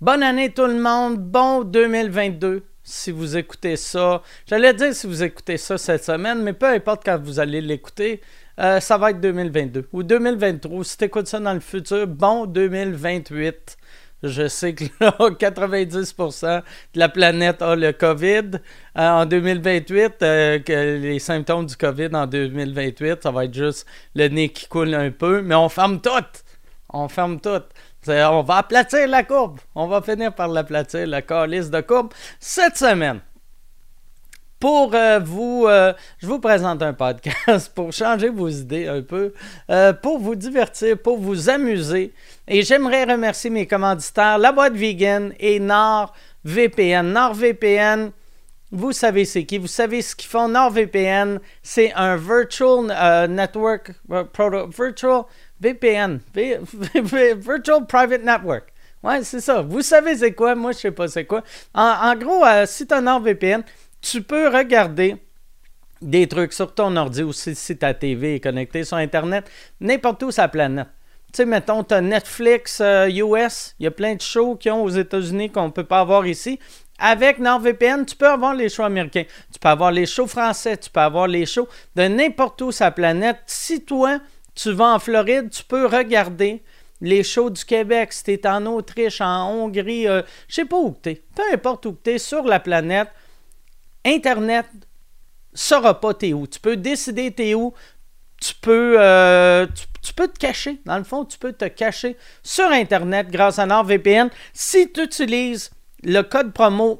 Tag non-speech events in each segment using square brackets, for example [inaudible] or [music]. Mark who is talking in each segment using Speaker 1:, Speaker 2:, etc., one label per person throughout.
Speaker 1: Bonne année tout le monde, bon 2022 si vous écoutez ça. J'allais dire si vous écoutez ça cette semaine, mais peu importe quand vous allez l'écouter, euh, ça va être 2022 ou 2023. Si tu écoutes ça dans le futur, bon 2028. Je sais que là, [laughs] 90% de la planète a le COVID. Euh, en 2028, euh, que les symptômes du COVID en 2028, ça va être juste le nez qui coule un peu, mais on ferme tout. On ferme tout. C'est- On va aplatir la courbe. On va finir par l'aplatir, la calice de courbe, cette semaine. Pour euh, vous, euh, je vous présente un podcast [laughs] pour changer vos idées un peu, euh, pour vous divertir, pour vous amuser. Et j'aimerais remercier mes commanditaires, La Boîte Vegan et NordVPN. NordVPN, vous savez c'est qui, vous savez ce qu'ils font. NordVPN, c'est un virtual euh, network, euh, proto- virtual VPN, V- virtual private network. Ouais, c'est ça. Vous savez c'est quoi, moi je sais pas c'est quoi. En, en gros, euh, si tu as NordVPN, tu peux regarder des trucs sur ton ordi ou si, si ta TV est connectée sur Internet, n'importe où sur la planète. Tu sais, mettons, tu as Netflix euh, US, il y a plein de shows qui ont aux États-Unis qu'on ne peut pas avoir ici. Avec NordVPN, tu peux avoir les shows américains, tu peux avoir les shows français, tu peux avoir les shows de n'importe où sur la planète. Si toi, tu vas en Floride, tu peux regarder les shows du Québec, si tu es en Autriche, en Hongrie, euh, je sais pas où tu es. Peu importe où tu es sur la planète, Internet saura pas t'es où. Tu peux décider t'es où. Tu peux, euh, tu, tu peux te cacher. Dans le fond, tu peux te cacher sur Internet grâce à NordVPN. Si tu utilises le code promo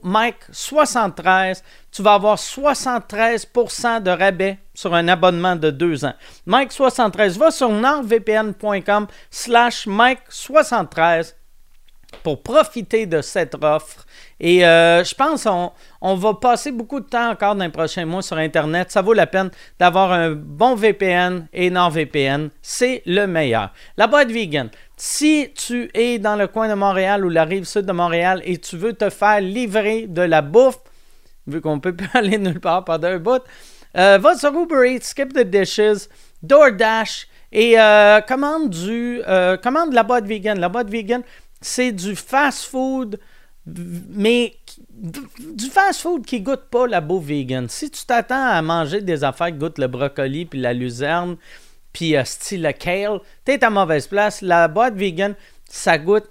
Speaker 1: Mike73, tu vas avoir 73% de rabais sur un abonnement de 2 ans. Mike73, va sur nordvpn.com slash Mike73 pour profiter de cette offre. Et euh, je pense qu'on on va passer beaucoup de temps encore dans les prochains mois sur Internet. Ça vaut la peine d'avoir un bon VPN et NordVPN. C'est le meilleur. La boîte vegan. Si tu es dans le coin de Montréal ou la rive sud de Montréal et tu veux te faire livrer de la bouffe, vu qu'on peut plus [laughs] aller nulle part pendant un bout. Euh, va sur Uber Eats, Skip the Dishes, DoorDash et euh, commande, du, euh, commande de la boîte vegan. La boîte vegan, c'est du fast-food, mais qui- du fast-food qui goûte pas la bouffe vegan. Si tu t'attends à manger des affaires qui goûtent le brocoli puis la luzerne, puis euh, style le kale, t'es à mauvaise place. La boîte vegan, ça goûte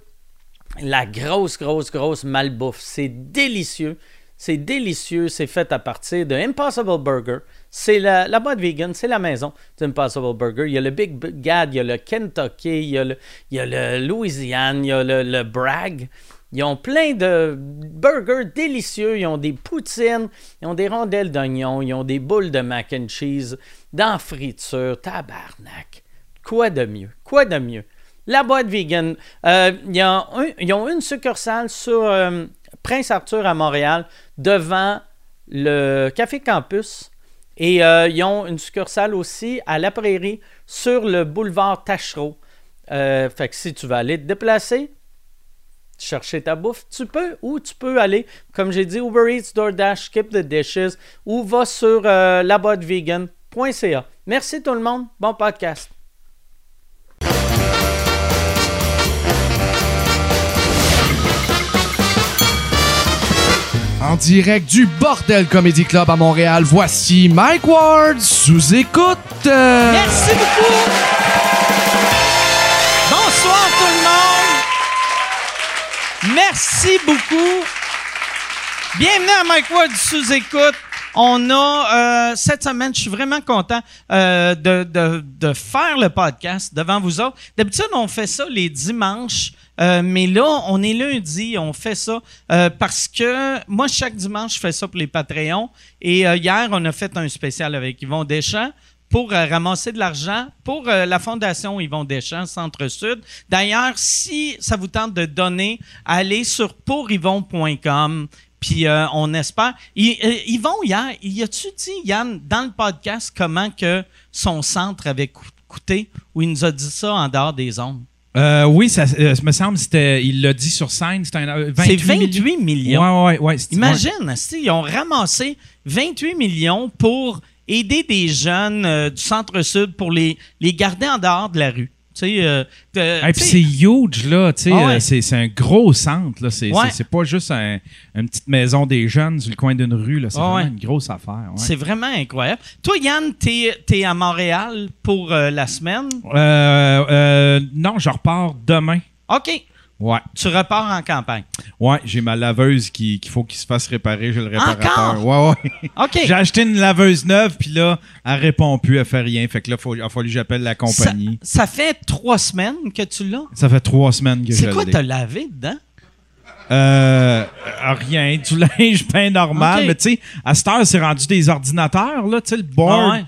Speaker 1: la grosse, grosse, grosse malbouffe. C'est délicieux. C'est délicieux. C'est fait à partir de Impossible Burger. C'est la, la boîte vegan, c'est la maison d'Impossible Burger. Il y a le Big B- Gad, il y a le Kentucky, il y a le, il y a le Louisiane, il y a le, le Bragg. Ils ont plein de burgers délicieux. Ils ont des poutines, ils ont des rondelles d'oignon, ils ont des boules de mac and cheese, dans friture, tabarnak. Quoi de mieux? Quoi de mieux? La boîte vegan. Euh, ils, ont un- ils ont une succursale sur euh, Prince Arthur à Montréal, devant le Café Campus. Et euh, ils ont une succursale aussi à La Prairie, sur le boulevard Tachereau. Euh, fait que si tu veux aller te déplacer, chercher ta bouffe, tu peux ou tu peux aller, comme j'ai dit, Uber Eats, DoorDash, Skip the Dishes ou va sur euh, labodevegan.ca. Merci tout le monde. Bon podcast.
Speaker 2: En direct du Bordel Comedy Club à Montréal, voici Mike Ward sous écoute. Euh,
Speaker 1: Merci beaucoup. Bonsoir tout le monde. Merci beaucoup. Bienvenue à Mike Ward du sous-écoute. On a euh, cette semaine, je suis vraiment content euh, de, de- de faire le podcast devant vous autres. D'habitude, on fait ça les dimanches, euh, mais là, on est lundi, on fait ça euh, parce que moi, chaque dimanche, je fais ça pour les Patreons. Et euh, hier, on a fait un spécial avec Yvon Deschamps pour euh, ramasser de l'argent pour euh, la Fondation Yvon Deschamps, Centre-Sud. D'ailleurs, si ça vous tente de donner, allez sur pouryvon.com. Puis euh, on espère. Y- euh, Yvon, hier, y a-tu dit, Yann, dans le podcast, comment que son centre avait cou- coûté ou il nous a dit ça en dehors des ondes?
Speaker 3: Euh, oui, ça euh, me semble, c'était, il l'a dit sur scène, c'était un, euh, 28
Speaker 1: C'est 28 millions.
Speaker 3: millions. Ouais, ouais, ouais. c'est-
Speaker 1: Imagine, asti, ils ont ramassé 28 millions pour aider des jeunes euh, du centre-sud pour les, les garder en dehors de la rue. Tu Tu sais, euh, euh,
Speaker 4: Hey,
Speaker 1: tu
Speaker 4: Ah, puis
Speaker 1: sais,
Speaker 4: c'est huge, là. tu sais,
Speaker 1: Ah ouais.
Speaker 4: euh, c'est c'est un gros centre. là. C'est
Speaker 1: Ouais.
Speaker 4: c'est- c'est pas juste un- une petite maison des jeunes sur le coin d'une rue. là. C'est
Speaker 1: Ah
Speaker 4: vraiment
Speaker 1: ouais.
Speaker 4: une grosse affaire. ouais.
Speaker 1: c'est vraiment incroyable. Toi, Yann, t'es es à Montréal pour euh, la semaine.
Speaker 4: Euh, euh, non, je repars demain.
Speaker 1: OK.
Speaker 4: Ouais,
Speaker 1: Tu repars en campagne.
Speaker 4: ouais, j'ai ma laveuse qui- qu'il faut qu'il se fasse réparer. J'ai le réparateur. Ouais, ouais. [laughs]
Speaker 1: OK.
Speaker 4: J'ai acheté une laveuse neuve, puis là, elle répond plus, elle fait rien. Fait que là, faut- il a fallu que j'appelle la
Speaker 1: Ça,
Speaker 4: compagnie.
Speaker 1: ça fait trois semaines que tu l'as.
Speaker 4: Ça, fait trois semaines que je
Speaker 1: C'est quoi
Speaker 4: l'ai.
Speaker 1: t'as lavé dedans?
Speaker 4: Euh, euh, rien, du [laughs] linge bien normal.
Speaker 1: Ok.
Speaker 4: Mais tu sais, à cette heure, c'est rendu des ordinateurs, là, tu sais, le board.
Speaker 1: Ah ouais.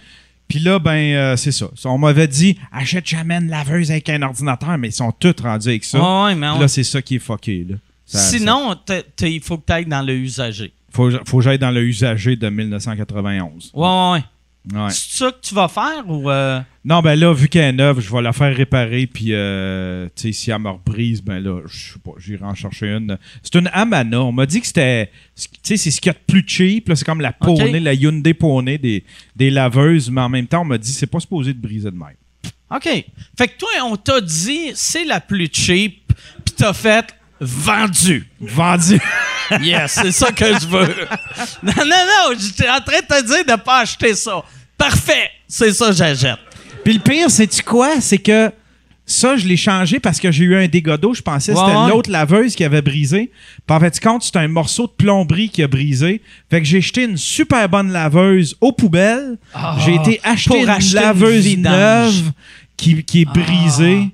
Speaker 4: Puis là, ben, euh, c'est ça. On m'avait dit, achète jamais une laveuse avec un ordinateur, mais ils sont tous rendus avec ça.
Speaker 1: Ouais, Ah ouais, mais
Speaker 4: Puis
Speaker 1: on-
Speaker 4: Là, c'est ça qui est fucké, là. Ça-
Speaker 1: Sinon, t'as- t'as- il faut que tu ailles dans le usager.
Speaker 4: ça- faut, faut que j'aille dans le usager de 1991.
Speaker 1: Ouais, ouais, ouais.
Speaker 4: Ouais.
Speaker 1: C'est ça que tu vas faire ou. euh,
Speaker 4: Non, ben là, vu qu'elle est neuve, je vais la faire réparer, puis, euh, tu sais, si elle me rebrise, ben là, je sais pas, j'irai en chercher une. C'est une Amana. On m'a dit que c'était, tu sais, c'est ce qu'il y a de plus cheap, là, c'est comme la
Speaker 1: Ok.
Speaker 4: Poney, la Hyundai Poney des, des laveuses, mais en même temps, on m'a dit c'est pas supposé de briser de même.
Speaker 1: OK. Fait que toi, on t'a dit c'est la plus cheap, puis t'as fait vendu.
Speaker 4: Vendu!
Speaker 1: [laughs] Yes, c'est ça que je veux. [laughs] non, non, non, j'étais en train de te dire de pas acheter ça. Parfait, c'est ça que j'achète.
Speaker 4: Puis le pire, c'est-tu quoi? C'est que ça, je l'ai changé parce que j'ai eu un dégât d'eau. Je pensais que c'était
Speaker 1: Ouais, ouais.
Speaker 4: l'autre laveuse qui avait brisé. Puis en fait, compte, c'est un morceau de plomberie qui a brisé. Fait que j'ai jeté une super bonne laveuse aux poubelles. j'ai été
Speaker 1: Ah, pour
Speaker 4: acheter une
Speaker 1: acheter une
Speaker 4: laveuse
Speaker 1: vidange. Ah.
Speaker 4: neuve qui, qui est brisée.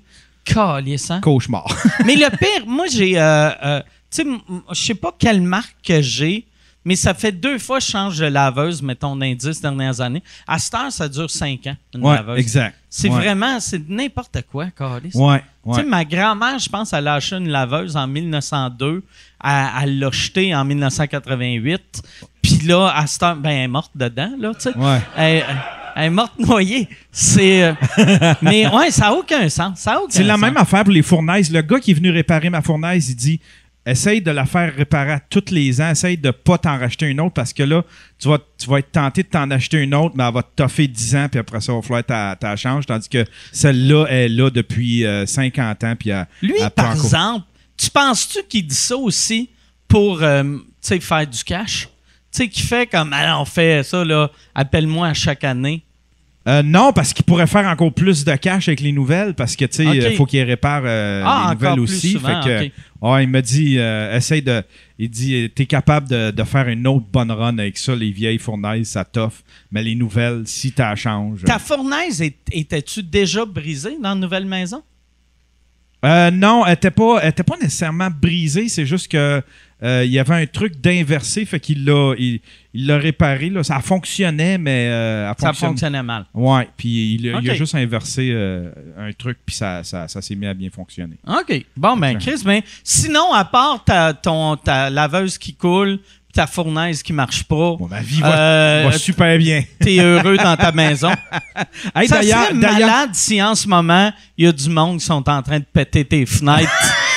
Speaker 1: Calisse, hein?
Speaker 4: Cauchemar.
Speaker 1: [laughs] Mais le pire, moi, j'ai. euh, euh, tu sais, m- m- je sais pas quelle marque que j'ai, mais ça fait deux fois que je change de laveuse, mettons, d'indice dernières années. À cette heure, ça dure cinq ans, une
Speaker 4: ouais,
Speaker 1: laveuse.
Speaker 4: exact.
Speaker 1: C'est
Speaker 4: Ouais.
Speaker 1: vraiment, c'est n'importe quoi, câlisse.
Speaker 4: Ouais,
Speaker 1: Tu sais,
Speaker 4: ouais.
Speaker 1: ma grand-mère, je pense, elle a acheté une laveuse en 1902. Elle elle l'a jetée en 1988. Puis là, à cette heure, ben, elle est morte dedans, là, tu sais.
Speaker 4: Ouais.
Speaker 1: Elle, elle est morte noyée. C'est...
Speaker 4: [laughs]
Speaker 1: euh, mais ouais, ça n'a aucun sens. Ça a aucun
Speaker 4: C'est la
Speaker 1: sens.
Speaker 4: même affaire pour les fournaises. Le gars qui est venu réparer ma fournaise, il dit essaye de la faire réparer à tous les ans, essaye de pas t'en racheter une autre parce que là, tu vas, tu vas être tenté de t'en acheter une autre, mais elle va te toffer 10 ans, puis après ça, il va falloir ta, ta change. Tandis que celle-là est là depuis euh, 50 ans, puis elle-
Speaker 1: Lui,
Speaker 4: elle
Speaker 1: par
Speaker 4: prend encore-
Speaker 1: exemple, tu penses-tu qu'il dit ça aussi pour euh, tu sais, faire du cash? Tu sais, qui fait comme, alors on fait ça, là, appelle-moi à chaque année.
Speaker 4: Euh, non, parce qu'il pourrait faire encore plus de cash avec les nouvelles, parce que, tu sais,
Speaker 1: Ok.
Speaker 4: il faut qu'il répare euh,
Speaker 1: Ah,
Speaker 4: les
Speaker 1: encore
Speaker 4: nouvelles
Speaker 1: plus
Speaker 4: aussi.
Speaker 1: souvent,
Speaker 4: fait que,
Speaker 1: ok.
Speaker 4: ouais, il me dit, euh, essaye de. Il dit, t'es capable de, de faire une autre bonne run avec ça, les vieilles fournaises, ça t'offre. Mais les nouvelles, si t'as change.
Speaker 1: Ta fournaise, est- étais-tu déjà brisée dans la nouvelle maison?
Speaker 4: Euh, non, elle était pas, elle était pas nécessairement brisée, c'est juste que euh, il y avait un truc d'inversé, fait qu'il l'a, il, il l'a réparé. Là. Ça fonctionnait, mais euh, elle
Speaker 1: Ça
Speaker 4: fonctionne-
Speaker 1: fonctionnait mal.
Speaker 4: Ouais, puis il, a- il a
Speaker 1: Ok.
Speaker 4: juste inversé euh, un truc, puis ça, ça, ça s'est mis à bien fonctionner.
Speaker 1: OK. Bon, ben, Chris, ben, sinon, à part ta, ton, ta laveuse qui coule, pis ta fournaise qui marche pas,
Speaker 4: Bon, ma vie va,
Speaker 1: euh,
Speaker 4: va
Speaker 1: [laughs]
Speaker 4: super bien.
Speaker 1: t'es heureux dans
Speaker 4: [laughs]
Speaker 1: ta maison.
Speaker 4: Hey,
Speaker 1: ça
Speaker 4: d'ailleurs,
Speaker 1: serait
Speaker 4: d'ailleurs,
Speaker 1: malade si en ce moment, il y a du monde qui sont en train de péter tes
Speaker 4: [laughs]
Speaker 1: fenêtres.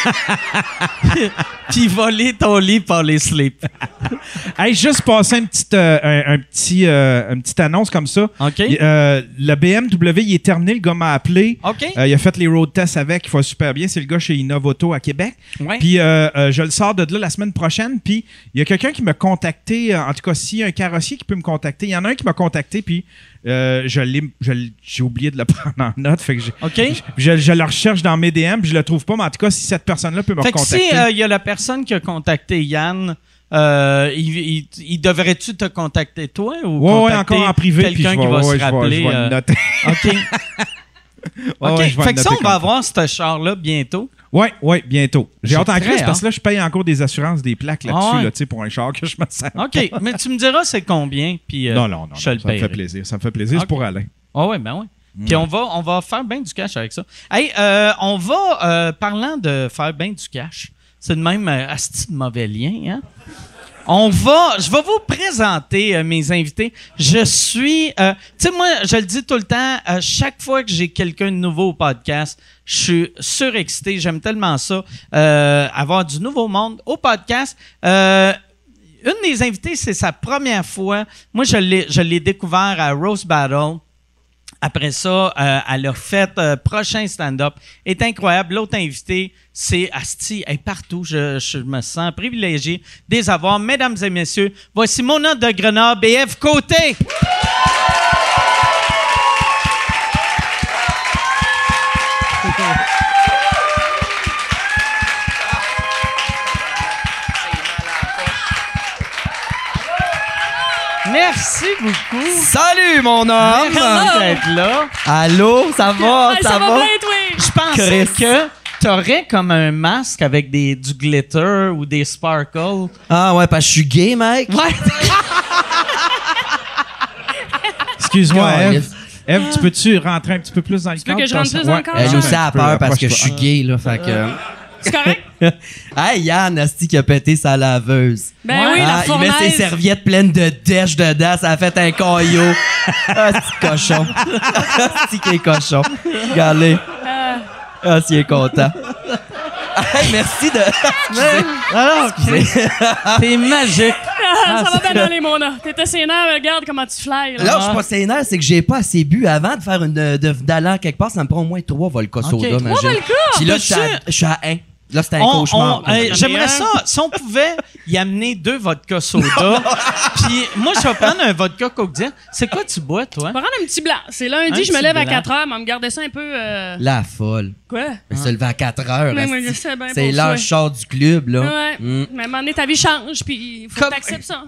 Speaker 1: [laughs] Puis voler ton lit par les slips.
Speaker 4: hey, juste passer une petite, euh, un, un petit, euh, une petite annonce comme ça.
Speaker 1: OK?
Speaker 4: Il- euh, le BMW, il est terminé, le gars m'a appelé.
Speaker 1: OK?
Speaker 4: Euh, il a fait les road tests avec, il va super bien. C'est le gars chez Innovoto à Québec.
Speaker 1: Ouais.
Speaker 4: Puis euh, euh, je le sors de là la semaine prochaine. Puis il y a quelqu'un qui m'a contacté. euh, En tout cas, s'il y a un carrossier qui peut me contacter, il y en a un qui m'a contacté. Puis euh, je l'ai- je l'ai- j'ai oublié de le [laughs] prendre en note. Fait que j'ai-
Speaker 1: OK?
Speaker 4: je, je le recherche dans mes DM, puis je le trouve pas. Mais en tout cas, si cette personne-là peut me
Speaker 1: Fait que
Speaker 4: recontacter.
Speaker 1: si euh, il y a la personne qui a contacté Yann, euh, il, il- il devrait-tu te contacter toi ou
Speaker 4: Ouais, ouais,
Speaker 1: contacter
Speaker 4: encore en privé. puis
Speaker 1: quelqu'un
Speaker 4: je
Speaker 1: qui va
Speaker 4: ouais,
Speaker 1: se
Speaker 4: je vais-
Speaker 1: rappeler?
Speaker 4: je vais le
Speaker 1: euh,
Speaker 4: noter. [laughs]
Speaker 1: OK. [laughs]
Speaker 4: Ouais,
Speaker 1: OK.
Speaker 4: ouais, je vais
Speaker 1: fait
Speaker 4: le
Speaker 1: que ça,
Speaker 4: noter
Speaker 1: on
Speaker 4: comme
Speaker 1: va avoir ce char-là bientôt.
Speaker 4: [laughs] Ouais, ouais, bientôt. J'ai
Speaker 1: C'est
Speaker 4: hâte en
Speaker 1: très
Speaker 4: crise parce
Speaker 1: hâte.
Speaker 4: que là, je paye encore des assurances, des plaques là-dessus,
Speaker 1: Ah ouais.
Speaker 4: là, tu sais, pour un char que je me sers.
Speaker 1: OK. mais tu me diras c'est combien, puis euh,
Speaker 4: non, non, non.
Speaker 1: je
Speaker 4: non,
Speaker 1: le
Speaker 4: ça me
Speaker 1: paye.
Speaker 4: fait plaisir. Ça me fait plaisir.
Speaker 1: Ok.
Speaker 4: C'est pour Alain.
Speaker 1: Ah ouais, ben ouais. Puis on va, on va faire bien du cash avec ça. Hey, euh, on va, euh, parlant de faire bien du cash, c'est de même euh, asti de mauvais lien, hein? On va, je vais vous présenter euh, mes invités. Je suis, euh, tu sais moi, je le dis tout le temps, euh, chaque fois que j'ai quelqu'un de nouveau au podcast, je suis surexcité. J'aime tellement ça, euh, avoir du nouveau monde au podcast. Euh, une des invitées, c'est sa première fois. Moi, je l'ai, je l'ai découvert à Rose Battle. Après ça, euh, elle a fait euh, prochain stand-up. Est incroyable. L'autre invité, c'est Asti. Elle est partout. Je, je me sens privilégié de les avoir. Mesdames et messieurs, voici mon hôte de Grenoble et F. Côté. Merci beaucoup.
Speaker 5: Salut, mon homme!
Speaker 1: Merci d'être là.
Speaker 5: Allô, ça
Speaker 1: Oh,
Speaker 5: va?
Speaker 6: Ah, Hey, ça, va, bien, toi?
Speaker 1: Je pensais
Speaker 5: Chris.
Speaker 1: que t'aurais comme un masque avec des, du glitter ou des sparkles.
Speaker 5: Ah ouais, parce que je suis gay, mec.
Speaker 1: Ouais.
Speaker 4: Excuse-moi,
Speaker 5: Ah,
Speaker 4: Eve.
Speaker 5: yes.
Speaker 4: Eve, tu peux-tu rentrer un petit peu plus dans le
Speaker 6: veux
Speaker 4: cadre?
Speaker 6: que je rentre plus
Speaker 4: Parce-
Speaker 6: dans le
Speaker 4: Ouais.
Speaker 6: cadre?
Speaker 5: Elle
Speaker 6: Ah,
Speaker 5: aussi a
Speaker 4: tu peux, hein.
Speaker 5: peur parce que je suis
Speaker 4: approche-toi.
Speaker 5: gay, là, fait
Speaker 6: Euh.
Speaker 5: que...
Speaker 6: C'est correct?
Speaker 5: Hey, Yann, Asti qui a pété sa laveuse.
Speaker 6: Ben oui, la
Speaker 5: Ah, il met
Speaker 6: fournaise.
Speaker 5: ses serviettes pleines de dèche dedans, ça a fait un caillot. [laughs] Asti cochon. [laughs] Asti qui est cochon. Regardez.
Speaker 6: Euh.
Speaker 5: Asti est content. Hey, merci de... [laughs]
Speaker 1: Alors, t'es magique.
Speaker 6: Ah, ça va bien aller, mon homme. T'étais sénère, regarde comment tu flyes. là.
Speaker 5: Là, je suis pas sénère, c'est que j'ai pas assez bu avant de faire une euh, de- d'aller en quelque part. Ça me prend au moins trois vodka soda,
Speaker 1: Trois
Speaker 5: imagine.
Speaker 6: vodka?
Speaker 5: Puis là, je
Speaker 1: T'as
Speaker 5: suis à-
Speaker 1: su-
Speaker 5: je suis à 1. Là, c'est un
Speaker 1: On-
Speaker 5: cauchemar.
Speaker 1: on- euh, J'aimerais ça, si on pouvait y amener deux vodka soda. Puis moi, je vais prendre un vodka Coke Diet. C'est quoi tu bois, toi?
Speaker 6: Je vais prendre un petit blanc. C'est lundi,
Speaker 1: Un
Speaker 6: je me
Speaker 1: petit
Speaker 6: lève à
Speaker 1: blanc.
Speaker 6: 4 heures, mais on me gardait ça un peu. euh,
Speaker 5: La folle.
Speaker 6: Quoi?
Speaker 1: Ah.
Speaker 5: Elle se levait à 4 heures.
Speaker 6: Mais moi,
Speaker 5: asti.
Speaker 6: je sais bien
Speaker 5: C'est
Speaker 6: pour
Speaker 5: l'heure
Speaker 6: toi.
Speaker 5: je sors du club, là.
Speaker 6: Ouais.
Speaker 5: Mm.
Speaker 6: Mais à un moment donné, ta vie change, puis il faut
Speaker 1: Comme-
Speaker 6: que t'acceptes ça.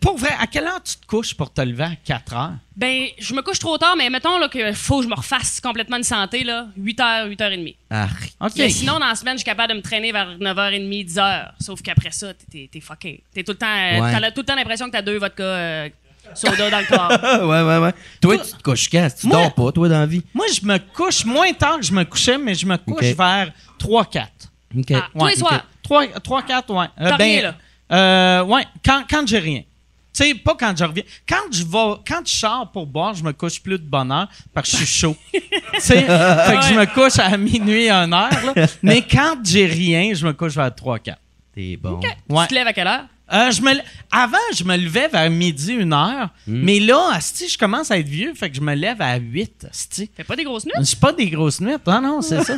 Speaker 1: Pour vrai, à quelle heure tu te couches pour te lever à 4 heures?
Speaker 6: Ben, je me couche trop tard, mais mettons là, que faut que je me refasse complètement de santé, là. 8 heures, 8 heures et demie.
Speaker 5: Arc.
Speaker 1: OK.
Speaker 6: Mais sinon, dans la semaine, je suis capable de me traîner vers 9h30, 10h. Sauf qu'après ça, t'es- t'es t'es fucké. T'es tout le temps, euh,
Speaker 5: Ouais.
Speaker 6: t'as tout le temps l'impression que t'as deux vodka euh, soda dans le corps.
Speaker 5: Ah, ouais, ouais, ouais. Toi, tu te couches quand? Tu
Speaker 1: Moi-
Speaker 5: dors pas, toi, dans la vie?
Speaker 1: Moi, je me couche moins tard que je me couchais, mais je me couche
Speaker 5: OK.
Speaker 1: vers 3-4.
Speaker 5: OK.
Speaker 6: Ah, tous les soirs.
Speaker 1: 3, 4, ouais. Euh,
Speaker 6: T'as rien, là.
Speaker 1: euh, ouais, quand, quand j'ai rien. Tu sais, pas quand je reviens. Quand je vais, quand je sors pour boire, je me couche plus de bonne heure parce que je
Speaker 6: [laughs]
Speaker 1: suis chaud. tu sais, fait que je me couche à minuit, une heure, là. Mais quand j'ai rien, je me couche vers 3, 4.
Speaker 5: T'es bon.
Speaker 1: Ouais.
Speaker 6: Tu te lèves à quelle heure?
Speaker 1: Euh, je me, l- avant, je me levais vers midi, une heure.
Speaker 6: Hmm.
Speaker 1: Mais là, asti, je commence à être vieux, fait que je me lève à 8, asti.
Speaker 6: Fais pas des grosses nuits.
Speaker 1: Je suis pas des grosses nuits. Ah non, c'est ça.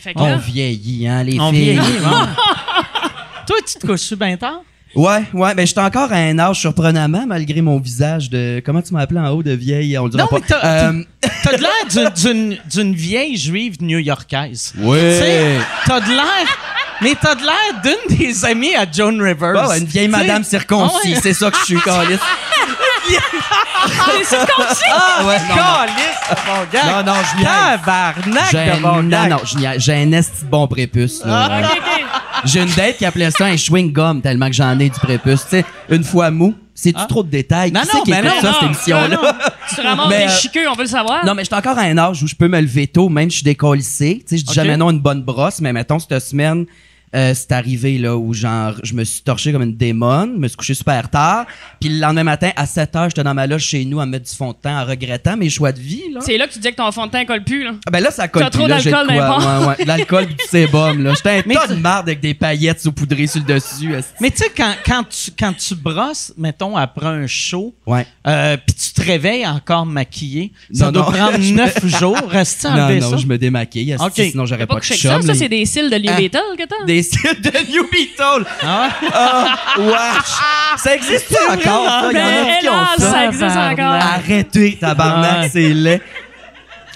Speaker 6: Fait que
Speaker 5: On
Speaker 6: là,
Speaker 5: vieillit, hein, les
Speaker 1: On
Speaker 5: filles.
Speaker 1: vieillit, vraiment.
Speaker 6: [laughs]
Speaker 1: Toi, tu te couches bien tard?
Speaker 5: Ouais, ouais, mais j'étais encore à un âge surprenamment malgré mon visage de. Comment tu m'as appelé en haut de vieille? On le dira
Speaker 1: Non, mais
Speaker 5: pas. Euh,
Speaker 1: t'as- T'as de l'air d'une- d'une- d'une vieille juive new-yorkaise. Tu sais,
Speaker 5: Ouais.
Speaker 1: T'as de l'air. Mais t'as de l'air d'une des amies à Joan Rivers.
Speaker 5: Bah ouais, une vieille
Speaker 1: Tu sais,
Speaker 5: madame circoncis,
Speaker 1: ah ouais.
Speaker 5: c'est ça que
Speaker 1: [laughs]
Speaker 5: je suis, Calis.
Speaker 6: t'es circoncis!
Speaker 5: Ah ouais, non, non.
Speaker 1: Calisse, mon gars.
Speaker 5: Non, non, je niaise.
Speaker 1: Tabarnak
Speaker 5: J'ai
Speaker 1: de
Speaker 5: un,
Speaker 1: mon
Speaker 5: non,
Speaker 1: gars.
Speaker 5: non, je niaise. J'ai un esti de bon prépuce, là.
Speaker 6: [laughs]
Speaker 1: Ah.
Speaker 6: Ok, ok.
Speaker 5: J'ai une date qui appelait ça un chewing-gum tellement que j'en ai du prépuce. Tu sais, une fois mou, c'est-tu trop de détails?
Speaker 1: Ah. Non,
Speaker 5: qui
Speaker 1: non,
Speaker 5: c'est qui
Speaker 1: ben non,
Speaker 5: écoute ça, cette
Speaker 6: non,
Speaker 5: émission-là?
Speaker 1: non, non.
Speaker 6: Tu te ramasses
Speaker 5: Mais,
Speaker 6: des
Speaker 5: euh,
Speaker 6: chiqueux, on veut le savoir.
Speaker 5: Non, mais j'étais encore à un âge où je peux me lever tôt, même si je suis décollissé. Tu sais, je dis
Speaker 1: Ok.
Speaker 5: jamais non à une bonne brosse, mais mettons, cette semaine, euh, c'est arrivé là où genre, je me suis torché comme une démone, je me suis couché super tard, puis le lendemain matin, à 7 heures, j'étais dans ma loge chez nous à mettre du fond de temps, en regrettant mes choix de vie, là.
Speaker 6: C'est là que tu disais que ton fond de teint colle plus, là.
Speaker 5: Ah, Ben là, ça colle
Speaker 6: T'as
Speaker 5: plus,
Speaker 6: trop
Speaker 5: là, j'ai de
Speaker 6: d'alcool dans les
Speaker 5: quoi. Ouais, ouais, de l'alcool pis du sébum, là. J'étais un tas de marde avec des paillettes saupoudrées sur le dessus. esti.
Speaker 1: Mais tu sais, quand, quand, tu, quand tu brosses, mettons, après un show,
Speaker 5: Ouais.
Speaker 1: euh, puis tu te réveilles encore maquillé, ça
Speaker 5: Non,
Speaker 1: doit
Speaker 5: non. [laughs]
Speaker 1: prendre neuf jours. Reste
Speaker 6: Ah,
Speaker 5: Non,
Speaker 1: enlever
Speaker 5: non,
Speaker 1: ça.
Speaker 5: je me démaquille, esti,
Speaker 1: Ok.
Speaker 5: sinon
Speaker 6: T'as
Speaker 5: j'aurais pas,
Speaker 6: pas
Speaker 5: de
Speaker 6: couché
Speaker 5: chum.
Speaker 6: avec ça, ça,
Speaker 5: là.
Speaker 6: c'est des cils de New
Speaker 5: Ah.
Speaker 6: Metal que t'as?
Speaker 5: Des styles de New Beetle!
Speaker 1: Ah ouais?
Speaker 5: Wesh! Ça existe pas encore, ça? Il y
Speaker 6: Ben,
Speaker 5: en a qui ont
Speaker 6: hélas,
Speaker 5: ça.
Speaker 6: ça existe encore.
Speaker 5: Arrêtez, tabarnak,
Speaker 1: Ouais.
Speaker 5: c'est laid.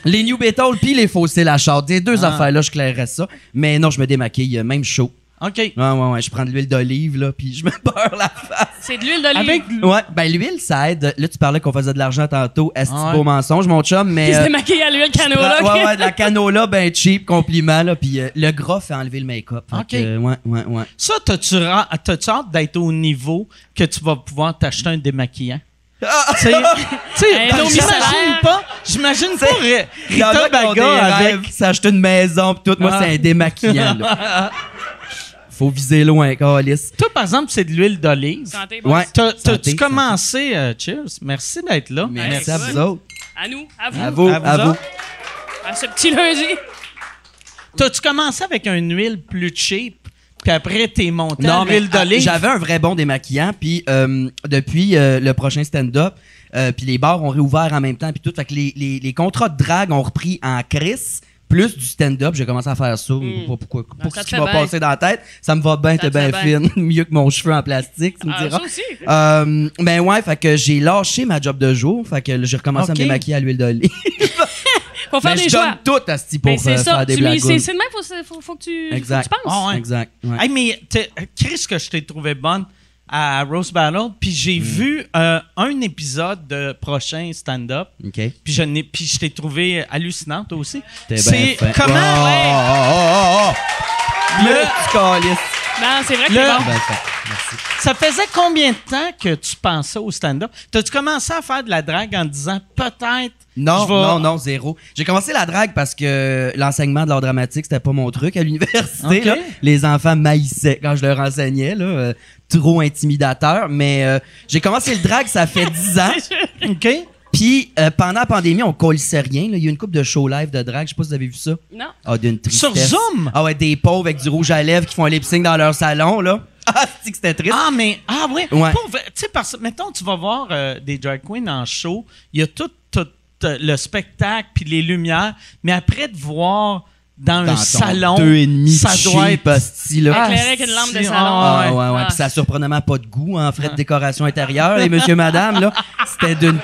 Speaker 5: Les New Beatles puis les fossiles à charge. Des deux
Speaker 1: Ah.
Speaker 5: affaires-là, je clairerais ça. Mais non, je me démaquille, euh, même chaud.
Speaker 1: OK.
Speaker 5: Ouais, ouais, ouais. Je prends de l'huile d'olive, là, puis je me [laughs] beurre la face.
Speaker 6: C'est de l'huile d'olive.
Speaker 1: Avec
Speaker 5: Ouais, ben l'huile, ça aide. Là, tu parlais qu'on faisait de l'argent tantôt. Est-ce
Speaker 1: Ah ouais.
Speaker 5: beau mensonge, mon chum, mais...
Speaker 6: Ils se
Speaker 5: euh,
Speaker 6: démaquillent à l'huile
Speaker 5: ah,
Speaker 6: canola.
Speaker 5: ouais, ouais, de la canola, ben cheap, compliment, là. Puis euh, le gras fait enlever le make-up. Fait
Speaker 1: Ok.
Speaker 5: que, euh, ouais, ouais, ouais.
Speaker 1: Ça, t'as-tu ra- t'as-tu hâte d'être au niveau que tu vas pouvoir t'acheter un démaquillant? Tu
Speaker 5: [laughs]
Speaker 1: sais, tu sais,
Speaker 6: Hey,
Speaker 1: parce
Speaker 6: non,
Speaker 1: que
Speaker 6: mais
Speaker 1: j'imagine
Speaker 6: salaire.
Speaker 1: pas, j'imagine pas Ri-
Speaker 5: Il y en
Speaker 1: Rita
Speaker 5: a qui ont des
Speaker 1: Baga avec...
Speaker 5: rêves, s'acheter une maison pis tout. Moi,
Speaker 1: Ah.
Speaker 5: c'est un démaquillant, là. Faut viser loin, Calis.
Speaker 1: Toi, par exemple, c'est de l'huile d'olive.
Speaker 6: Santé, bon.
Speaker 5: Ouais.
Speaker 1: T'as- T'as-tu
Speaker 5: Santé,
Speaker 1: commencé... euh, cheers. Merci d'être là.
Speaker 5: Merci
Speaker 6: Merci.
Speaker 5: à vous autres.
Speaker 6: À nous, à vous,
Speaker 5: À vous,
Speaker 1: À vous
Speaker 5: à vous.
Speaker 1: autres.
Speaker 6: à ce petit lundi.
Speaker 1: T'as-tu commencé avec une huile plus cheap, puis après, t'es monté à
Speaker 5: mais,
Speaker 1: l'huile
Speaker 5: ah,
Speaker 1: d'olive?
Speaker 5: J'avais un vrai bon démaquillant, puis euh, depuis euh, le prochain stand-up, euh, puis les bars ont réouvert en même temps, puis tout. Fait que les, les- les contrats de drague ont repris en crise, plus du stand-up. J'ai commencé à faire ça, je sais pas pourquoi, pour
Speaker 6: Ben, ça
Speaker 5: ce
Speaker 6: te
Speaker 5: qui
Speaker 6: fait
Speaker 5: m'a
Speaker 6: bien.
Speaker 5: passé dans la tête. Ça me va bien,
Speaker 6: Ça
Speaker 5: t'es
Speaker 6: te fait
Speaker 5: bien fine, [laughs] mieux que mon cheveu en plastique, tu me
Speaker 6: Ah,
Speaker 5: diras.
Speaker 6: ça aussi.
Speaker 5: Euh, ben ouais, fait que j'ai lâché ma job de jour, fait que j'ai
Speaker 1: Ok.
Speaker 5: recommencé à me démaquiller à l'huile d'olive.
Speaker 6: Faut faire
Speaker 5: [laughs] Mais
Speaker 6: des
Speaker 5: je
Speaker 6: choix.
Speaker 5: donne tout à ce type pour
Speaker 6: Ben, c'est
Speaker 5: euh,
Speaker 6: ça.
Speaker 5: faire des
Speaker 6: Tu- mais
Speaker 5: blagues.
Speaker 6: C'est c'est de même, faut, faut, faut que tu, faut que
Speaker 5: Exact.
Speaker 6: tu penses.
Speaker 1: Ah ouais.
Speaker 5: Exact. ouais.
Speaker 1: Hey, mais t'es- Chris, que je t'ai trouvé bonne à Rose Battle, puis j'ai vu euh, un épisode de prochain stand-up,
Speaker 5: OK. T'es
Speaker 1: puis je, n'ai- puis je t'ai trouvé hallucinante aussi.
Speaker 5: ben
Speaker 1: C'est
Speaker 5: fin.
Speaker 1: comment
Speaker 5: Oh, oh, oh, oh, oh.
Speaker 1: le-
Speaker 5: Le petit calice.
Speaker 6: Non, c'est vrai que
Speaker 1: Le-
Speaker 6: c'est bon.
Speaker 5: Ben, fin. Merci.
Speaker 1: ça faisait combien de temps que tu pensais au stand-up? T'as-tu commencé à faire de la drague en disant peut-être
Speaker 5: Non,
Speaker 1: je vais-
Speaker 5: non, non, zéro. J'ai commencé la drague parce que l'enseignement de l'art dramatique, c'était pas mon truc à l'université.
Speaker 1: Ok.
Speaker 5: là. Les enfants maïssaient quand je leur enseignais, là, euh, trop intimidateur. Mais euh, j'ai commencé le drague,
Speaker 1: [laughs]
Speaker 5: ça fait 10 ans.
Speaker 1: OK?
Speaker 5: Puis euh, pendant la pandémie, on colissait rien. là. Il y a eu une coupe de show live de drague. Je sais pas si vous avez vu ça.
Speaker 6: Non.
Speaker 5: Ah, d'une tristesse.
Speaker 1: Sur Zoom?
Speaker 5: Ah ouais, des pauvres avec du rouge à lèvres qui font un lip-sync dans leur salon, là. [laughs] Ah, c'est que c'était triste.
Speaker 1: Ah, mais, ah, ouais.
Speaker 5: Ouais.
Speaker 1: Pour vrai, tu sais, parce que, mettons, tu vas voir euh, des drag queens en show, il y a tout, tout, euh, le spectacle puis les lumières, mais après de voir dans,
Speaker 5: Dans
Speaker 1: un
Speaker 5: ton
Speaker 1: salon,
Speaker 5: Deux et demi
Speaker 1: ça doit être.
Speaker 5: hostie, là.
Speaker 1: Ah,
Speaker 6: Éclairé avec une lampe de
Speaker 1: si,
Speaker 6: salon.
Speaker 1: ah,
Speaker 5: Ah ouais, ouais,
Speaker 6: Ah.
Speaker 5: Puis ça a surprenamment pas de goût en frais de décoration intérieure. Les monsieur, madame, là, c'était d'une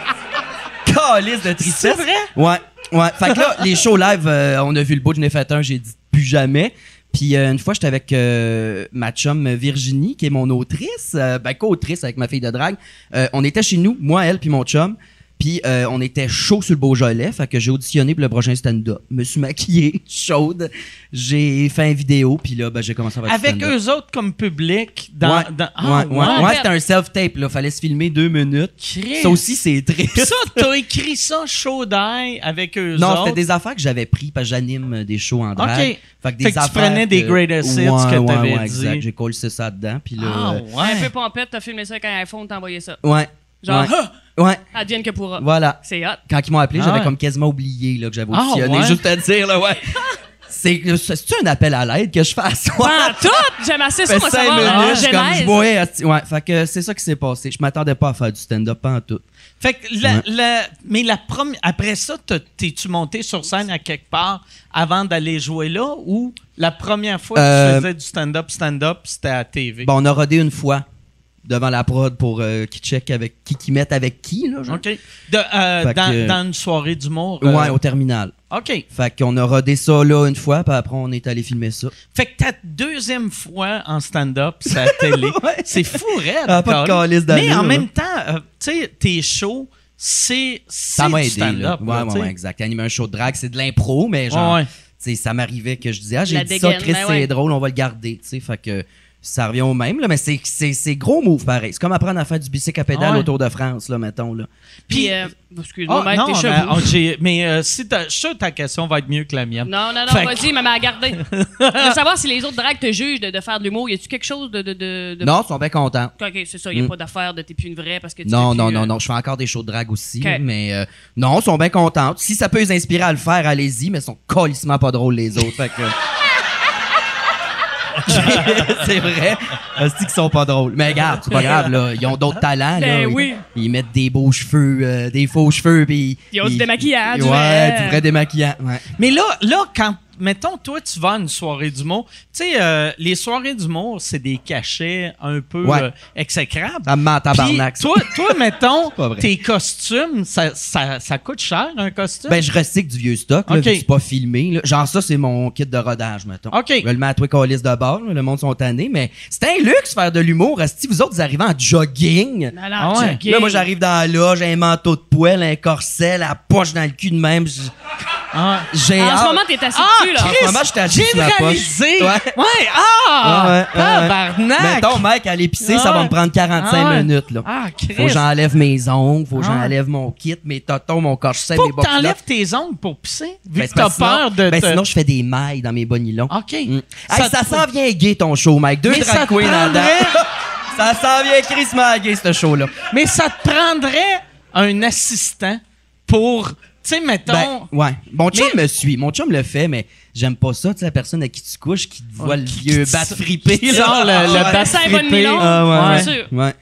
Speaker 5: calice de tristesse.
Speaker 1: C'est vrai?
Speaker 5: Ouais, ouais. Fait que là, les shows live, euh, on a vu le bout, je n'ai fait un, j'ai dit plus jamais. Puis euh, une fois, j'étais avec euh, ma chum Virginie, qui est mon autrice, euh, ben co-autrice avec ma fille de drague. Euh, on était chez nous, moi, elle, puis mon chum. Puis euh, on était chaud sur le Beaujolais, fait que j'ai auditionné pour le prochain stand-up. Me suis maquillée, [laughs] chaude. J'ai fait une vidéo, puis là, ben, j'ai commencé à faire du
Speaker 1: Avec
Speaker 5: stand-up.
Speaker 1: eux autres comme public, dans.
Speaker 5: Ouais,
Speaker 1: dans- ah,
Speaker 5: ouais, ouais.
Speaker 1: ouais.
Speaker 5: Ouais, c'était un self-tape, là. Fallait se filmer deux minutes.
Speaker 1: Chris.
Speaker 5: Ça aussi, c'est
Speaker 1: Puis
Speaker 5: triste.
Speaker 1: ça, t'as écrit ça chaud d'ail avec eux
Speaker 5: [laughs] Non,
Speaker 1: autres.
Speaker 5: c'était des affaires que j'avais pris parce que j'anime euh, des shows en drague.
Speaker 1: Ok.
Speaker 5: Fait que
Speaker 1: Fait que tu prenais des greatest hits que
Speaker 5: ouais,
Speaker 1: t'avais
Speaker 5: ouais,
Speaker 1: dit.
Speaker 5: exact. J'ai collé ça dedans. Puis là.
Speaker 1: Ah,
Speaker 5: euh,
Speaker 6: Un peu
Speaker 1: ouais.
Speaker 6: pompette, t'as filmé ça avec un iPhone, t'as envoyé ça.
Speaker 5: ouais.
Speaker 6: Genre,
Speaker 5: ouais. Ouais,
Speaker 6: Advienne que pourra.
Speaker 5: Voilà.
Speaker 6: C'est hot.
Speaker 5: Quand ils m'ont appelé,
Speaker 1: Ah
Speaker 5: j'avais
Speaker 1: ouais.
Speaker 5: comme quasiment oublié là, que j'avais
Speaker 1: Ah
Speaker 5: auditionné.
Speaker 1: ouais.
Speaker 5: Juste à dire,
Speaker 1: [laughs]
Speaker 5: là, ouais. C'est c'est-tu un appel à l'aide que je fasse? Ouais.
Speaker 6: Pas en tout! J'aime assez ça,
Speaker 5: Fait
Speaker 6: moi,
Speaker 5: cinq
Speaker 6: savoir
Speaker 1: hein?
Speaker 6: la
Speaker 5: minutes, je suis comme,
Speaker 6: genèse.
Speaker 5: je bois, asti- ouais, fait que c'est ça qui s'est passé. Je m'attendais pas à faire du stand-up pas en tout.
Speaker 1: Fait que la-
Speaker 5: Ouais.
Speaker 1: la- mais la première, après ça, t'as- t'es-tu monté sur scène à quelque part avant d'aller jouer là ou la première fois que
Speaker 5: Euh,
Speaker 1: tu faisais du stand-up, stand-up, c'était à TV?
Speaker 5: Bon, on a rodé une fois devant la prod pour euh, qu'ils check avec qui qui mettent avec qui là. genre.
Speaker 1: OK. De, euh,
Speaker 5: Fait
Speaker 1: dans,
Speaker 5: que-
Speaker 1: dans une soirée d'humour? euh,
Speaker 5: Ouais, au terminal.
Speaker 1: OK.
Speaker 5: Fait qu'on a rodé ça là une fois, puis après on est allé filmer ça.
Speaker 1: Fait que ta deuxième fois en stand-up, c'est à la télé.
Speaker 5: [laughs] Ouais.
Speaker 1: C'est fou, raide.
Speaker 5: Ah, pas de
Speaker 1: Carlis.
Speaker 5: calice
Speaker 1: Mais
Speaker 5: d'allure,
Speaker 1: en
Speaker 5: là.
Speaker 1: même temps, euh, tu sais, tes shows, c'est
Speaker 5: Ça
Speaker 1: c'est
Speaker 5: m'a
Speaker 1: du
Speaker 5: aidé. Là.
Speaker 1: stand-up.
Speaker 5: Ouais,
Speaker 1: là,
Speaker 5: ouais,
Speaker 1: tu sais.
Speaker 5: ouais, exact. Animer un show de drague, c'est de l'impro, mais genre,
Speaker 1: Ouais, ouais.
Speaker 5: tu sais, ça m'arrivait que je disais, ah, j'ai
Speaker 6: La
Speaker 5: dit ça,
Speaker 6: dégaine,
Speaker 5: Chris,
Speaker 6: ben
Speaker 5: c'est
Speaker 6: ouais.
Speaker 5: drôle, on va le garder, tu sais. Fait que ça revient au même, là, mais c'est- c'est c'est gros move pareil. C'est comme apprendre à faire du bicycle à pédale
Speaker 1: Ouais.
Speaker 5: autour de France, là, mettons, là.
Speaker 6: Puis,
Speaker 1: Puis-
Speaker 6: euh, excuse-moi,
Speaker 1: Ah,
Speaker 6: Mike,
Speaker 1: non,
Speaker 6: tes
Speaker 1: mais,
Speaker 6: cheveux.
Speaker 1: oh, j'ai- mais euh, si t'as- je suis sûr que ta question va être mieux que la mienne.
Speaker 6: Non, non, non,
Speaker 1: Fait que-
Speaker 6: vas-y, maman, à garder. Je veux savoir si les autres dragues te jugent de, de faire de l'humour. Y a-tu quelque chose de. de, de, de-
Speaker 5: Non, ils sont bien contents.
Speaker 6: Ok, c'est ça, y a
Speaker 5: Mm.
Speaker 6: pas d'affaire de t'es plus une vraie parce que tu.
Speaker 5: Non,
Speaker 6: t'es
Speaker 5: non,
Speaker 6: plus, euh,
Speaker 5: non, non. Je fais encore des shows de drague aussi,
Speaker 6: Ok.
Speaker 5: là, mais euh, non, ils sont bien contents. Si ça peut les inspirer à le faire, allez-y, mais ils sont colissement pas drôles, les autres.
Speaker 6: [laughs]
Speaker 5: Fait que... [laughs] c'est vrai. Asti qu'ils sont pas drôles. Mais regarde,
Speaker 6: [laughs]
Speaker 5: c'est pas grave, là. Ils ont d'autres talents, là.
Speaker 6: Ben
Speaker 5: Ils-
Speaker 6: oui.
Speaker 5: Ils, mettent des beaux cheveux, euh, des faux cheveux, puis...
Speaker 6: Ils ont du démaquillant, du
Speaker 5: Ouais,
Speaker 6: vrai.
Speaker 5: du vrai démaquillant, ouais.
Speaker 1: Mais là, là, quand, mettons, toi, tu vas à une soirée d'humour, tu sais, euh, les soirées d'humour, c'est des cachets un peu
Speaker 5: Ouais.
Speaker 1: euh, exécrables.
Speaker 5: Ça me ment en tabarnak.
Speaker 1: Puis, toi, toi,
Speaker 5: [laughs]
Speaker 1: mettons,
Speaker 5: pas vrai.
Speaker 1: tes costumes, ça, ça, ça coûte cher, un costume?
Speaker 5: Ben, je recycle du vieux stock, là,
Speaker 1: Ok.
Speaker 5: vu que c'est pas filmé. là. Genre, ça, c'est mon kit de rodage, mettons.
Speaker 1: Ok.
Speaker 5: Je le mets à toi qu'on liste de bord, là, le monde sont tannés, mais c'est un luxe faire de l'humour. Si vous autres, vous arrivez en jogging.
Speaker 6: Non, non,
Speaker 1: Ah ouais.
Speaker 6: jogging.
Speaker 5: Là, moi, j'arrive dans la loge, un manteau de poêle, un corset, la poche dans le cul de même. j-
Speaker 1: Ah.
Speaker 5: J'ai
Speaker 6: En ce
Speaker 5: hâte.
Speaker 6: moment, t'es assis
Speaker 1: Ah,
Speaker 6: dessus, là.
Speaker 5: En ce moment, je suis assis
Speaker 1: J'ai
Speaker 5: sur ma poche.
Speaker 1: réalisé!
Speaker 5: Ouais.
Speaker 1: Ouais, ah!
Speaker 5: Ouais, ouais, ouais. Ben,
Speaker 1: Tabarnak!
Speaker 5: Mettons, mec, à l'épicer, ça va me prendre 45
Speaker 1: Ah ouais.
Speaker 5: minutes, là.
Speaker 1: Ah, Chris!
Speaker 5: Faut que j'enlève mes ongles, faut que
Speaker 1: Ah ouais.
Speaker 5: j'enlève mon kit, mes totons, mon corset,
Speaker 1: Faut
Speaker 5: mes
Speaker 1: que
Speaker 5: bas
Speaker 1: t'enlèves tes ongles pour pisser, vu
Speaker 5: Ben,
Speaker 1: que
Speaker 5: c'est
Speaker 1: t'as
Speaker 5: parce que
Speaker 1: peur
Speaker 5: sinon-
Speaker 1: de...
Speaker 5: ben,
Speaker 1: te-
Speaker 5: sinon, je fais des mailles dans mes bonilons.
Speaker 1: OK.
Speaker 5: Mm.
Speaker 1: Ça
Speaker 5: Hey, ça
Speaker 1: te-
Speaker 5: sent bien gay ton show, Mike. Deux
Speaker 1: Mais ça
Speaker 5: drag
Speaker 1: te
Speaker 5: queens là-dedans. [laughs]
Speaker 1: prendrait-
Speaker 5: ça sent bien Chris gay, ce show-là.
Speaker 1: Mais ça te prendrait un assistant pour, tu sais, mettons.
Speaker 5: Ben, ouais. Mon chum me suit. Mon chum le fait, mais j'aime pas ça, tu sais, la personne à qui tu couches qui te voit le vieux
Speaker 1: qui te
Speaker 5: bat
Speaker 1: sort-
Speaker 5: fripé.
Speaker 1: qui te sort le- le
Speaker 5: Ah ouais.
Speaker 1: bat
Speaker 6: Ça, elle va de
Speaker 1: fripé.
Speaker 6: Milan.
Speaker 5: Ah ouais,
Speaker 6: C'est
Speaker 5: ouais.
Speaker 6: sûr.
Speaker 5: Ouais.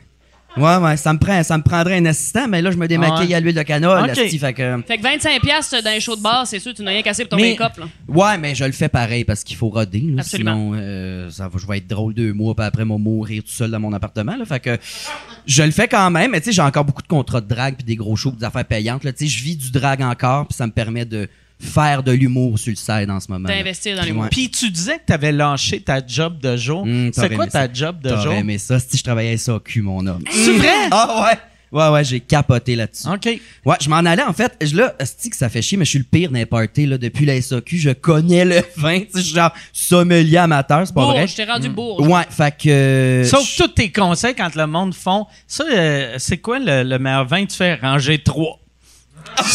Speaker 5: Ouais, ouais, ça me, prend, ça me prendrait un assistant, mais là, je me démaquille
Speaker 1: Ouais.
Speaker 5: à l'huile de canola,
Speaker 1: Ok.
Speaker 5: asti, fait que...
Speaker 6: Fait que 25$ piastres dans les shows de bar, c'est sûr, tu n'as rien cassé pour ton
Speaker 5: Mais-
Speaker 6: make-up. là.
Speaker 5: Ouais, mais je le fais pareil parce qu'il faut roder. là.
Speaker 6: Absolument.
Speaker 5: Sinon, euh, ça va, je vais être drôle deux mois, puis après, moi, mourir tout seul dans mon appartement. Là. Fait que je le fais quand même, mais tu sais, j'ai encore beaucoup de contrats de drague, puis des gros shows, puis des affaires payantes. là. Tu sais, je vis du drague encore, puis ça me permet de faire de l'humour sur le side en ce moment. là.
Speaker 6: D'investir dans l'humour.
Speaker 5: Ouais.
Speaker 1: Puis tu disais que tu avais lâché ta job de jour.
Speaker 5: Hum,
Speaker 1: c'est
Speaker 5: t'aurais
Speaker 1: quoi
Speaker 5: aimé
Speaker 1: ta
Speaker 5: ça.
Speaker 1: job de jour?
Speaker 5: T'aurais aimé ça si je travaillais ça au cul, mon homme.
Speaker 1: C'est vrai?
Speaker 5: Ah ouais! Ouais, ouais, j'ai capoté là-dessus.
Speaker 1: OK.
Speaker 5: Ouais, je m'en allais en fait. Je, là, asti que ça fait chier, mais je suis le pire d'un party, là, depuis la SAQ. Je connais le [laughs] vin. Tu sais, je suis genre sommelier amateur, c'est pas
Speaker 6: Bourge,
Speaker 5: vrai.
Speaker 6: je t'ai rendu bourge.
Speaker 5: Ouais, fait que. euh,
Speaker 1: Sauf
Speaker 5: je-
Speaker 1: tous tes conseils quand le monde font. Ça, euh, c'est quoi le, le meilleur vin que tu fais? Ranger 3.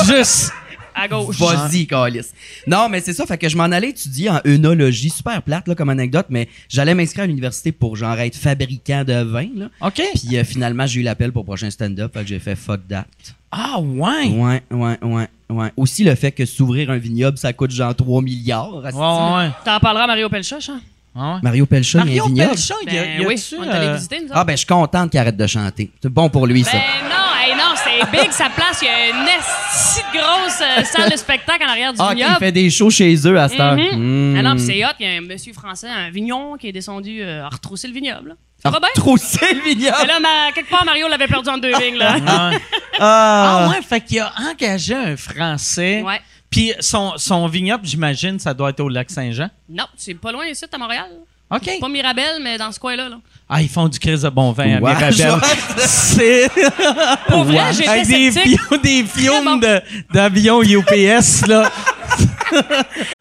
Speaker 1: Juste.
Speaker 6: À gauche.
Speaker 5: Vas-y, Calis. Non, mais c'est ça, fait que je m'en allais étudier en œnologie, super plate là, comme anecdote, mais j'allais m'inscrire à l'université pour genre être fabricant de vin. Là.
Speaker 1: OK.
Speaker 5: Puis euh, finalement, j'ai eu l'appel pour le prochain stand-up, fait que j'ai fait fuck that.
Speaker 1: Ah, ouais.
Speaker 6: Hein?
Speaker 5: Ouais, ouais, ouais, ouais. Aussi le fait que s'ouvrir un vignoble, ça coûte genre 3 milliards. asti.
Speaker 1: Ouais, ouais,
Speaker 6: T'en parleras à Mario Pelchoche, hein?
Speaker 1: ouais.
Speaker 5: Mario Pelcha, il y a un
Speaker 1: Mario
Speaker 5: vignoble.
Speaker 1: Pelchat, il y a,
Speaker 6: Ben
Speaker 1: il y a
Speaker 6: oui,
Speaker 1: dessus,
Speaker 6: on est allé
Speaker 1: euh,
Speaker 6: visiter, nous
Speaker 5: Ah ben je suis contente qu'il arrête de chanter. C'est bon pour lui ça.
Speaker 6: Ben non, hey, non, c'est big sa place. Il y a une si grosse euh, salle de spectacle en arrière du
Speaker 5: Ah qu'il
Speaker 6: vignoble.
Speaker 5: fait des shows chez eux à cette heure.
Speaker 6: Mhm.
Speaker 5: Mm.
Speaker 6: Ah non, puis c'est hot. Il y a un monsieur français, un vignon, qui est descendu euh, à retrousser le vignoble. là. Ça
Speaker 5: Ah,
Speaker 6: va bien?
Speaker 5: Retrousser le
Speaker 6: Mais
Speaker 5: vignoble.
Speaker 6: là, ma- quelque part, Mario l'avait perdu en deux lignes, là.
Speaker 1: ouais. Ah, ouais, fait qu'il a engagé un Français.
Speaker 6: Ouais.
Speaker 1: Puis son, son vignoble, j'imagine, ça doit être au lac Saint-Jean.
Speaker 6: Non, c'est pas loin ici, à Montréal.
Speaker 1: OK.
Speaker 6: Pas Mirabel, mais dans ce coin-là. là.
Speaker 1: Ah, ils font du crise de bon vin à
Speaker 5: Ouais,
Speaker 1: Mirabel. [laughs]
Speaker 5: je-
Speaker 1: C'est.
Speaker 6: Pour vrai, j'étais
Speaker 1: Avec des,
Speaker 6: sceptique.
Speaker 1: fions- des fions
Speaker 6: bon.
Speaker 1: de- d'avions UPS, là. [laughs]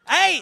Speaker 1: hey,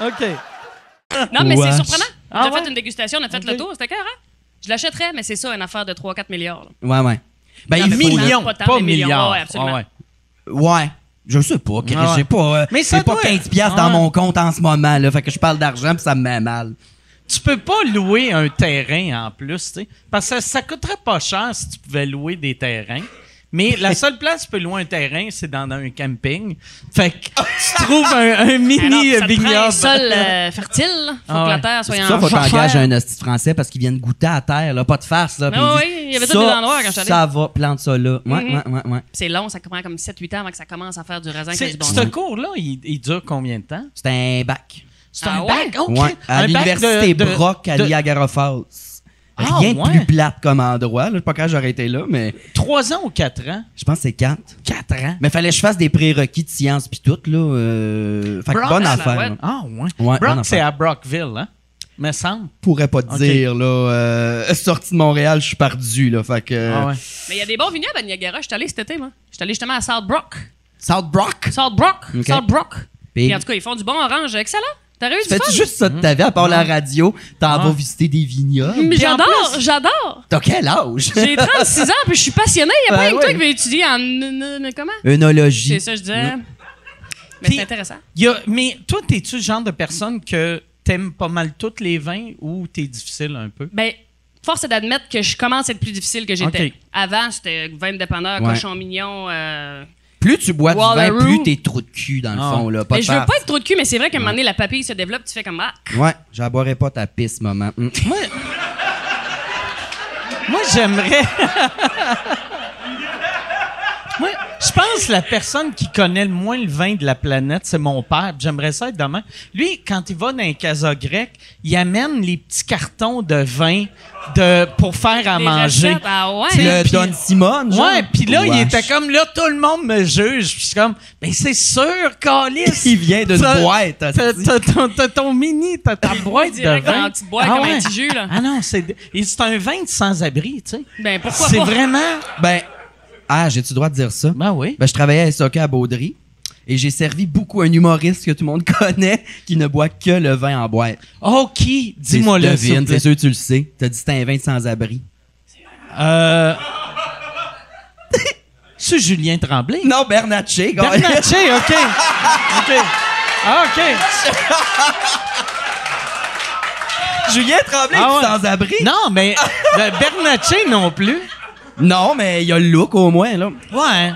Speaker 1: ha! OK.
Speaker 6: Non, mais
Speaker 5: Ouais.
Speaker 6: c'est surprenant.
Speaker 1: Ah
Speaker 6: on a
Speaker 1: ouais?
Speaker 6: fait une dégustation, on a fait le tour, c'était cœur, hein? Je l'achèterais, mais c'est ça, une affaire de 3-4 milliards. là.
Speaker 5: Ouais ouais. Ben
Speaker 6: Non, mais
Speaker 5: il faut,
Speaker 6: faut-
Speaker 5: là.
Speaker 6: millions, pas tant, pas des millions. milliards. Ouais,
Speaker 1: Ah,
Speaker 6: absolument. Ouais, ouais.
Speaker 5: Ouais. Je sais pas, Chris,
Speaker 1: Ouais.
Speaker 5: j'ai pas. euh,
Speaker 1: Mais ça
Speaker 5: j'ai pas
Speaker 1: doit- Ah
Speaker 5: 15 piastres dans
Speaker 1: Ouais.
Speaker 5: mon compte en ce moment là, fait que je parle d'argent puis ça me met mal.
Speaker 1: Tu peux pas louer un terrain en plus, tu sais. Parce que ça coûterait pas cher si tu pouvais louer des terrains. Mais la seule place où tu peux louer un terrain, c'est dans un camping. Fait que tu trouves un, un
Speaker 6: Ah non,
Speaker 1: mini
Speaker 6: ça te prend un
Speaker 1: vignoble.
Speaker 6: sol euh, fertile. là. Faut
Speaker 1: Ah
Speaker 6: que la
Speaker 1: ouais.
Speaker 6: terre soit
Speaker 5: C'est
Speaker 6: en
Speaker 5: pour ça faut
Speaker 6: jachère.
Speaker 5: t'engager un hostie de français parce qu'ils viennent goûter à terre là, pas de farce là. puis
Speaker 6: Ah
Speaker 5: ils
Speaker 6: oui,
Speaker 5: disent,
Speaker 6: il y avait tous
Speaker 5: ça,
Speaker 6: des endroits quand je suis allé.
Speaker 5: Ça va, plante ça là. Ouais
Speaker 6: Mhm.
Speaker 1: Mm-hmm.
Speaker 5: ouais ouais ouais.
Speaker 6: C'est long, ça prend comme 7-8 ans avant que ça commence à faire du raisin qui a
Speaker 1: C'est-
Speaker 6: du bon
Speaker 1: Ce
Speaker 6: goût.
Speaker 1: cours-là, il, il dure combien de temps?
Speaker 5: C'est un bac.
Speaker 1: C'est
Speaker 6: Ah
Speaker 1: un
Speaker 6: ouais?
Speaker 1: bac? OK.
Speaker 5: Ouais, à
Speaker 1: Un bac
Speaker 5: l'université
Speaker 1: de- de-
Speaker 5: Brock à
Speaker 1: de-
Speaker 5: Niagara Falls.
Speaker 1: Ah,
Speaker 5: Rien de
Speaker 1: ouais.
Speaker 5: plus plate comme endroit. Là. Je sais pas quand j'aurais été là, mais
Speaker 1: Trois ans ou quatre ans?
Speaker 5: je pense que c'est 4.
Speaker 1: Quatre ans.
Speaker 5: Mais fallait que je fasse des prérequis de sciences puis tout, là. euh, Fait que
Speaker 6: Brock,
Speaker 5: bonne
Speaker 6: ah,
Speaker 5: affaire.
Speaker 6: ouais.
Speaker 5: là.
Speaker 1: Ah, ouais.
Speaker 5: Ouais, bonne
Speaker 1: Brock, c'est
Speaker 5: affaire.
Speaker 1: à Brockville, hein? Me semble.
Speaker 5: Je pourrais pas te
Speaker 1: Ok.
Speaker 5: dire, là. euh, [laughs] sorti de Montréal, je suis perdu, là. Fait que.
Speaker 1: Ah ouais.
Speaker 6: Mais il y a des bons vignobles à Niagara. Je suis allé cet été, moi. Je suis allé justement à South Brook.
Speaker 5: South Brock.
Speaker 6: South Brook.
Speaker 5: Ok.
Speaker 6: South Brook.
Speaker 5: Puis-
Speaker 6: Et en tout cas, ils font du bon orange. Excellent. T'as réussi
Speaker 5: Fais-tu juste ça de ta vie à part la radio? T'en vas visiter des vignobles?
Speaker 6: Mais
Speaker 1: Puis en
Speaker 6: j'adore,
Speaker 1: plus-
Speaker 6: j'adore.
Speaker 5: T'as quel âge? [laughs]
Speaker 6: J'ai 36 ans, puis je suis passionnée. Il y a
Speaker 5: Ben
Speaker 6: plein de
Speaker 5: oui.
Speaker 6: toi qui veut étudier en... n- n- n- Comment? C'est
Speaker 5: Œnologie.
Speaker 6: ça, je disais. Mais
Speaker 1: Puis-
Speaker 6: c'est intéressant.
Speaker 1: Il y a- mais toi, t'es-tu le genre de personne que t'aimes pas mal tous les vins ou t'es difficile un peu?
Speaker 6: Ben, force est d'admettre que je commence à être plus difficile que j'étais.
Speaker 1: Ok.
Speaker 6: Avant, c'était vin de dépanneur,
Speaker 5: Ouais.
Speaker 6: cochon mignon. euh,
Speaker 5: Plus tu bois du vin,
Speaker 6: Wallaroo.
Speaker 5: plus t'es trop de cul, dans le
Speaker 1: Ah.
Speaker 5: fond, là. Pas
Speaker 6: Mais
Speaker 5: de
Speaker 6: je veux
Speaker 5: farce.
Speaker 6: pas être trop de cul, mais c'est vrai qu'à un moment donné, la papille se développe, tu fais comme ah.
Speaker 5: Ouais, j'aboirais pas ta pisse, maman. Mm.
Speaker 1: Moi, moi j'aimerais. [laughs] moi, je pense que la personne qui connaît le moins le vin de la planète, c'est mon père. puis J'aimerais ça être demain. Lui, quand il va dans un casa grec, il amène les petits cartons de vin de, pour faire à
Speaker 6: les
Speaker 1: manger.
Speaker 6: recettes, Ah ouais.
Speaker 1: Tu sais,
Speaker 5: Le
Speaker 1: puis-
Speaker 5: Don Simone, genre?
Speaker 1: Ouais, puis là, il
Speaker 5: Wesh.
Speaker 1: était comme là, tout le monde me juge. Puis je suis comme, ben c'est sûr, Calis.
Speaker 5: [laughs] Il vient d'une
Speaker 1: T'as-
Speaker 5: boîte,
Speaker 1: t'as-
Speaker 5: hostie.
Speaker 1: T'as ton- t'as ton mini, t'as
Speaker 6: [laughs]
Speaker 1: ta boîte de
Speaker 6: Direct dans
Speaker 1: vin.
Speaker 6: la petite boîte comme un petit jus, là.
Speaker 1: Ah non, c'est et c'est un vin de sans-abri, tu sais.
Speaker 6: Ben pourquoi
Speaker 1: C'est
Speaker 6: pas?
Speaker 1: vraiment.
Speaker 5: Ben, ah, j'ai-tu le droit de dire ça?
Speaker 1: Ben oui.
Speaker 5: Ben, je travaillais à SOK à Baudry et j'ai servi beaucoup un humoriste que tout le monde [laughs] connaît qui ne boit que le vin en boîte.
Speaker 1: Oh, qui? Dis-moi le.
Speaker 5: Devine, C'est sûr que tu le sais. T'as dit que c'était un vin de sans-abri.
Speaker 1: Euh, C'est Julien Tremblay?
Speaker 5: Non, Bernatchez. gars.
Speaker 1: Bernatchez, OK. OK. Ah, OK.
Speaker 5: [laughs] Julien Tremblay,
Speaker 1: Ah
Speaker 5: est
Speaker 1: ouais.
Speaker 5: sans-abri.
Speaker 1: Non, mais ben, Bernatchez non plus.
Speaker 5: Non, mais il a le look au moins, là.
Speaker 1: Ouais.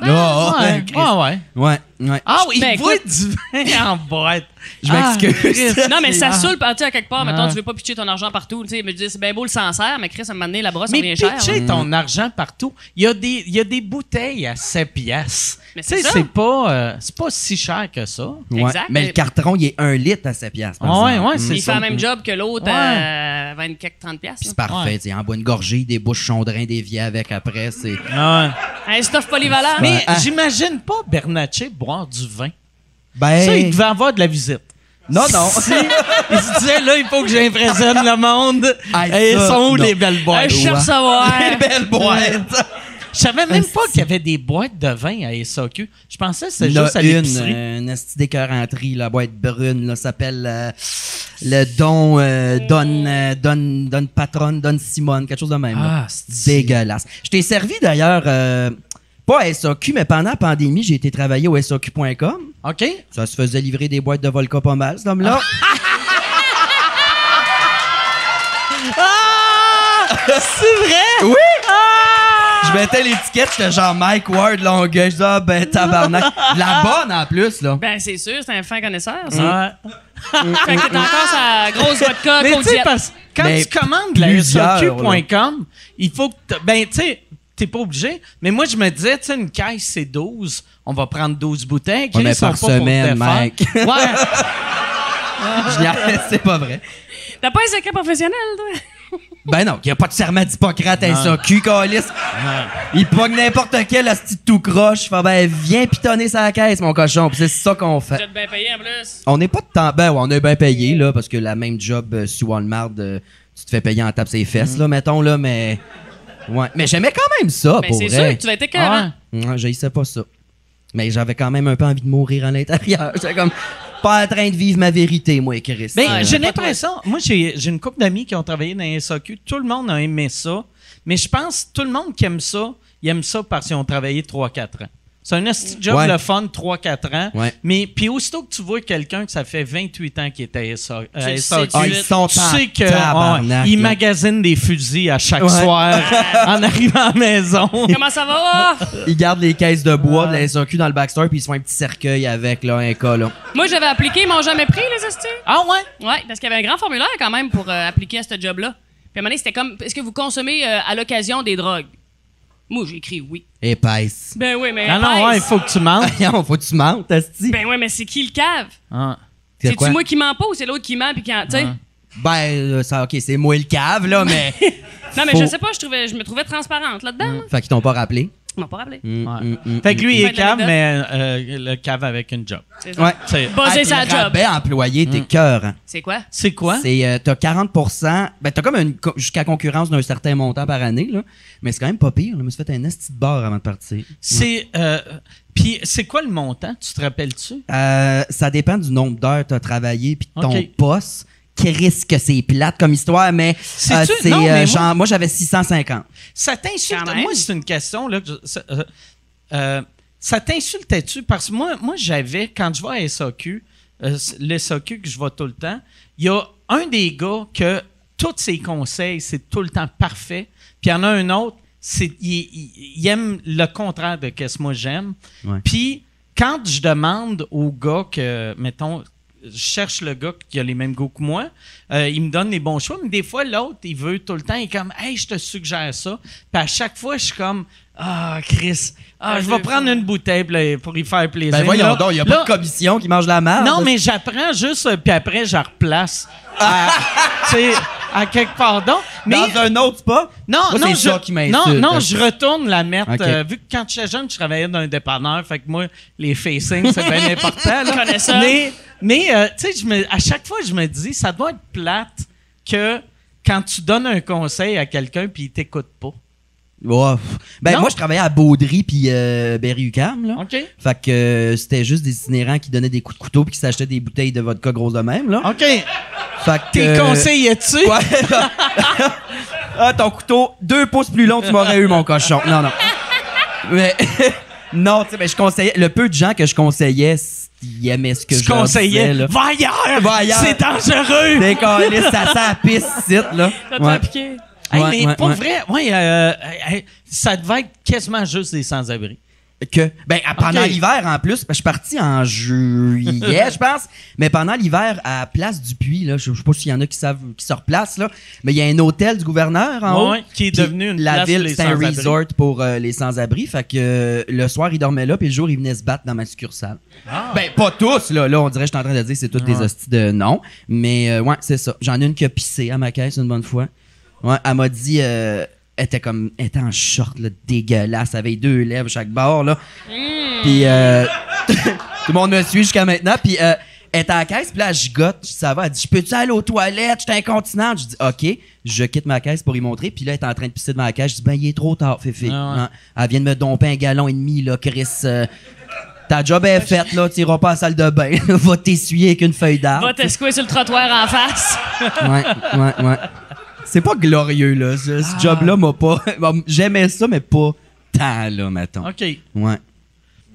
Speaker 5: Ah,
Speaker 1: ouais,
Speaker 5: Christ.
Speaker 1: ouais, ouais.
Speaker 5: Ouais, ouais.
Speaker 1: Ah oui,
Speaker 6: Ben,
Speaker 1: il boit du vin en boîte.
Speaker 5: Je
Speaker 1: Ah,
Speaker 5: m'excuse.
Speaker 1: Christ.
Speaker 6: [laughs] Non, mais ça saoule partir à quelque part. Mettons,
Speaker 1: Ah.
Speaker 6: tu veux pas pitcher ton argent partout. Tu sais, mais je dis, c'est bien beau le sincère, mais Chris, à un moment donné, la brosse,
Speaker 1: Mais
Speaker 6: ça revient cher. hein.
Speaker 1: pitcher
Speaker 5: Mm.
Speaker 1: ton argent partout. Il y, a des- il y a des bouteilles à 7 piastres.
Speaker 6: Mais
Speaker 1: Tu sais,
Speaker 6: c'est ça.
Speaker 1: c'est pas, euh, c'est pas si cher que ça.
Speaker 5: Ouais.
Speaker 6: Exact.
Speaker 5: Mais le carton, il est un litre à 7 piastres. par
Speaker 1: Ouais,
Speaker 5: exemple.
Speaker 1: ouais,
Speaker 5: Ah, Mm.
Speaker 1: c'est
Speaker 6: Il fait
Speaker 1: ça.
Speaker 6: le même job que l'autre
Speaker 1: Ouais.
Speaker 6: à 24, 30 piastres.
Speaker 5: Puis c'est parfait.
Speaker 1: Ouais.
Speaker 5: tu sais, En bois une gorgée, des bouches chondrin, des vies avec après. C'est.
Speaker 1: Ouais.
Speaker 6: Un stuff polyvalent.
Speaker 1: Mais
Speaker 5: Ah.
Speaker 1: j'imagine pas Bernatchez boire du vin. Ça, il
Speaker 5: Ben.
Speaker 1: devait avoir de la visite.
Speaker 5: Non, Ah, [laughs] non.
Speaker 1: [laughs] Si- il se disait, là, il faut que j'impressionne le monde.
Speaker 5: Ah,
Speaker 1: Et ils
Speaker 5: ça,
Speaker 1: sont où
Speaker 5: non.
Speaker 1: les belles
Speaker 6: Ah,
Speaker 1: boîtes?
Speaker 6: je cherche à
Speaker 1: [laughs]
Speaker 5: ouais.
Speaker 6: savoir.
Speaker 1: ben-
Speaker 5: Belle boîte.
Speaker 1: Je savais même pas qu'il y avait des boîtes de vin à SAQ. Je pensais que c'était
Speaker 5: Il y en a
Speaker 1: juste à
Speaker 5: une,
Speaker 1: l'épicerie.
Speaker 5: euh, une esti d'écœuranterie, la boîte brune, là, s'appelle euh, le Don, euh, Don, euh, Don, Don Patron, Don Simone, quelque chose de même. là.
Speaker 1: Ah, c'est
Speaker 5: Dégueulasse. Je t'ai servi d'ailleurs, euh, pas à SAQ, mais pendant la pandémie, j'ai été travailler au SAQ.com.
Speaker 1: OK?
Speaker 5: Ça se faisait livrer des boîtes de Volca pas mal, cet homme-là.
Speaker 1: Ah, [laughs] C'est vrai? Ah!
Speaker 5: Oui! Je mettais l'étiquette, j'étais genre Mike Ward Longueuil. Je disais, ah ben tabarnak. La bonne en plus, là.
Speaker 6: Ben, c'est sûr, c'est un fin connaisseur, ça.
Speaker 5: euh,
Speaker 1: Ouais.
Speaker 6: Fait que t'es encore sa grosse vodka,
Speaker 1: Ah. Mais
Speaker 6: Coke
Speaker 1: tu sais,
Speaker 6: Diet.
Speaker 1: parce que quand
Speaker 5: Mais
Speaker 1: tu commandes de la
Speaker 5: plusieurs,
Speaker 1: SAQ.com, il faut que. t'a- Ben, tu sais, t'es pas obligé. Mais moi, je me disais, tu sais, une caisse, c'est 12. On va prendre 12 bouteilles.
Speaker 5: Ouais, mais
Speaker 1: Ils sont
Speaker 5: par
Speaker 1: pas pour te
Speaker 5: semaine,
Speaker 1: faire.
Speaker 5: Mike.
Speaker 1: Ouais.
Speaker 5: Je niaise, C'est pas vrai.
Speaker 6: T'as pas un secret professionnel,
Speaker 1: Euh.
Speaker 6: toi?
Speaker 5: Ben non, il n'y a pas de serment d'Hippocrate à SAQ, Calis. Il pogne n'importe quel asti de tout croche. Fait, ben viens pitonner sa caisse, mon cochon. Puis c'est ça qu'on
Speaker 6: Vous
Speaker 5: fait.
Speaker 6: êtes bien payé, en plus.
Speaker 5: On n'est pas de temps. Ben ouais, on est bien payé, là, parce que la même job euh, sur Walmart, euh, tu te fais payer en tape ses fesses, là, mettons, là, mais. Ouais. Mais j'aimais quand même ça,
Speaker 6: Ben,
Speaker 5: pour
Speaker 6: c'est
Speaker 5: vrai.
Speaker 6: sûr que tu vas être écœurant.
Speaker 5: Non, j'haïssais pas ça. Mais j'avais quand même un peu envie de mourir à l'intérieur. [laughs] J'étais comme pas en train de vivre ma vérité, moi, Chris.
Speaker 6: Ben,
Speaker 1: Mais
Speaker 5: Euh,
Speaker 1: Ben, j'ai l'impression, moi j'ai j'ai une couple d'amis qui ont travaillé dans les SAQ, tout le monde a aimé ça, mais je pense que tout le monde qui aime ça, il aime ça parce qu'ils ont travaillé 3-4 ans. C'est un esti de job
Speaker 5: Ouais.
Speaker 1: le fun, 3-4 ans.
Speaker 5: Ouais.
Speaker 1: Mais puis aussitôt que tu vois quelqu'un que ça fait 28 ans qu'il est à SA, euh,
Speaker 6: Tu le
Speaker 1: SAQ,
Speaker 6: sais,
Speaker 5: ah, ils sont
Speaker 1: tu
Speaker 5: en
Speaker 1: sais que
Speaker 5: tabarnak,
Speaker 1: ouais, ils
Speaker 5: là.
Speaker 1: magasinent des fusils à chaque
Speaker 5: Ouais. [laughs]
Speaker 1: soir en arrivant à la maison.
Speaker 6: Comment
Speaker 1: [laughs]
Speaker 6: ça va?
Speaker 5: Ils gardent les caisses de bois de la SAQ dans le backstore puis ils se font un petit cercueil avec là, un cas là.
Speaker 6: Moi, j'avais appliqué, ils m'ont jamais pris, les hosties.
Speaker 1: Ah ouais?
Speaker 6: Ouais, parce qu'il y avait un grand formulaire quand même pour euh, appliquer à ce job-là. Puis à un moment donné, c'était comme, est-ce que vous consommez euh, à l'occasion des drogues? Moi, j'ai écrit oui.
Speaker 5: Épaisse. [laughs]
Speaker 6: Ben oui, mais.
Speaker 5: Ah
Speaker 1: Ah, Non, non, ouais, il faut que tu mentes.
Speaker 5: Voyons, faut que tu mentes, Asti.
Speaker 6: Ben oui, mais c'est qui le cave?
Speaker 1: Ah.
Speaker 5: C'est
Speaker 6: C'est-tu
Speaker 5: quoi?
Speaker 6: moi qui mens pas ou c'est l'autre qui ment puis qui en. Tu sais?
Speaker 5: Ben, euh, ça, ok, c'est moi le cave
Speaker 1: [laughs]
Speaker 5: là, mais.
Speaker 6: Non, mais
Speaker 5: Faut-
Speaker 6: je sais pas, je, trouvais, je me trouvais transparente là-dedans. là.
Speaker 5: fait qu'ils t'ont pas rappelé.
Speaker 6: Ils m'ont pas rappelé.
Speaker 1: Ouais.
Speaker 5: Mm, mm, mm,
Speaker 1: Fait que lui, il est
Speaker 6: Fin de
Speaker 1: cave,
Speaker 6: l'anecdote.
Speaker 1: mais euh, le cave avec une job.
Speaker 6: C'est ça.
Speaker 5: Ouais.
Speaker 1: C'est-
Speaker 6: Bosser
Speaker 5: Ah,
Speaker 6: sa
Speaker 5: tes
Speaker 6: job.
Speaker 5: rabais employés, tes cœurs. hein.
Speaker 6: C'est quoi?
Speaker 1: C'est quoi?
Speaker 5: C'est euh, t'as 40 ben t'as comme une co- jusqu'à concurrence d'un certain montant par année là, mais c'est quand même pas pire, là. je me suis fait un esti de bar avant de partir.
Speaker 1: C'est. euh, Puis, c'est quoi le montant? Tu te rappelles-tu?
Speaker 5: Euh, ça dépend du nombre d'heures que tu as travaillé puis de ton
Speaker 1: Ok.
Speaker 5: poste. Qu'est-ce que c'est plate comme histoire, mais euh,
Speaker 1: C'est-tu-
Speaker 5: c'est
Speaker 1: non, mais
Speaker 5: euh,
Speaker 1: moi-
Speaker 5: genre, moi j'avais 650.
Speaker 1: Ça t'insulte.
Speaker 6: Quand même.
Speaker 1: Moi, c'est une question. Là, que je- ça, euh, euh, ça t'insultait-tu? Parce que moi, moi j'avais, quand je vais à SAQ, euh, le SAQ que je vais tout le temps, il y a un des gars que tous ses conseils, c'est tout le temps parfait. Puis il y en a un autre, c'est, il, il- il aime le contraire de ce que moi j'aime.
Speaker 5: Ouais.
Speaker 1: Puis quand je demande au gars que, mettons, je cherche le gars qui a les mêmes goûts que moi, euh, il me donne les bons choix, mais des fois, l'autre, il veut tout le temps, il est comme, hey, je te suggère ça. Puis à chaque fois, je suis comme, ah, Chris, ah, je vais prendre une bouteille pour le- pour y faire plaisir.
Speaker 5: Ben voyons
Speaker 1: Là-
Speaker 5: donc, il y a
Speaker 1: là-
Speaker 5: pas de commission qui mange la merde.
Speaker 1: non, mais j'apprends juste, euh, puis après, je
Speaker 5: [laughs]
Speaker 1: replace à, tu sais, à quelque part d'autre. Mais,
Speaker 5: dans un autre spot.
Speaker 1: non,
Speaker 5: Moi,
Speaker 1: non,
Speaker 5: c'est
Speaker 1: je,
Speaker 5: ça qui
Speaker 1: non,
Speaker 5: m'insulte.
Speaker 1: non, je retourne la mettre.
Speaker 5: Ok.
Speaker 1: euh, vu que quand j'étais jeune, je travaillais dans un dépanneur, fait que moi, les facings, c'est bien important. là.
Speaker 6: [laughs] Je connais ça.
Speaker 1: Mais, mais euh, tu sais, je me- à chaque fois, je me dis, ça doit être plate que quand tu donnes un conseil à quelqu'un, puis il t'écoute pas.
Speaker 5: Ouais, pff. Ben
Speaker 1: Non.
Speaker 5: moi je travaillais à Baudry puis euh, Berry-UQAM là.
Speaker 1: OK?
Speaker 5: Fait que euh, c'était juste des itinérants qui donnaient des coups de couteau puis qui s'achetaient des bouteilles de vodka grosses de même là.
Speaker 1: OK.
Speaker 5: Fait que
Speaker 1: T'es
Speaker 5: euh,
Speaker 1: conseillé-tu?
Speaker 5: Ouais.
Speaker 1: [laughs]
Speaker 5: ah, ton couteau, deux pouces plus long, tu m'aurais eu, mon cochon. Non, non. Mais [laughs] non, tu sais, mais je conseillais. Le peu de gens que je conseillais, s- ils aimaient ce que
Speaker 1: Tu
Speaker 5: je leur disais,
Speaker 1: conseillais,
Speaker 5: là.
Speaker 1: va ailleurs!
Speaker 5: Va ailleurs!
Speaker 1: C'est dangereux!
Speaker 5: Des câlisses, ça sent la pisse, site, là.
Speaker 6: Ça
Speaker 5: Ouais.
Speaker 6: t'a piqué.
Speaker 1: Hey,
Speaker 5: Ouais,
Speaker 1: mais
Speaker 5: ouais,
Speaker 1: pour
Speaker 5: ouais.
Speaker 1: vrai, ouais, euh, hey, ça devait être quasiment juste des sans-abri.
Speaker 5: Que, ben, à- pendant
Speaker 1: Ok.
Speaker 5: l'hiver, en plus, ben, je suis parti en
Speaker 1: [laughs]
Speaker 5: juillet, je pense, mais pendant l'hiver, à Place du Puy, là, je je sais pas s'il y en a qui savent, qui se replacent, là, mais il y a un hôtel du gouverneur en
Speaker 1: Ouais,
Speaker 5: haut.
Speaker 1: qui est
Speaker 5: puis
Speaker 1: devenu une
Speaker 5: La
Speaker 1: place pour
Speaker 5: ville,
Speaker 1: les
Speaker 5: c'est un
Speaker 1: sans-abri.
Speaker 5: resort pour euh, les sans-abri, fait que euh, le soir, ils dormaient là, puis le jour, ils venaient se battre dans ma succursale.
Speaker 1: Ah.
Speaker 5: Ben, pas tous, là. Là, on dirait, je suis en train de dire, c'est toutes des hosties de non. Mais, euh, ouais, c'est ça. J'en ai une qui a pissé à ma caisse une bonne fois. Ouais, elle m'a dit, euh, elle était comme, elle était en short, là, dégueulasse, avec deux lèvres chaque bord, là. Puis, euh, [laughs] tout le monde me suit jusqu'à maintenant. Puis, euh, elle était à la caisse, puis là, elle gigote, ça va. Elle dit, je peux-tu aller aux toilettes? Je suis incontinente. Je dis, OK, je quitte ma caisse pour y montrer. Puis là, elle est en train de pisser devant la caisse. Je dis, ben, il est trop tard, Fifi.
Speaker 1: Ah ouais.
Speaker 5: Hein? Elle vient de me domper un gallon et demi, là, Chris. euh, ta job est faite, là. Tu iras pas à la salle de bain. [laughs] va t'essuyer avec une feuille
Speaker 6: Va
Speaker 5: d'arbre.
Speaker 6: t'escouer sur le trottoir en face.
Speaker 5: ouais, ouais, ouais. C'est pas glorieux, là. Ce,
Speaker 1: Ah.
Speaker 5: ce job-là m'a pas. [laughs] bon, J'aimais ça, mais pas tant, là, mettons.
Speaker 1: OK.
Speaker 5: Ouais.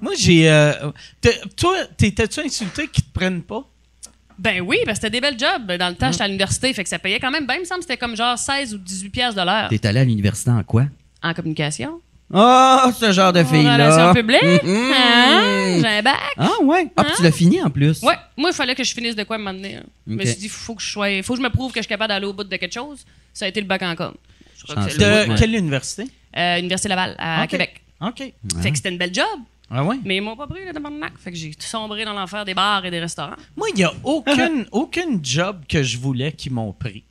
Speaker 1: Moi, j'ai. euh, t'es- toi, t'étais-tu insulté qu'ils te prennent pas?
Speaker 6: Ben oui, parce que c'était des belles jobs. Dans
Speaker 5: Mm.
Speaker 6: le temps, j'étais à l'université, fait que ça payait quand même. Ben, il me semble que c'était comme genre 16 ou 18 pièces de l'heure
Speaker 5: T'es allé à l'université en quoi?
Speaker 6: en communication.
Speaker 5: Oh, ce genre de
Speaker 6: En
Speaker 5: fille-là.
Speaker 6: relations
Speaker 5: [laughs]
Speaker 6: publiques.
Speaker 5: Mhm.
Speaker 6: Hein? J'ai un bac.
Speaker 5: Ah ouais. Ah, puis tu l'as fini en plus.
Speaker 6: Ouais, moi, il fallait que je finisse de quoi à un moment donné. hein. Je me
Speaker 5: Ok.
Speaker 6: suis dit, faut que je sois, faut que je me prouve que je suis capable d'aller au bout de quelque chose. Ça a été le bac en com. Je crois que c'est
Speaker 5: Chanceux.
Speaker 6: le-
Speaker 1: De
Speaker 5: Ouais.
Speaker 1: quelle université?
Speaker 6: Euh, Université Laval, à
Speaker 1: OK.
Speaker 6: Québec.
Speaker 1: OK.
Speaker 6: Fait que c'était une belle job,
Speaker 1: Ah ouais?
Speaker 6: mais ils m'ont pas pris, le tabarnak. Fait que j'ai sombré dans l'enfer des bars et des restaurants.
Speaker 1: Moi, il n'y a aucune, aucune job que je voulais qui m'ont pris.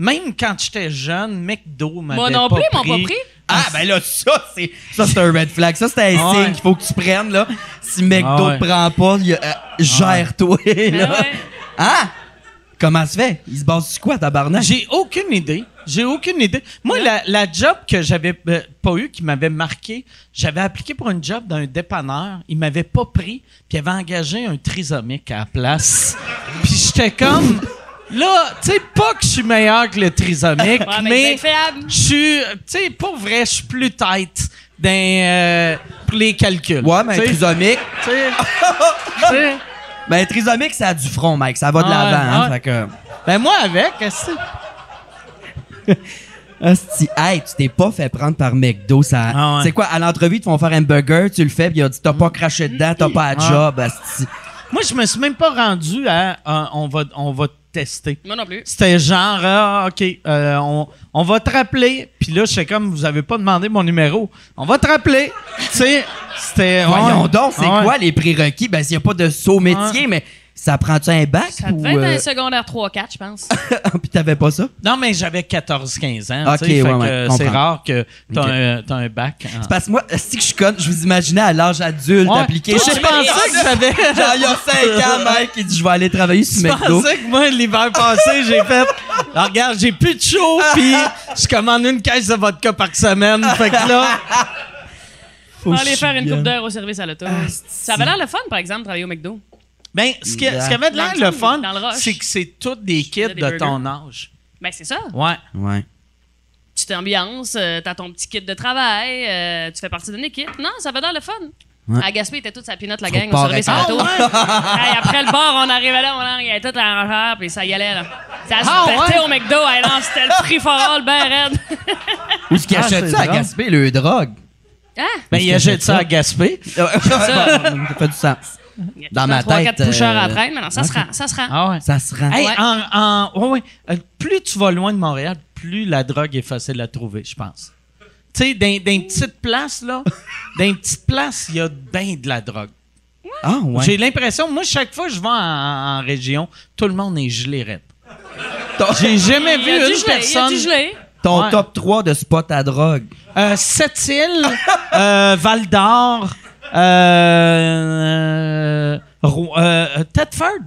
Speaker 1: Même quand j'étais jeune, McDo m'avait
Speaker 6: Moi
Speaker 1: pas
Speaker 6: non plus, ils m'ont pas pris.
Speaker 5: Ah ben là ça c'est ça c'est un red flag. Ça c'est un
Speaker 1: Ouais.
Speaker 5: signe qu'il faut que tu prennes là. Si McDo
Speaker 1: Ah ouais.
Speaker 5: te prend pas, il y a- euh, gère-toi là.
Speaker 6: Ah ouais.
Speaker 5: Hein? Comment ça se fait? Il se base sur quoi tabarnak?
Speaker 1: J'ai aucune idée. J'ai aucune idée. Moi, la, la job que j'avais euh, pas eu, qui m'avait marqué, j'avais appliqué pour une job dans un dépanneur. Il m'avait pas pris, puis il avait engagé un trisomique à la place. puis j'étais comme. Là, tu sais, pas que je suis meilleur que le trisomique,
Speaker 6: Ouais, mais ben,
Speaker 1: mais.
Speaker 6: c'est faible.
Speaker 1: Je suis. Tu sais, pour vrai, je suis plus tight dans, euh, pour les calculs.
Speaker 5: Ouais mais un
Speaker 1: Tu sais,
Speaker 5: trisomique.
Speaker 1: tu sais, tu sais.
Speaker 5: Ben un trisomique ça a du front mec, ça va de
Speaker 1: Ah ouais,
Speaker 5: l'avant. hein,
Speaker 1: ouais.
Speaker 5: Fait que
Speaker 1: Ben, moi, avec, est-ce que-
Speaker 5: Hostie, hey, tu t'es pas fait prendre par McDo, ça.
Speaker 1: Ah ouais.
Speaker 5: C'est quoi, à l'entrevue, ils te font faire un burger, tu le fais, puis il a dit, t'as pas craché dedans, t'as pas à job, hostie.
Speaker 1: Moi, je me suis même pas rendu à. euh, on, va, on va te tester.
Speaker 6: Moi non plus.
Speaker 1: C'était genre, ah, OK, euh, on, on va te rappeler. Puis là, j'étais comme, vous avez pas demandé mon numéro. On va te rappeler. [laughs] tu sais, c'était.
Speaker 5: Voyons
Speaker 1: ouais.
Speaker 5: donc, c'est
Speaker 1: Ouais.
Speaker 5: quoi les prérequis? Ben, s'il n'y a pas de saut métier, mais ça prend-tu un bac?
Speaker 6: Ça
Speaker 5: ou,
Speaker 6: devait être
Speaker 5: euh, Ah,
Speaker 6: un secondaire 3-4, je pense.
Speaker 5: Puis t'avais pas ça?
Speaker 1: Non, mais j'avais 14-15 ans.
Speaker 5: Ok,
Speaker 1: tu sais, fait
Speaker 5: ouais,
Speaker 1: que,
Speaker 5: ouais,
Speaker 1: euh, c'est
Speaker 5: comprends.
Speaker 1: rare que t'as
Speaker 5: Ok.
Speaker 1: un, t'as un bac. hein. en-
Speaker 5: Parce que moi, si que je suis conne, je vous imaginais à l'âge adulte
Speaker 1: Ouais.
Speaker 5: appliqué.
Speaker 1: Toi,
Speaker 5: Je
Speaker 1: tu pensais que j'avais.
Speaker 5: Genre, il y a
Speaker 1: [laughs]
Speaker 5: 5 ans, mec, il dit, je vais aller travailler
Speaker 1: [laughs]
Speaker 5: sur
Speaker 1: Je
Speaker 5: McDo.
Speaker 1: pensais que moi, l'hiver passé, j'ai fait. [laughs] Alors, regarde, j'ai plus de
Speaker 5: [laughs]
Speaker 1: chaud, puis je commande une caisse de vodka par semaine. Fait que
Speaker 5: [laughs]
Speaker 1: là.
Speaker 6: On
Speaker 5: Faut
Speaker 6: aller faire une
Speaker 5: chier. Ah,
Speaker 6: coupe d'heure au service à l'auto. ça avait l'air le fun, par exemple, de travailler au McDo.
Speaker 1: Ben, ce, qui-
Speaker 5: Yeah.
Speaker 1: ce qui avait de l'air le fun,
Speaker 6: Dans le rush.
Speaker 1: c'est que c'est toutes des kids
Speaker 6: faisais
Speaker 1: de
Speaker 6: des burgers.
Speaker 1: ton âge.
Speaker 6: Ben, c'est ça.
Speaker 1: Ouais.
Speaker 5: Ouais.
Speaker 6: Tu t'ambiances, euh, t'as ton petit kit de travail, euh, tu fais partie d'une équipe. Non, ça avait l'air le fun.
Speaker 5: Ouais.
Speaker 6: À Gaspé, était toute sa pinote, la
Speaker 5: Faut
Speaker 6: gang, au
Speaker 5: pas Ah,
Speaker 6: service à l'auto. Hey, après le bar, on arrivait là, on arrivait tout à l'enfer, puis ça y allait, là. Ça se
Speaker 1: Ah,
Speaker 6: battait
Speaker 1: ouais?
Speaker 6: au McDo, hey, non, c'était le free-for-all, ben raide.
Speaker 5: Ou ce qu'ils
Speaker 1: Ah,
Speaker 5: achètent
Speaker 1: c'est
Speaker 5: ça à
Speaker 1: drôle.
Speaker 5: Gaspé,
Speaker 1: [laughs]
Speaker 5: le drogue.
Speaker 6: Hein?
Speaker 1: Ben, il
Speaker 5: que
Speaker 1: achète
Speaker 5: c'est
Speaker 1: ça
Speaker 5: ça?
Speaker 1: à Gaspé. Ah,
Speaker 5: ça fait du sens. Dans ma
Speaker 6: Trois, quatre
Speaker 5: tête,
Speaker 6: pushers
Speaker 5: euh,
Speaker 6: à traîne, mais non, ça se
Speaker 5: ouais.
Speaker 6: rend, ça se rend.
Speaker 1: Ah ouais.
Speaker 5: Ça se rend.
Speaker 1: Hey,
Speaker 6: Ouais.
Speaker 1: en- en- ouais, ouais. Euh, Plus tu vas loin de Montréal, plus la drogue est facile à trouver, je pense. Tu sais, dans dans une petite place,
Speaker 6: [laughs]
Speaker 1: là, dans une petite place, il y a bien de la drogue.
Speaker 5: Ah, ouais.
Speaker 1: J'ai l'impression, moi, chaque fois que je vais en, en région, tout le monde est gelé raide.
Speaker 5: Ton-
Speaker 1: J'ai jamais
Speaker 6: Il
Speaker 1: vu
Speaker 6: y a du
Speaker 1: une
Speaker 6: gelé,
Speaker 1: personne.
Speaker 6: il y a du gelé.
Speaker 5: Ton
Speaker 1: Ouais.
Speaker 5: top 3 de spots à drogue.
Speaker 1: Euh, Sept-Îles,
Speaker 6: [laughs]
Speaker 1: euh, Val-d'Or, euh, euh, Ro- euh, Thetford.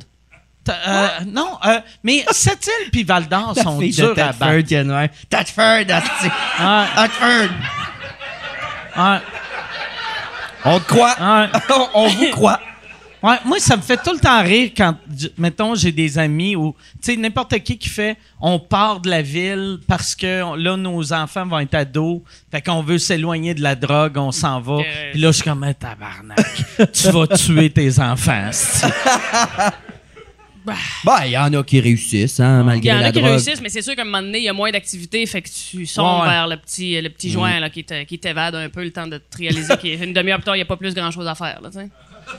Speaker 1: T- euh, non, euh, mais Sept-Îles puis Val-d'Or sont
Speaker 5: Fille
Speaker 1: durs à battre.
Speaker 5: il y en a un. Thetford, hostie.
Speaker 1: Ouais,
Speaker 5: Thetford.
Speaker 1: ouais,
Speaker 5: On te croit.
Speaker 1: ouais.
Speaker 5: [laughs] on, on vous croit.
Speaker 1: Ouais, moi, ça me fait tout le temps rire quand, j- mettons, j'ai des amis ou, tu sais, n'importe qui qui fait on part de la ville parce que on- là, nos enfants vont être ados, fait qu'on veut s'éloigner de la drogue, on s'en va.
Speaker 6: Yes.
Speaker 1: Puis là, je suis comme, Ah, tabarnak, tu vas tuer tes enfants. esti.
Speaker 5: Bah, il y en a qui réussissent, hein,
Speaker 6: Il y
Speaker 5: malgré
Speaker 6: en
Speaker 5: la
Speaker 6: a qui
Speaker 5: drogue.
Speaker 6: réussissent, mais c'est sûr qu'à un moment donné, il y a moins d'activité, fait que tu sombres
Speaker 1: Ouais, ouais.
Speaker 6: vers le petit, euh, le
Speaker 5: Mm.
Speaker 6: petit joint là, qui te- qui t'évade un peu le temps de te
Speaker 5: [laughs]
Speaker 6: réaliser qu'une demi-heure plus tard, il n'y a pas plus grand-chose à faire. Là, tu sais.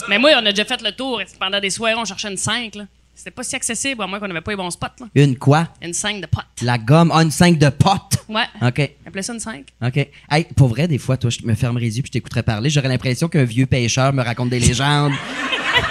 Speaker 6: mais moi, on a déjà fait le tour. Pendant des soirées, on cherchait une 5. là. C'était pas si accessible, à moins qu'on n'avait pas les bons spots. là.
Speaker 5: Une quoi?
Speaker 6: Une 5 de potes.
Speaker 5: La gomme, ah, une 5 de pote.
Speaker 6: Ouais.
Speaker 5: OK.
Speaker 6: On appelait ça une 5.
Speaker 5: OK. Hey, pour vrai, des fois, toi, je me fermerais les yeux puis je t'écouterais parler. J'aurais l'impression qu'un vieux pêcheur me raconte
Speaker 6: [laughs]
Speaker 5: des légendes.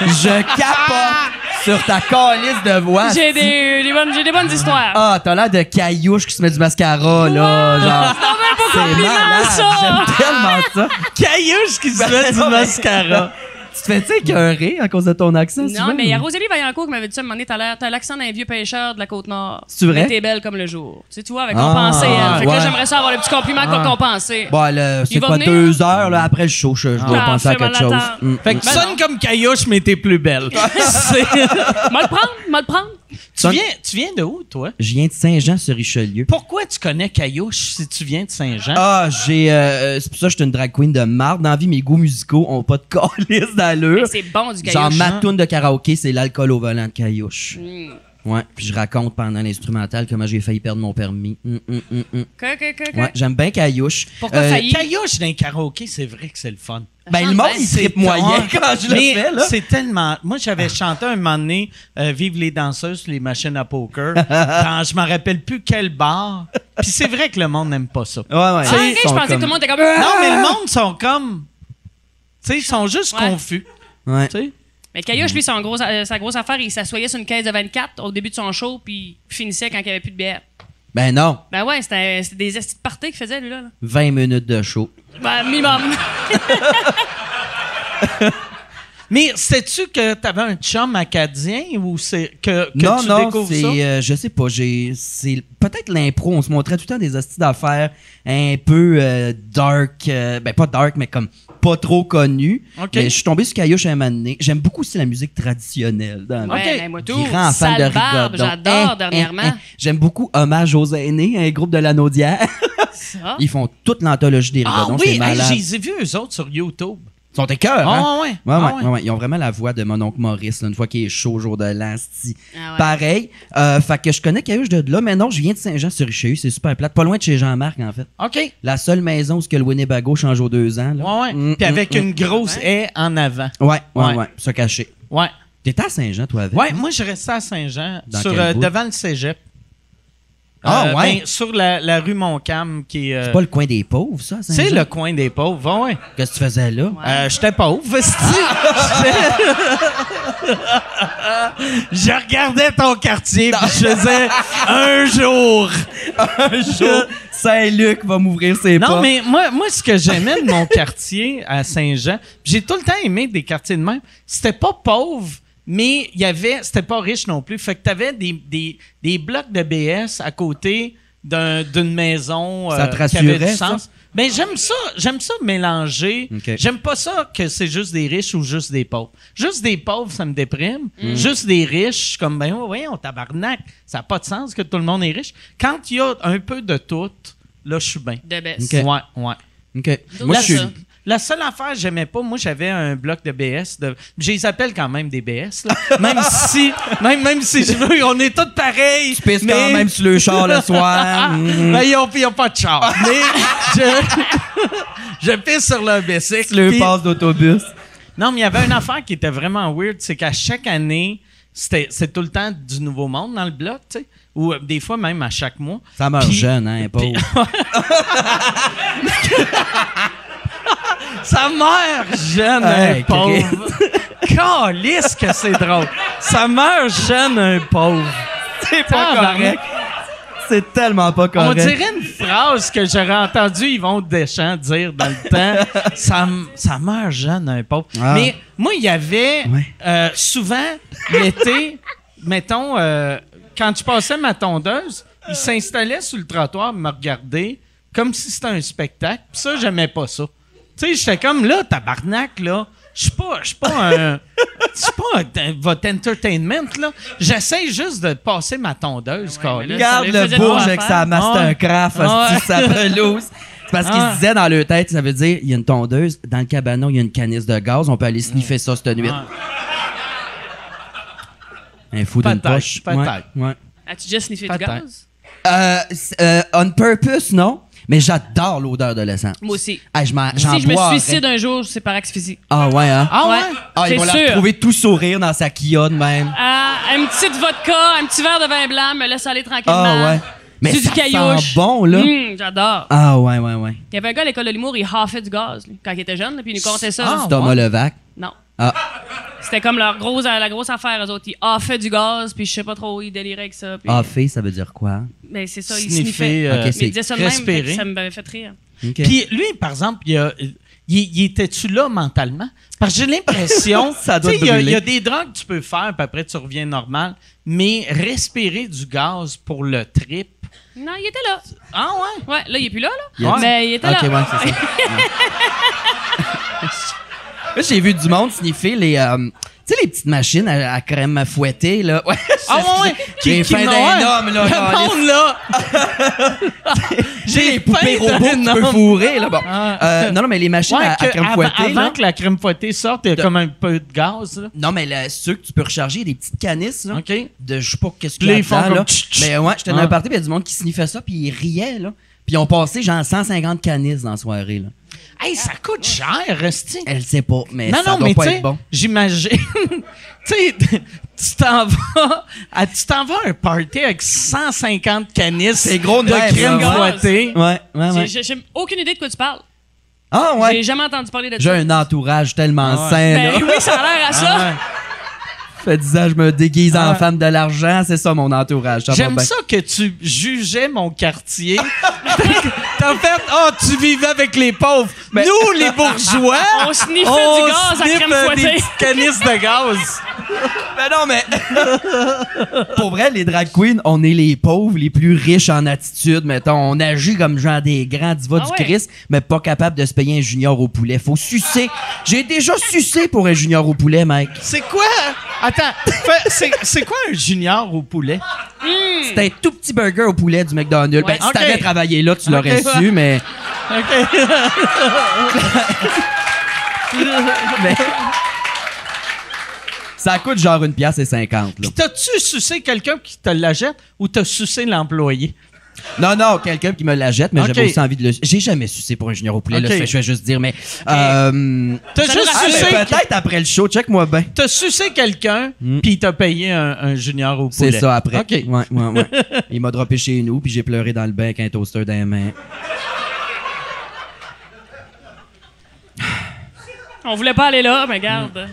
Speaker 5: je capote sur ta calice de voix.
Speaker 6: J'ai des, des bonnes, j'ai des bonnes histoires.
Speaker 5: Ah, t'as l'air de caillouche qui se met du mascara, là. Genre.
Speaker 6: pas
Speaker 5: C'est malade.
Speaker 6: Ah, ça!
Speaker 5: J'aime
Speaker 6: [laughs]
Speaker 5: tellement ça. Ben,
Speaker 1: Caillouche qui se fait du mascara.
Speaker 5: Tu te fais-tu écœurer à cause de ton accent?
Speaker 6: Non, mais il y a Rosalie Vaillancourt qui m'avait dit ça, un moment donné, t'as l'air- t'as l'accent d'un vieux pêcheur de la Côte-Nord.
Speaker 5: C'est vrai?
Speaker 6: Mais T'es belle comme le jour. Tu sais, tu vois, avec
Speaker 5: Ah,
Speaker 6: compensé. elle. Fait que là,
Speaker 5: ouais. Ah.
Speaker 6: j'aimerais ça avoir le petit compliment qu'on compensé.
Speaker 5: Bon, là, Bah, c'est
Speaker 6: Il va
Speaker 5: quoi,
Speaker 6: venir,
Speaker 5: deux heures là, après le show, je, je dois
Speaker 6: Ah,
Speaker 5: penser à
Speaker 6: fais mal
Speaker 5: quelque chose.
Speaker 6: l'attendre.
Speaker 5: Mm.
Speaker 1: Fait que tu sonnes comme Caillouche, mais t'es plus belle. [laughs] C'est-
Speaker 6: M'a le prendre, m'a le
Speaker 5: [laughs]
Speaker 6: prendre.
Speaker 1: tu, viens, tu viens de où, toi?
Speaker 5: Je viens de Saint-Jean-sur-Richelieu.
Speaker 6: Hein?
Speaker 1: Pourquoi tu connais Caillouche si tu viens de Saint-Jean?
Speaker 5: Ah, j'ai. euh, c'est pour ça que je suis une drag queen de marde. Dans la vie, mes goûts musicaux ont pas de [laughs] calice
Speaker 6: Mais
Speaker 5: d'allure.
Speaker 6: C'est bon du
Speaker 5: Genre,
Speaker 6: gaillot.
Speaker 5: ma toune de karaoké, c'est l'alcool au volant de caillouche.
Speaker 6: Mm.
Speaker 5: Ouais, puis je raconte pendant l'instrumental comment j'ai failli perdre mon permis. Mm, mm, mm,
Speaker 6: [laughs]
Speaker 5: mm.
Speaker 6: Que, que, que, que.
Speaker 5: Ouais, j'aime bien caillouche. Euh,
Speaker 6: Pourquoi failli?
Speaker 1: Caillouche d'un karaoké, c'est vrai que c'est le fun.
Speaker 5: Ben, le monde, il tripe moyen
Speaker 1: Ouais.
Speaker 5: quand je le
Speaker 1: Mais
Speaker 5: fais, là.
Speaker 1: C'est tellement. Moi, j'avais chanté un moment donné euh, Vive les danseuses, les machines à
Speaker 5: [laughs]
Speaker 1: poker. dans, je m'en rappelle plus quel bar. Puis c'est vrai que le monde n'aime pas ça.
Speaker 5: Ouais, ouais.
Speaker 6: Ah,
Speaker 5: Ils
Speaker 6: ok, je
Speaker 5: sont
Speaker 6: pensais que tout le monde était comme.
Speaker 1: Non, mais le monde sont comme. Tu sais, ils sont juste
Speaker 6: Ouais.
Speaker 1: confus.
Speaker 5: comme- Ouais.
Speaker 1: Tu sais.
Speaker 6: Mais Caillouche, lui, son gros, euh, sa grosse affaire, il s'assoyait sur une caisse de 24 au début de son show, puis finissait quand il n'y avait plus de bière.
Speaker 5: Ben non,
Speaker 6: Ben ouais, c'était c'était des estis de party qu'il faisait, lui, là. là.
Speaker 5: 20 minutes de show.
Speaker 6: Ben,
Speaker 5: [laughs]
Speaker 6: minimum.
Speaker 1: Mais sais-tu que t'avais un chum acadien ou c'est que, que
Speaker 5: non,
Speaker 1: tu
Speaker 5: non,
Speaker 1: découvres
Speaker 5: c'est,
Speaker 1: ça?
Speaker 5: euh, je sais pas, j'ai, c'est peut-être l'impro. On se montrait tout le temps des hosties d'affaires un peu euh, dark, euh, ben pas dark, mais comme pas trop connu.
Speaker 1: Ok.
Speaker 5: Mais je suis tombé sur Caillouche un moment donné. J'aime beaucoup aussi la musique traditionnelle. Dans la
Speaker 6: Ouais,
Speaker 5: vie.
Speaker 6: ben, moi,
Speaker 5: Qui
Speaker 6: tout.
Speaker 5: rend fan de
Speaker 6: Sale barbe,
Speaker 5: Rigodon.
Speaker 6: j'adore,
Speaker 5: Hein, hein,
Speaker 6: dernièrement.
Speaker 5: hein. J'aime beaucoup Hommage aux aînés, un groupe de la Naudière.
Speaker 6: Ça.
Speaker 5: Ils font toute l'anthologie des
Speaker 1: ah
Speaker 5: Rigodons,
Speaker 1: oui,
Speaker 5: c'est
Speaker 1: hey,
Speaker 5: malade.
Speaker 1: je les ai vus eux autres sur YouTube.
Speaker 5: Ils sont écœurs, hein?
Speaker 1: Ah ouais, ouais.
Speaker 5: Ouais,
Speaker 1: Ah
Speaker 5: ouais,
Speaker 1: ouais.
Speaker 5: ouais, ouais. Ils ont vraiment la voix de mon oncle Maurice, là, une fois qu'il est chaud au jour de l'an. c'ti.
Speaker 6: Ah ouais.
Speaker 5: Pareil. Euh, fait que je connais Caillouche de là, mais non, je viens de Saint-Jean-sur-Richelieu, c'est super plate. Pas loin de chez Jean-Marc, en fait.
Speaker 1: OK.
Speaker 5: La seule maison où ce que le Winnebago change aux deux ans.
Speaker 1: Ouais,
Speaker 5: Là.
Speaker 1: ouais.
Speaker 5: Mm,
Speaker 1: Puis
Speaker 5: mm,
Speaker 1: avec
Speaker 5: mm.
Speaker 1: une grosse haie en avant.
Speaker 5: Ouais, ouais,
Speaker 1: Ouais.
Speaker 5: ouais. Se cacher.
Speaker 1: Ouais.
Speaker 5: T'étais à Saint-Jean, toi, avec?
Speaker 1: Ouais, moi, je restais à Saint-Jean,
Speaker 5: Dans
Speaker 1: sur,
Speaker 5: quel
Speaker 1: euh,
Speaker 5: bout?
Speaker 1: devant le cégep.
Speaker 5: Ah,
Speaker 1: Euh,
Speaker 5: ouais?
Speaker 1: ben, sur la, la rue Montcalm, qui euh,
Speaker 5: C'est pas le coin des pauvres, ça, à
Speaker 1: c'est
Speaker 5: Saint-Jean?
Speaker 1: le coin des pauvres. Ouais.
Speaker 5: Qu'est-ce que tu faisais là?
Speaker 1: Euh, J'étais pauvre, [laughs] esti. J'étais- je regardais ton quartier, puis je faisais un jour.
Speaker 5: Un jour, [laughs] Saint-Luc va m'ouvrir ses
Speaker 1: Non,
Speaker 5: portes.
Speaker 1: mais moi, moi, ce que j'aimais de mon [laughs] quartier à Saint-Jean, puis j'ai tout le temps aimé des quartiers de même, c'était pas pauvre, mais il y avait, c'était pas riche non plus. Fait que t'avais des, des, des blocs de BS à côté d'un- d'une maison euh,
Speaker 5: Ça te
Speaker 1: qui avait du
Speaker 5: rassurait, ça?
Speaker 1: sens. Ben, j'aime ça, j'aime ça mélanger.
Speaker 5: Ok.
Speaker 1: J'aime pas ça que c'est juste des riches ou juste des pauvres. Juste des pauvres, ça me déprime. Juste des riches, je suis comme, ben oui, on tabarnak. Ça n'a pas de sens que tout le monde est riche. Quand il y a un peu de tout, là, je suis bien.
Speaker 6: De baisse.
Speaker 5: Ok.
Speaker 1: Ouais, ouais.
Speaker 5: OK.
Speaker 6: Donc,
Speaker 5: Moi,
Speaker 1: la,
Speaker 5: je suis...
Speaker 6: ça.
Speaker 1: seule- la seule affaire que j'aimais pas, moi, j'avais un bloc de BS. De, je les appelle quand même des BS,
Speaker 5: [laughs]
Speaker 1: là. Même si, même, même si je veux, on est tous pareils.
Speaker 5: Je pisse
Speaker 1: mais-
Speaker 5: quand même sur le char le soir. Mhm.
Speaker 1: [laughs] Ben, ils ont, ils ont pas de char. mais je, [laughs] je pisse sur leur bicycle.
Speaker 5: Le
Speaker 1: puis-
Speaker 5: passe d'autobus.
Speaker 1: non, mais il y avait une affaire qui était vraiment weird, c'est qu'à chaque année, c'était c'est tout le temps du nouveau monde dans le bloc, tu sais, ou euh, des fois même à chaque mois.
Speaker 5: Ça meurt
Speaker 1: Puis-
Speaker 5: jeune, hein, pauvre.
Speaker 1: [laughs] Sa mère jeune, un
Speaker 5: Hey, [laughs]
Speaker 1: pauvre. Calisse que c'est drôle. Sa mère jeune, un pauvre. C'est
Speaker 5: pas correct. C'est tellement pas
Speaker 1: On
Speaker 5: correct.
Speaker 1: dirait une phrase que j'aurais entendue Yvon Deschamps dire dans le temps.
Speaker 5: [laughs]
Speaker 1: Ça, m- ça meurt jeune, un pauvre.
Speaker 5: Ah.
Speaker 1: Mais moi, il y avait
Speaker 5: Ouais.
Speaker 1: euh, souvent l'été, [laughs] mettons, euh, quand je passais ma tondeuse, il s'installait sur le trottoir, me regardait comme si c'était un spectacle. Puis ça, j'aimais pas ça. Tu sais, j'étais comme là, tabarnak, là. Je suis pas, je suis pas un. Je suis pas un- un- votre entertainment, là. J'essaie juste de passer ma tondeuse,
Speaker 6: Ah ouais,
Speaker 1: Carlis.
Speaker 6: mais là,
Speaker 5: Regarde
Speaker 6: ça lui
Speaker 5: le
Speaker 6: faisait
Speaker 5: bourge
Speaker 6: pas
Speaker 5: avec
Speaker 6: affaire.
Speaker 5: sa Mastercraft,
Speaker 1: Ouais.
Speaker 5: hostie,
Speaker 1: [laughs]
Speaker 5: sa pelouse. C'est parce qu'ils
Speaker 1: Ouais.
Speaker 5: se disaient dans leur tête, ça veut dire, il y a une tondeuse, dans le cabanon, il y a une canisse de gaz, on peut aller
Speaker 1: Ah.
Speaker 5: sniffer ça cette nuit. Un fou d'une
Speaker 1: Peut-être,
Speaker 5: poche. Ouais,
Speaker 1: peut-être.
Speaker 5: ouais.
Speaker 6: As-tu déjà sniffé du
Speaker 1: Peut-être.
Speaker 6: gaz?
Speaker 5: Euh, c'est- euh, on purpose, non? Mais j'adore l'odeur de l'essence.
Speaker 6: Moi aussi.
Speaker 5: Ah, je m'en- j'en
Speaker 6: Si je me
Speaker 5: boirais.
Speaker 6: suicide un jour, c'est par asphyxie.
Speaker 5: Ah ouais, hein?
Speaker 1: Ah ouais?
Speaker 5: Ah, ils
Speaker 6: c'est
Speaker 5: vont la
Speaker 6: sûr.
Speaker 5: retrouver tout sourire dans sa Kia de même.
Speaker 6: Ah, un petit vodka, un petit verre de vin blanc, me laisse aller tranquillement.
Speaker 5: Ah ouais. Mais
Speaker 6: C'est du
Speaker 5: ça
Speaker 6: caillouche.
Speaker 5: sent bon, là.
Speaker 6: Hum, J'adore.
Speaker 5: Ah ouais, ouais, ouais.
Speaker 6: Il y avait un gars à l'école de l'humour, il haffait du gaz lui, quand il était jeune, là, puis il nous contait ça. là.
Speaker 5: C'est Thomas Levac.
Speaker 6: Non.
Speaker 5: Ah.
Speaker 6: C'était comme leur grosse, euh, la grosse affaire, eux autres. Ils haffaient du gaz, puis je sais pas trop, ils déliraient avec ça. Puis...
Speaker 5: Ah, fait, ça veut dire quoi?
Speaker 6: Mais c'est ça, ils
Speaker 1: Sniffer,
Speaker 6: sniffaient.
Speaker 1: euh,
Speaker 5: Ok,
Speaker 6: Mais ils
Speaker 5: c'est
Speaker 6: disaient ça de même, fait
Speaker 1: respirer.
Speaker 6: que ça m'avait fait rire.
Speaker 5: Ok.
Speaker 1: Puis lui, par exemple, il, a- il- il était-tu là mentalement? Parce que j'ai l'impression.
Speaker 5: [laughs] Ça doit
Speaker 1: tu sais, il y a-
Speaker 5: brûler.
Speaker 1: Il y a des drogues que tu peux faire, puis après tu reviens normal. Mais respirer du gaz pour le trip.
Speaker 6: Non, il était là.
Speaker 1: Ah ouais?
Speaker 6: Ouais, là, il est plus là, là.
Speaker 5: Il y a-
Speaker 6: Mais il était
Speaker 5: Ok,
Speaker 6: là.
Speaker 5: ouais,
Speaker 6: [laughs]
Speaker 5: c'est ça. Ouais. Là, j'ai vu du monde sniffer les. euh, tu sais, les petites machines à, à crème à fouetter, là. Ouais,
Speaker 1: Ah ouais, [laughs] ouais.
Speaker 5: [laughs] J'ai faim d'un
Speaker 6: [laughs]
Speaker 5: homme, là.
Speaker 1: [laughs] Le
Speaker 5: câlisse.
Speaker 1: monde, là!
Speaker 5: J'ai les poupées
Speaker 1: faim d'un
Speaker 5: robots que tu peux
Speaker 1: homme.
Speaker 5: fourrer, là. Bon.
Speaker 1: Ah.
Speaker 5: Euh, non, non, mais les machines
Speaker 1: Ouais,
Speaker 5: à, à
Speaker 1: que
Speaker 5: crème
Speaker 1: avant,
Speaker 5: fouettée,
Speaker 1: avant
Speaker 5: là.
Speaker 1: que la crème fouettée sorte, il y a
Speaker 5: De-
Speaker 1: comme un peu de gaz. Là.
Speaker 5: Non, mais là, ceux que tu peux recharger, des petites canisses, là.
Speaker 1: OK?
Speaker 5: de je sais pas qu'est-ce
Speaker 1: Puis
Speaker 5: qu'il y a
Speaker 1: là, ils font
Speaker 5: dedans,
Speaker 1: comme
Speaker 5: là.
Speaker 1: tch, Ah. tch.
Speaker 5: Mais ouais, j'étais dans
Speaker 1: Ouais.
Speaker 5: un party, puis il y a du monde qui sniffait ça, puis ils riaient, là. Puis ils ont passé genre 150 canisses dans la soirée, là.
Speaker 1: Hey, ça coûte cher, Resti.
Speaker 5: Elle sait pas, mais
Speaker 1: Non,
Speaker 5: ça
Speaker 1: non,
Speaker 5: doit
Speaker 1: mais tu
Speaker 5: pas
Speaker 1: sais,
Speaker 5: être bon.
Speaker 1: j'imagine. [laughs] tu sais, tu t'en vas, à- tu t'en vas à un party avec 150 canisses
Speaker 5: C'est gros de
Speaker 1: de
Speaker 5: même,
Speaker 1: crème
Speaker 5: là,
Speaker 6: ouais.
Speaker 1: fouettée.
Speaker 5: Ouais, ouais, ouais.
Speaker 6: J'ai j'ai aucune idée de quoi tu parles.
Speaker 5: Ah
Speaker 6: J'ai
Speaker 5: ouais,
Speaker 6: jamais entendu parler de
Speaker 5: j'ai
Speaker 6: ça.
Speaker 5: un entourage tellement
Speaker 1: Ah ouais.
Speaker 5: sain, là.
Speaker 6: Ben oui, ça a l'air à ça.
Speaker 5: Ça fait 10 ans, je me déguise en
Speaker 1: Ouais.
Speaker 5: femme de l'argent, c'est ça mon entourage. va
Speaker 1: Ah. J'aime
Speaker 5: bien.
Speaker 1: ça que tu jugeais mon quartier. [laughs] T'as fait, oh, tu vivais avec les pauvres.
Speaker 5: Mais-
Speaker 1: Nous, les
Speaker 5: [laughs]
Speaker 1: bourgeois,
Speaker 6: On sniffait
Speaker 1: on
Speaker 6: du gaz à
Speaker 1: sniffe,
Speaker 6: crème
Speaker 1: euh, des
Speaker 6: fouettée.
Speaker 1: petites canisses de gaz.
Speaker 5: Ben non, mais. Pour vrai, les drag queens, on est les pauvres, les plus riches en attitude, mettons. On agit comme genre des grands divas
Speaker 6: Ah
Speaker 5: du
Speaker 6: ouais.
Speaker 5: Christ, mais pas capable de se payer un junior au poulet. Faut sucer. J'ai déjà sucé pour un junior au poulet, mec.
Speaker 1: C'est quoi? Attends, fais- c'est- c'est quoi un junior au poulet?
Speaker 5: [laughs] C'était un tout petit burger au poulet du McDonald's.
Speaker 6: Ouais.
Speaker 5: Ben, si
Speaker 1: Ok.
Speaker 5: t'avais travaillé là, tu l'aurais
Speaker 1: Ok. [laughs]
Speaker 5: su, mais.
Speaker 1: OK.
Speaker 5: mais- Ça coûte genre une pièce et cinquante, là.
Speaker 1: Puis t'as-tu sucé quelqu'un qui te la jette ou t'as sucé l'employé?
Speaker 5: Non, non, quelqu'un qui me la jette, mais
Speaker 1: Ok.
Speaker 5: j'avais aussi envie de le. J'ai jamais sucé pour un junior au poulet, là,
Speaker 1: Ok.
Speaker 5: fait que je vais juste dire, mais. euh,
Speaker 1: T'as
Speaker 6: Ça
Speaker 1: juste
Speaker 6: nous
Speaker 5: Ah,
Speaker 6: rappelle-
Speaker 1: sucé,
Speaker 5: mais peut-être après le show, check-moi bien.
Speaker 1: t'as sucé quelqu'un, puis t'as payé un, un junior au poulet.
Speaker 5: Mm. C'est ça après.
Speaker 1: OK.
Speaker 5: Ouais, ouais, ouais. Il m'a droppé chez nous, puis j'ai pleuré dans le bain avec un toaster dans les mains.
Speaker 6: On voulait pas aller là, mais regarde.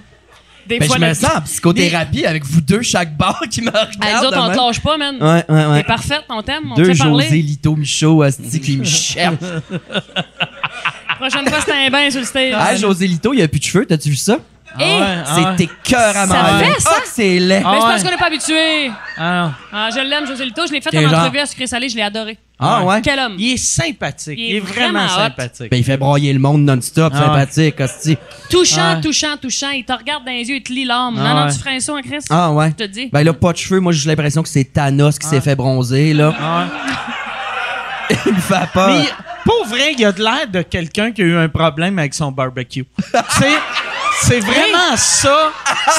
Speaker 6: Des
Speaker 5: Ben,
Speaker 6: fois,
Speaker 5: je me
Speaker 6: la-
Speaker 5: sens en psychothérapie avec vous deux, chaque bar qui me regarde.
Speaker 6: Hey, nous autres, on
Speaker 5: de
Speaker 6: te lâche pas, man.
Speaker 5: même. Ouais, ouais,
Speaker 6: T'es
Speaker 5: ouais.
Speaker 6: parfaite, on t'aime, on te
Speaker 5: Deux
Speaker 6: fait
Speaker 5: José
Speaker 6: parler.
Speaker 5: Lito Michaud, hostie, qui
Speaker 6: [laughs]
Speaker 5: me cherchent.
Speaker 6: La prochaine fois, c'est un bain sur le stage.
Speaker 5: Ah, José Lito, il a plus de cheveux, t'as-tu vu ça?
Speaker 1: Ah ouais, ah ouais.
Speaker 5: C'était cœur
Speaker 6: Ça
Speaker 5: à manger.
Speaker 6: fait ça?
Speaker 5: Ah, c'est laid.
Speaker 6: Mais c'est
Speaker 1: Ah ouais.
Speaker 6: parce qu'on n'est pas habitué.
Speaker 1: Ah
Speaker 6: Ah, je l'aime, José Lito. Je l'ai fait
Speaker 5: Quel
Speaker 6: en
Speaker 5: genre?
Speaker 6: entrevue à Sucré Salé, je l'ai adoré.
Speaker 5: Ah, ouais?
Speaker 6: Quel
Speaker 1: non.
Speaker 6: homme.
Speaker 1: Il est sympathique. Il est, vraiment,
Speaker 6: vraiment hot.
Speaker 1: sympathique.
Speaker 5: Ben, il fait broyer le monde non-stop,
Speaker 1: Ah,
Speaker 5: sympathique, hostie.
Speaker 6: Touchant,
Speaker 1: Ouais.
Speaker 6: touchant, touchant. Il te regarde dans les yeux, il te lit l'âme.
Speaker 1: Ah
Speaker 6: non, non,
Speaker 1: ouais.
Speaker 6: tu ferais un saut en Christ.
Speaker 5: Ah, ouais.
Speaker 6: Je te dis.
Speaker 5: Ben, là, pas de cheveux. Moi, j'ai l'impression que c'est Thanos qui s'est fait bronzer, là.
Speaker 1: Ah ouais.
Speaker 5: [laughs] Il me fait peur.
Speaker 1: Ah Mais il- pour vrai, il a de l'air de quelqu'un qui a eu un problème avec son
Speaker 5: [laughs]
Speaker 1: barbecue. c'est, c'est vraiment ça,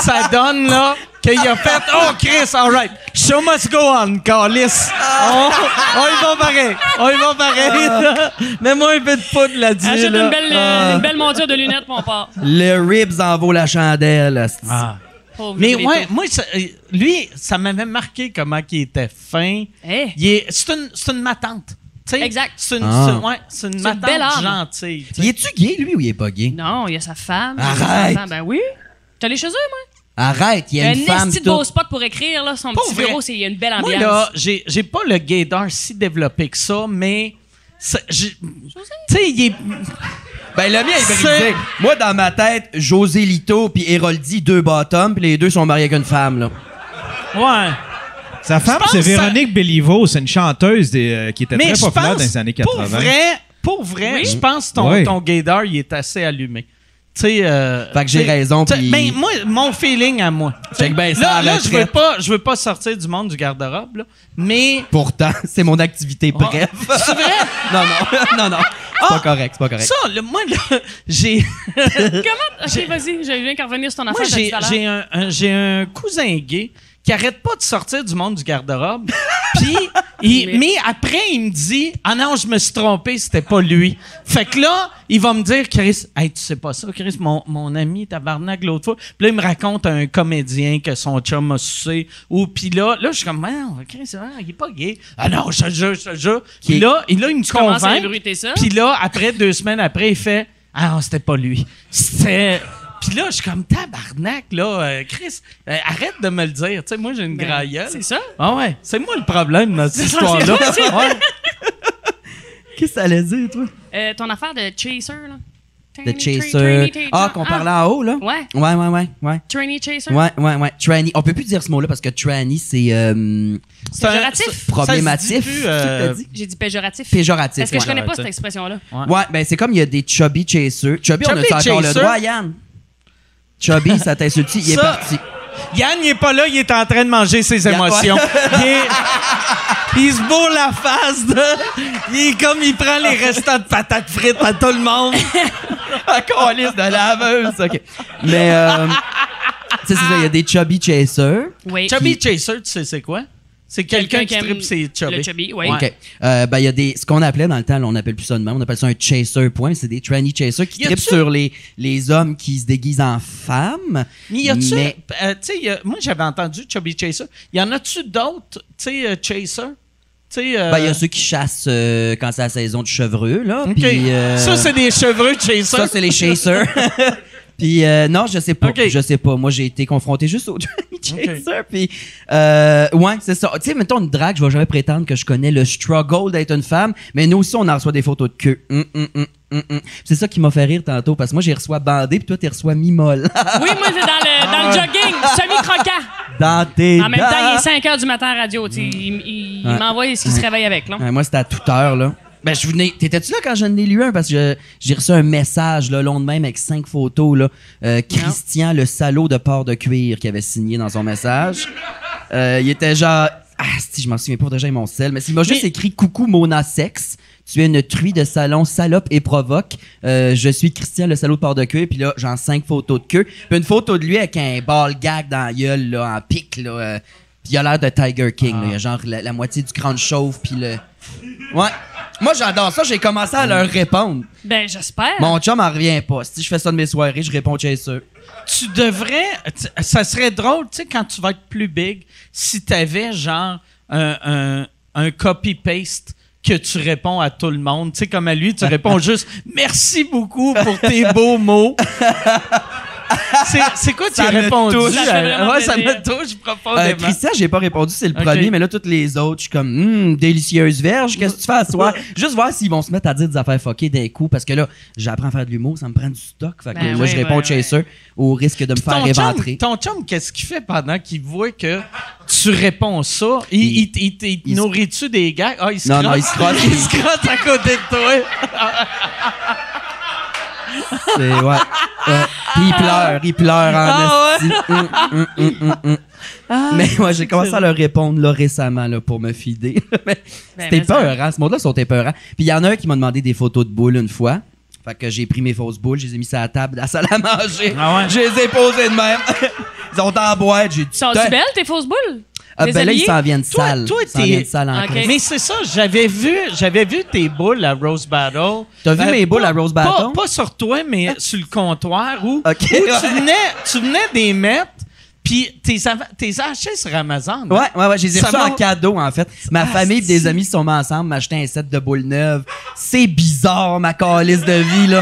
Speaker 1: ça donne là, qu'il a fait Oh Chris, alright, show must go on, Carlis. On, on y va pareil, on y va
Speaker 5: Ah.
Speaker 1: pareil. Mets-moi un peu de poudre là-dessus.
Speaker 6: Achète
Speaker 1: là.
Speaker 6: une belle, euh, une belle monture de lunettes, mon part.
Speaker 5: Le ribs en vaut la chandelle. hostie.
Speaker 1: Ah.
Speaker 6: Pauvre
Speaker 1: Mais
Speaker 6: José
Speaker 1: ouais,
Speaker 6: Lito.
Speaker 1: moi, ça- euh, lui, ça m'avait marqué comment il était fin.
Speaker 6: Hey.
Speaker 1: Il est, c'est, une, c'est une matante. tu sais.
Speaker 6: Eh. Exact.
Speaker 1: C'est une,
Speaker 5: Ah.
Speaker 1: c'est, ouais, c'est une
Speaker 6: C'est une belle
Speaker 1: matante
Speaker 6: âme.
Speaker 1: gentille. tu sais.
Speaker 5: Il est-tu gay, lui, ou il est pas gay?
Speaker 6: Non, il y a sa femme. il y a son
Speaker 5: Arrête.
Speaker 6: enfant. Ben oui. T'es allé chez eux, moi?
Speaker 5: Arrête, il y a une
Speaker 6: Il y a un
Speaker 5: femme
Speaker 6: esti de beau
Speaker 5: toute-
Speaker 6: spot pour écrire, là. Son
Speaker 1: Pour
Speaker 6: petit
Speaker 1: vrai.
Speaker 6: bureau, c'est- il y a une belle
Speaker 1: Moi,
Speaker 6: ambiance.
Speaker 1: là, j'ai j'ai pas le gaydar si développé que ça, mais. ça- j'ai- Tu sais, il est.
Speaker 5: Ben, le mien est
Speaker 1: C'est-
Speaker 5: brisé. Moi, dans ma tête, José Lito puis Héroldi, deux bottoms, puis les deux sont mariés avec une femme, là.
Speaker 1: Ouais.
Speaker 4: Sa femme,
Speaker 1: pense
Speaker 4: c'est
Speaker 1: que ça-
Speaker 4: Véronique Béliveau. C'est une chanteuse des, euh, qui était
Speaker 1: Mais
Speaker 4: très
Speaker 1: je
Speaker 4: populaire
Speaker 1: pense.
Speaker 4: dans les années
Speaker 1: Pour
Speaker 4: 80.
Speaker 1: vrai, pour vrai je pense que ton,
Speaker 4: Oui.
Speaker 1: ton gaydar, il est assez allumé. Tu sais. euh,
Speaker 5: Fait que j'ai
Speaker 1: tu sais,
Speaker 5: raison,
Speaker 1: tu sais,
Speaker 5: puis-
Speaker 1: Ben, moi, mon feeling à moi.
Speaker 5: Check ben ça à
Speaker 1: Là,
Speaker 5: la
Speaker 1: là je veux
Speaker 5: retraite.
Speaker 1: pas, je veux pas sortir du monde du garde-robe, là, mais.
Speaker 5: Pourtant, [laughs] c'est mon activité bref.
Speaker 1: C'est vrai?
Speaker 5: [laughs] Non, non, [laughs] non, non. C'est
Speaker 1: Ah!
Speaker 5: pas correct, c'est pas correct.
Speaker 1: Ça, le- moi, là, [laughs] j'ai.
Speaker 6: Comment? Ok, vas-y, je viens qu'à revenir sur ton
Speaker 1: Moi,
Speaker 6: affaire de
Speaker 1: j'ai
Speaker 6: tout à l'heure.
Speaker 1: j'ai un, un- j'ai un cousin gay qui arrête pas de sortir du monde du
Speaker 6: [laughs]
Speaker 1: garde-robe. Puis, il- mais...
Speaker 6: Mais-
Speaker 1: après, il me dit Ah non, je me suis trompé, c'était pas lui. Fait que là, il va me dire Chris, hey, tu sais pas ça, Chris, mon, mon ami tabarnak l'autre fois. Puis là, il me raconte un comédien que son chum a sucé. Ou puis là, là, je suis comme Non, Chris, ah, il est pas gay. Ah non, je te jure, je te jure. Puis là, il- là, il me
Speaker 6: Commence à
Speaker 1: convainc.
Speaker 6: ébruiter ça.
Speaker 1: Puis là, après, deux semaines après, il fait Ah non, c'était pas lui. C'était. Puis là, je suis comme tabarnak, là. euh, Chris, euh, arrête de me le dire. Tu sais, moi, j'ai une
Speaker 6: Ben,
Speaker 1: graille gueule.
Speaker 6: C'est ça?
Speaker 1: Ah ouais, c'est moi le problème dans cette
Speaker 6: ça,
Speaker 1: histoire-là.
Speaker 6: c'est ça. [laughs]
Speaker 1: Ouais.
Speaker 5: Qu'est-ce que ça allait dire, toi?
Speaker 6: Euh, ton affaire de chaser, là.
Speaker 5: The
Speaker 6: Tiny,
Speaker 5: Chaser.
Speaker 6: tiny, tiny,
Speaker 5: Ah, qu'on parlait en haut, là?
Speaker 6: Ouais.
Speaker 5: Ouais, ouais, ouais, ouais.
Speaker 6: Trainee chaser.
Speaker 5: Ouais, ouais, ouais. Tranny. On peut plus dire ce mot-là parce que tranny, c'est euh,
Speaker 1: C'est un-
Speaker 6: Péjoratif.
Speaker 1: ça- ça se dit
Speaker 5: problématif.
Speaker 1: plus, euh,
Speaker 5: Qui t'a dit?
Speaker 6: J'ai dit péjoratif.
Speaker 5: Péjoratif.
Speaker 6: Est-ce que je
Speaker 5: ouais.
Speaker 6: connais pas
Speaker 1: Péjoratif.
Speaker 6: cette expression-là?
Speaker 5: Ouais, ben c'est comme il y a des chubby chasers.
Speaker 1: Chubby
Speaker 5: Chubby, on a encore le
Speaker 1: chaser?
Speaker 5: droit, Yann? Chubby, ça t'insulte, il est
Speaker 1: Ça, [laughs]
Speaker 5: parti.
Speaker 1: Yann, il est pas là, il est en train de manger ses
Speaker 5: Yann,
Speaker 1: émotions. Il, est- il se bourre la face de. Il est comme il prend les restants de patates frites à tout le monde.
Speaker 5: Encore liste de laveuse, ok. Mais, euh, tu sais, c'est ça, il y a des chubby chasers.
Speaker 6: Oui.
Speaker 1: Chubby Chaser, tu sais, c'est quoi? C'est quelqu'un qui
Speaker 6: aime
Speaker 1: tripe ses chubby.
Speaker 6: Le chubby, oui.
Speaker 5: OK. Euh, ben, il y a des. Ce qu'on appelait dans le temps, là, on appelle plus ça de même, on appelle ça un chaser point, mais c'est des tranny chasers qui
Speaker 1: Y a-tu-
Speaker 5: tripent sur les, les hommes qui se déguisent en femmes.
Speaker 1: Mais y a-tu.
Speaker 5: Mais-
Speaker 1: euh, tu sais, y a- moi, j'avais entendu Chubby Chaser. Y en a-tu d'autres, tu sais, euh, Chaser? Tu sais. euh,
Speaker 5: Ben, il y a ceux qui chassent euh, quand c'est la saison du chevreux, là.
Speaker 1: OK.
Speaker 5: Puis, euh,
Speaker 1: Ça, c'est des chevreux de Chaser.
Speaker 5: ça, c'est les chasseurs. [laughs] Puis euh, non, je sais pas.
Speaker 1: OK.
Speaker 5: Je sais pas. Moi, j'ai été confronté juste [laughs] aux Johnny Chaser. Puis euh, ouais, c'est ça. Tu sais, mettons une drague, je vais jamais prétendre que je connais le struggle d'être une femme, mais nous aussi, on en reçoit des photos de queue. Hum, hum, hum, hum, hum. C'est ça qui m'a fait rire tantôt parce que moi, j'ai reçois bandé, puis toi, tu reçois mi-molle [laughs]
Speaker 6: Oui, moi, c'est dans le, dans le jogging, semi-croquant.
Speaker 5: dans tes.
Speaker 6: En même
Speaker 5: dents.
Speaker 6: temps, il est 5 h du matin à la radio. tu sais, Il, il- il
Speaker 5: Eh ben! Ouais.
Speaker 6: m'envoie ce qu'il se réveille avec. Là.
Speaker 5: Ouais, moi, c'était à toute heure, là. Ben, je venais. T'étais-tu là quand j'en ai lu un? Parce que je- j'ai reçu un message, là, long de même, avec cinq photos, là. Euh, Christian, le salaud de port de cuir, qui avait signé dans son message. Euh, il était genre. Ah, si, je m'en souviens pas, faudrait que j'aille mon sel. Mais il m'a juste écrit Coucou Mona Sex. Tu es une truie de salon, salope et provoque. Euh, je suis Christian, le salaud de port de cuir. Puis là, j'en cinq photos de queue. Puis une photo de lui avec un ball gag dans la gueule, là, en pique, là. euh, puis il a l'air de Tiger King,
Speaker 1: Ah.
Speaker 5: là. Il a genre la, la moitié du crâne chauve, puis le. Ouais. Moi, j'adore ça. J'ai commencé à leur répondre.
Speaker 6: Ben, j'espère.
Speaker 5: Mon chum en revient pas. Si je fais ça de mes soirées, je réponds chez eux.
Speaker 1: tu devrais. tu- Ça serait drôle, tu sais, quand tu vas être plus big, si t'avais genre un, un- un copy-paste que tu réponds à tout le monde. Tu sais, comme à lui, tu
Speaker 5: [laughs]
Speaker 1: réponds juste merci beaucoup pour tes beaux mots. C'est- C'est quoi tu
Speaker 5: Ça
Speaker 1: as
Speaker 5: me
Speaker 1: répondu?
Speaker 5: touche.
Speaker 6: Ça fait vraiment
Speaker 1: ouais, ça
Speaker 6: plaisir.
Speaker 1: me touche
Speaker 5: Euh,
Speaker 1: profondément.
Speaker 5: Christian, j'ai pas répondu, c'est le
Speaker 1: ben. Ok.
Speaker 5: premier, mais là, toutes les autres, je suis comme, hum, délicieuse verge, qu'est-ce que tu fais
Speaker 1: [laughs]
Speaker 5: à soir? Juste voir s'ils vont se mettre à dire des affaires fuckées d'un coup, parce que là, j'apprends à faire de l'humour, ça me prend du stock. Fait que
Speaker 6: Ben
Speaker 5: là,
Speaker 6: oui,
Speaker 5: je réponds
Speaker 6: ben
Speaker 5: chez
Speaker 6: oui.
Speaker 5: eux au risque de me faire
Speaker 1: ton
Speaker 5: éventrer.
Speaker 1: chum, ton chum, qu'est-ce qu'il fait pendant qu'il voit que tu réponds ça? Il, il,
Speaker 5: Il-
Speaker 1: il, il-
Speaker 5: il se-
Speaker 1: nourrit-tu des gars? Ah, il se
Speaker 5: Non,
Speaker 1: crotte.
Speaker 5: non, il se
Speaker 1: [laughs]
Speaker 5: crotte.
Speaker 1: il se crotte à côté de toi.
Speaker 5: C'est, ouais. Ouais. Puis il pleure, il pleure en
Speaker 1: Ah
Speaker 5: esti. Hum, hum, hum, hum, hum. Mais moi, j'ai commencé à leur répondre là, récemment là, pour me fider. [laughs] Mais
Speaker 6: Ben,
Speaker 5: C'était
Speaker 6: mais ça-
Speaker 5: peurant. Ce monde-là sont épeurants. Puis il y en a un qui m'a demandé des photos de boules une fois. Fait que j'ai pris mes fausses boules, je les ai mis sur la table de la salle à manger.
Speaker 1: Ah ouais?
Speaker 5: Je les ai posées de même. [laughs] ils ont en boîte, j'ai dit.
Speaker 6: Sont-tu
Speaker 5: Tain.
Speaker 6: belles, tes fausses boules?
Speaker 5: Ah,
Speaker 6: Les
Speaker 5: ben là, ils
Speaker 6: alliés?
Speaker 5: s'en viennent
Speaker 1: Toi-
Speaker 5: sales.
Speaker 1: toi,
Speaker 5: Ils s'en
Speaker 1: t'es-
Speaker 5: viennent sales en
Speaker 6: Ok.
Speaker 5: crise.
Speaker 1: Mais c'est ça, j'avais vu, j'avais vu tes boules à Rose Battle. Euh,
Speaker 5: T'as vu mes boules
Speaker 1: pas-
Speaker 5: à Rose
Speaker 1: pas-
Speaker 5: Battle? Ah.
Speaker 1: Pas, sur toi, mais sur le comptoir où,
Speaker 5: Ok.
Speaker 1: où tu venais, tu venais des mettre, puis t'es av- t'es acheté sur Amazon. hein?
Speaker 5: Ouais, ouais, ouais, je les ai
Speaker 1: Ça
Speaker 5: reçus en
Speaker 1: montre-
Speaker 5: cadeau, en fait. Ma
Speaker 1: Ah,
Speaker 5: famille et des
Speaker 1: si.
Speaker 5: amis sont mis ensemble, m'acheter un set de boules neuves. C'est bizarre, ma calice de vie, là.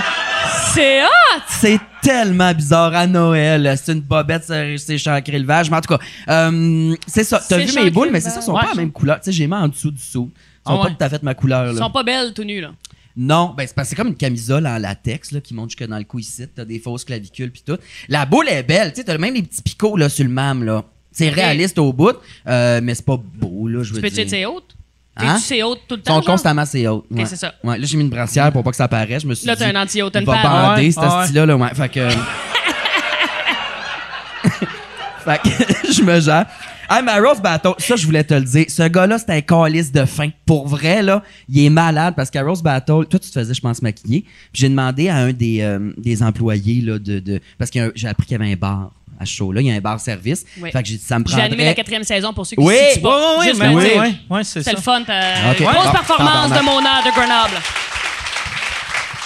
Speaker 6: C'est hot!
Speaker 5: C'est tellement bizarre à Noël. C'est une bobette, c'est c'est chancré le vage. Mais en tout cas, euh, c'est ça. T'as
Speaker 6: C'est
Speaker 5: vu mes
Speaker 6: chancré
Speaker 5: boules,
Speaker 6: le
Speaker 5: mais c'est ça,
Speaker 6: vage.
Speaker 5: elles sont
Speaker 1: Ouais.
Speaker 5: pas la même couleur. Tu sais, j'ai mis en dessous du sou. Ils sont
Speaker 1: Ah
Speaker 5: pas
Speaker 1: ouais.
Speaker 5: tout à fait ma couleur,
Speaker 6: Elles
Speaker 5: là.
Speaker 6: sont pas belles, tout nu, là.
Speaker 5: Non, ben c'est parce que c'est comme une camisole en latex là, qui monte jusque dans le cou ici. T'as des fausses clavicules puis tout. La boule est belle, tu sais, t'as même les petits picots là sur le mam là. C'est réaliste au bout, euh, mais c'est pas beau là, je veux
Speaker 6: Tu peux-tu
Speaker 5: dire.
Speaker 6: être haute? T'es-tu
Speaker 5: Hein?
Speaker 6: c'est haute tout le
Speaker 5: Ils sont
Speaker 6: temps? genre?
Speaker 5: constamment c'est haute. ouais.
Speaker 6: c'est ça.
Speaker 5: Ouais, là, j'ai mis une brassière pour pas que ça apparaisse. Je me suis
Speaker 6: Là,
Speaker 5: dit,
Speaker 6: t'as un anti-haute,
Speaker 5: il
Speaker 6: une
Speaker 5: va
Speaker 6: paire.
Speaker 5: bander,
Speaker 1: Ouais,
Speaker 5: cet
Speaker 1: ouais.
Speaker 5: style-là, là, ouais.
Speaker 1: [laughs]
Speaker 5: Fait que... euh, fait que [laughs] je me gère. Hey, ma Rose Battle, ça, je voulais te le dire. Ce gars-là, c'est un calice de fin. Pour vrai, là, il est malade parce qu'à Rose Battle, toi, tu te faisais, je pense, maquiller. Puis j'ai demandé à un des, euh, des employés, là, de... de- parce que j'ai appris qu'il y avait un bar à ce show-là. Il y a un bar-service.
Speaker 6: Oui.
Speaker 5: Fait que j'ai dit, ça me
Speaker 6: J'ai
Speaker 5: prendrait...
Speaker 6: animé la quatrième saison pour ceux qui
Speaker 5: Oui,
Speaker 6: se situent
Speaker 1: Ouais,
Speaker 6: pas.
Speaker 1: ouais, ouais,
Speaker 6: Juste
Speaker 1: mais
Speaker 6: pour
Speaker 1: oui,
Speaker 6: dire.
Speaker 1: ouais, ouais, c'est
Speaker 6: C'est
Speaker 1: ça.
Speaker 6: le fun. t'as-
Speaker 5: Ok.
Speaker 6: Grosse
Speaker 5: Ah,
Speaker 6: performance
Speaker 5: tabarnak.
Speaker 6: de mon art de Grenoble.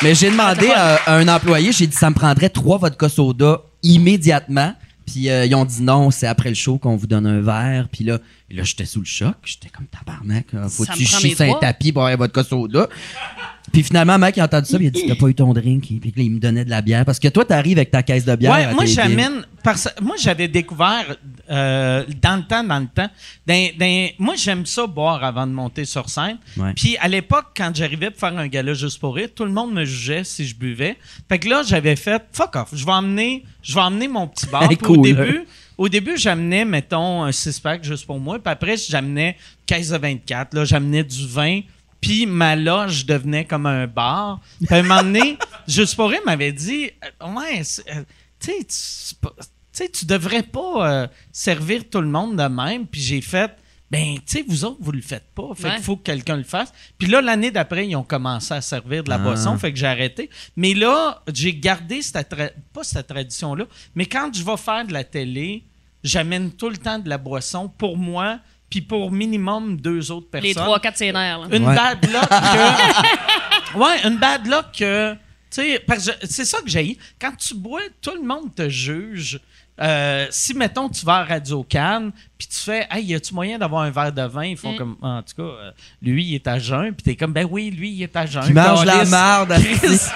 Speaker 5: Mais j'ai demandé à, à un employé, j'ai dit ça me prendrait trois vodka soda immédiatement. Puis euh, ils ont dit non, c'est après le show qu'on vous donne un verre. Puis là, et là j'étais sous le choc. J'étais comme tabarnak. euh, Faut que
Speaker 6: Ça
Speaker 5: tu
Speaker 6: me prend
Speaker 5: chies
Speaker 6: mes
Speaker 5: sur un
Speaker 6: trois.
Speaker 5: tapis pour avoir un vodka soda. Puis finalement, mec, il a entendu ça. puis Il a dit T'as pas eu ton drink. Et Puis là, il me donnait de la bière. Parce que toi, t'arrives avec ta caisse de bière.
Speaker 1: Ouais,
Speaker 5: à
Speaker 1: moi
Speaker 5: tes villes.
Speaker 1: j'amène parce moi j'avais découvert euh, dans le temps dans le temps dans- dans- moi j'aime ça boire avant de monter sur scène.
Speaker 5: Ouais.
Speaker 1: Puis à l'époque quand j'arrivais pour faire un gala juste pour rire, tout le monde me jugeait si je buvais. Fait que là j'avais fait fuck off, je vais emmener je vais emmener mon
Speaker 5: [laughs]
Speaker 1: petit bar
Speaker 5: Hey,
Speaker 1: Puis au
Speaker 5: cool.
Speaker 1: début au début, j'amenais, mettons, un six-pack juste pour moi. Puis après, j'amenais 15 à 24. Là, j'amenais du vin. Puis ma loge devenait comme un bar. Puis à un moment donné, [laughs] Juste pour rire m'avait dit euh, Ouais, c'est- euh, tu sais, tu- c'est pas- tu sais, tu devrais pas euh, servir tout le monde de même. Puis j'ai fait Ben, tu sais, vous autres, vous le faites pas. Fait
Speaker 6: Ouais.
Speaker 1: qu'il faut que quelqu'un le fasse. Puis là, l'année d'après, ils ont commencé à servir de la
Speaker 5: Ah.
Speaker 1: boisson. Fait que j'ai arrêté. Mais là, j'ai gardé cette, tra- pas cette tradition-là, mais quand je vais faire de la télé, j'amène tout le temps de la boisson pour moi, puis pour minimum deux autres personnes.
Speaker 6: Les trois, quatre sénères. là.
Speaker 1: Une
Speaker 5: Ouais.
Speaker 1: bad luck que.
Speaker 5: [laughs]
Speaker 1: ouais, une bad luck que. Tu sais, parce que je- c'est ça que j'ai. Quand tu bois, tout le monde te juge. Euh, si, mettons, tu vas à Radio Cannes, puis tu fais, hey, y a-tu moyen d'avoir un verre de vin? Ils
Speaker 5: Mm.
Speaker 1: font comme, en tout cas, euh, lui, il est à jeun, puis t'es comme, ben oui, lui, il est à jeun.
Speaker 5: Tu manges la
Speaker 1: Calisse.
Speaker 5: marde.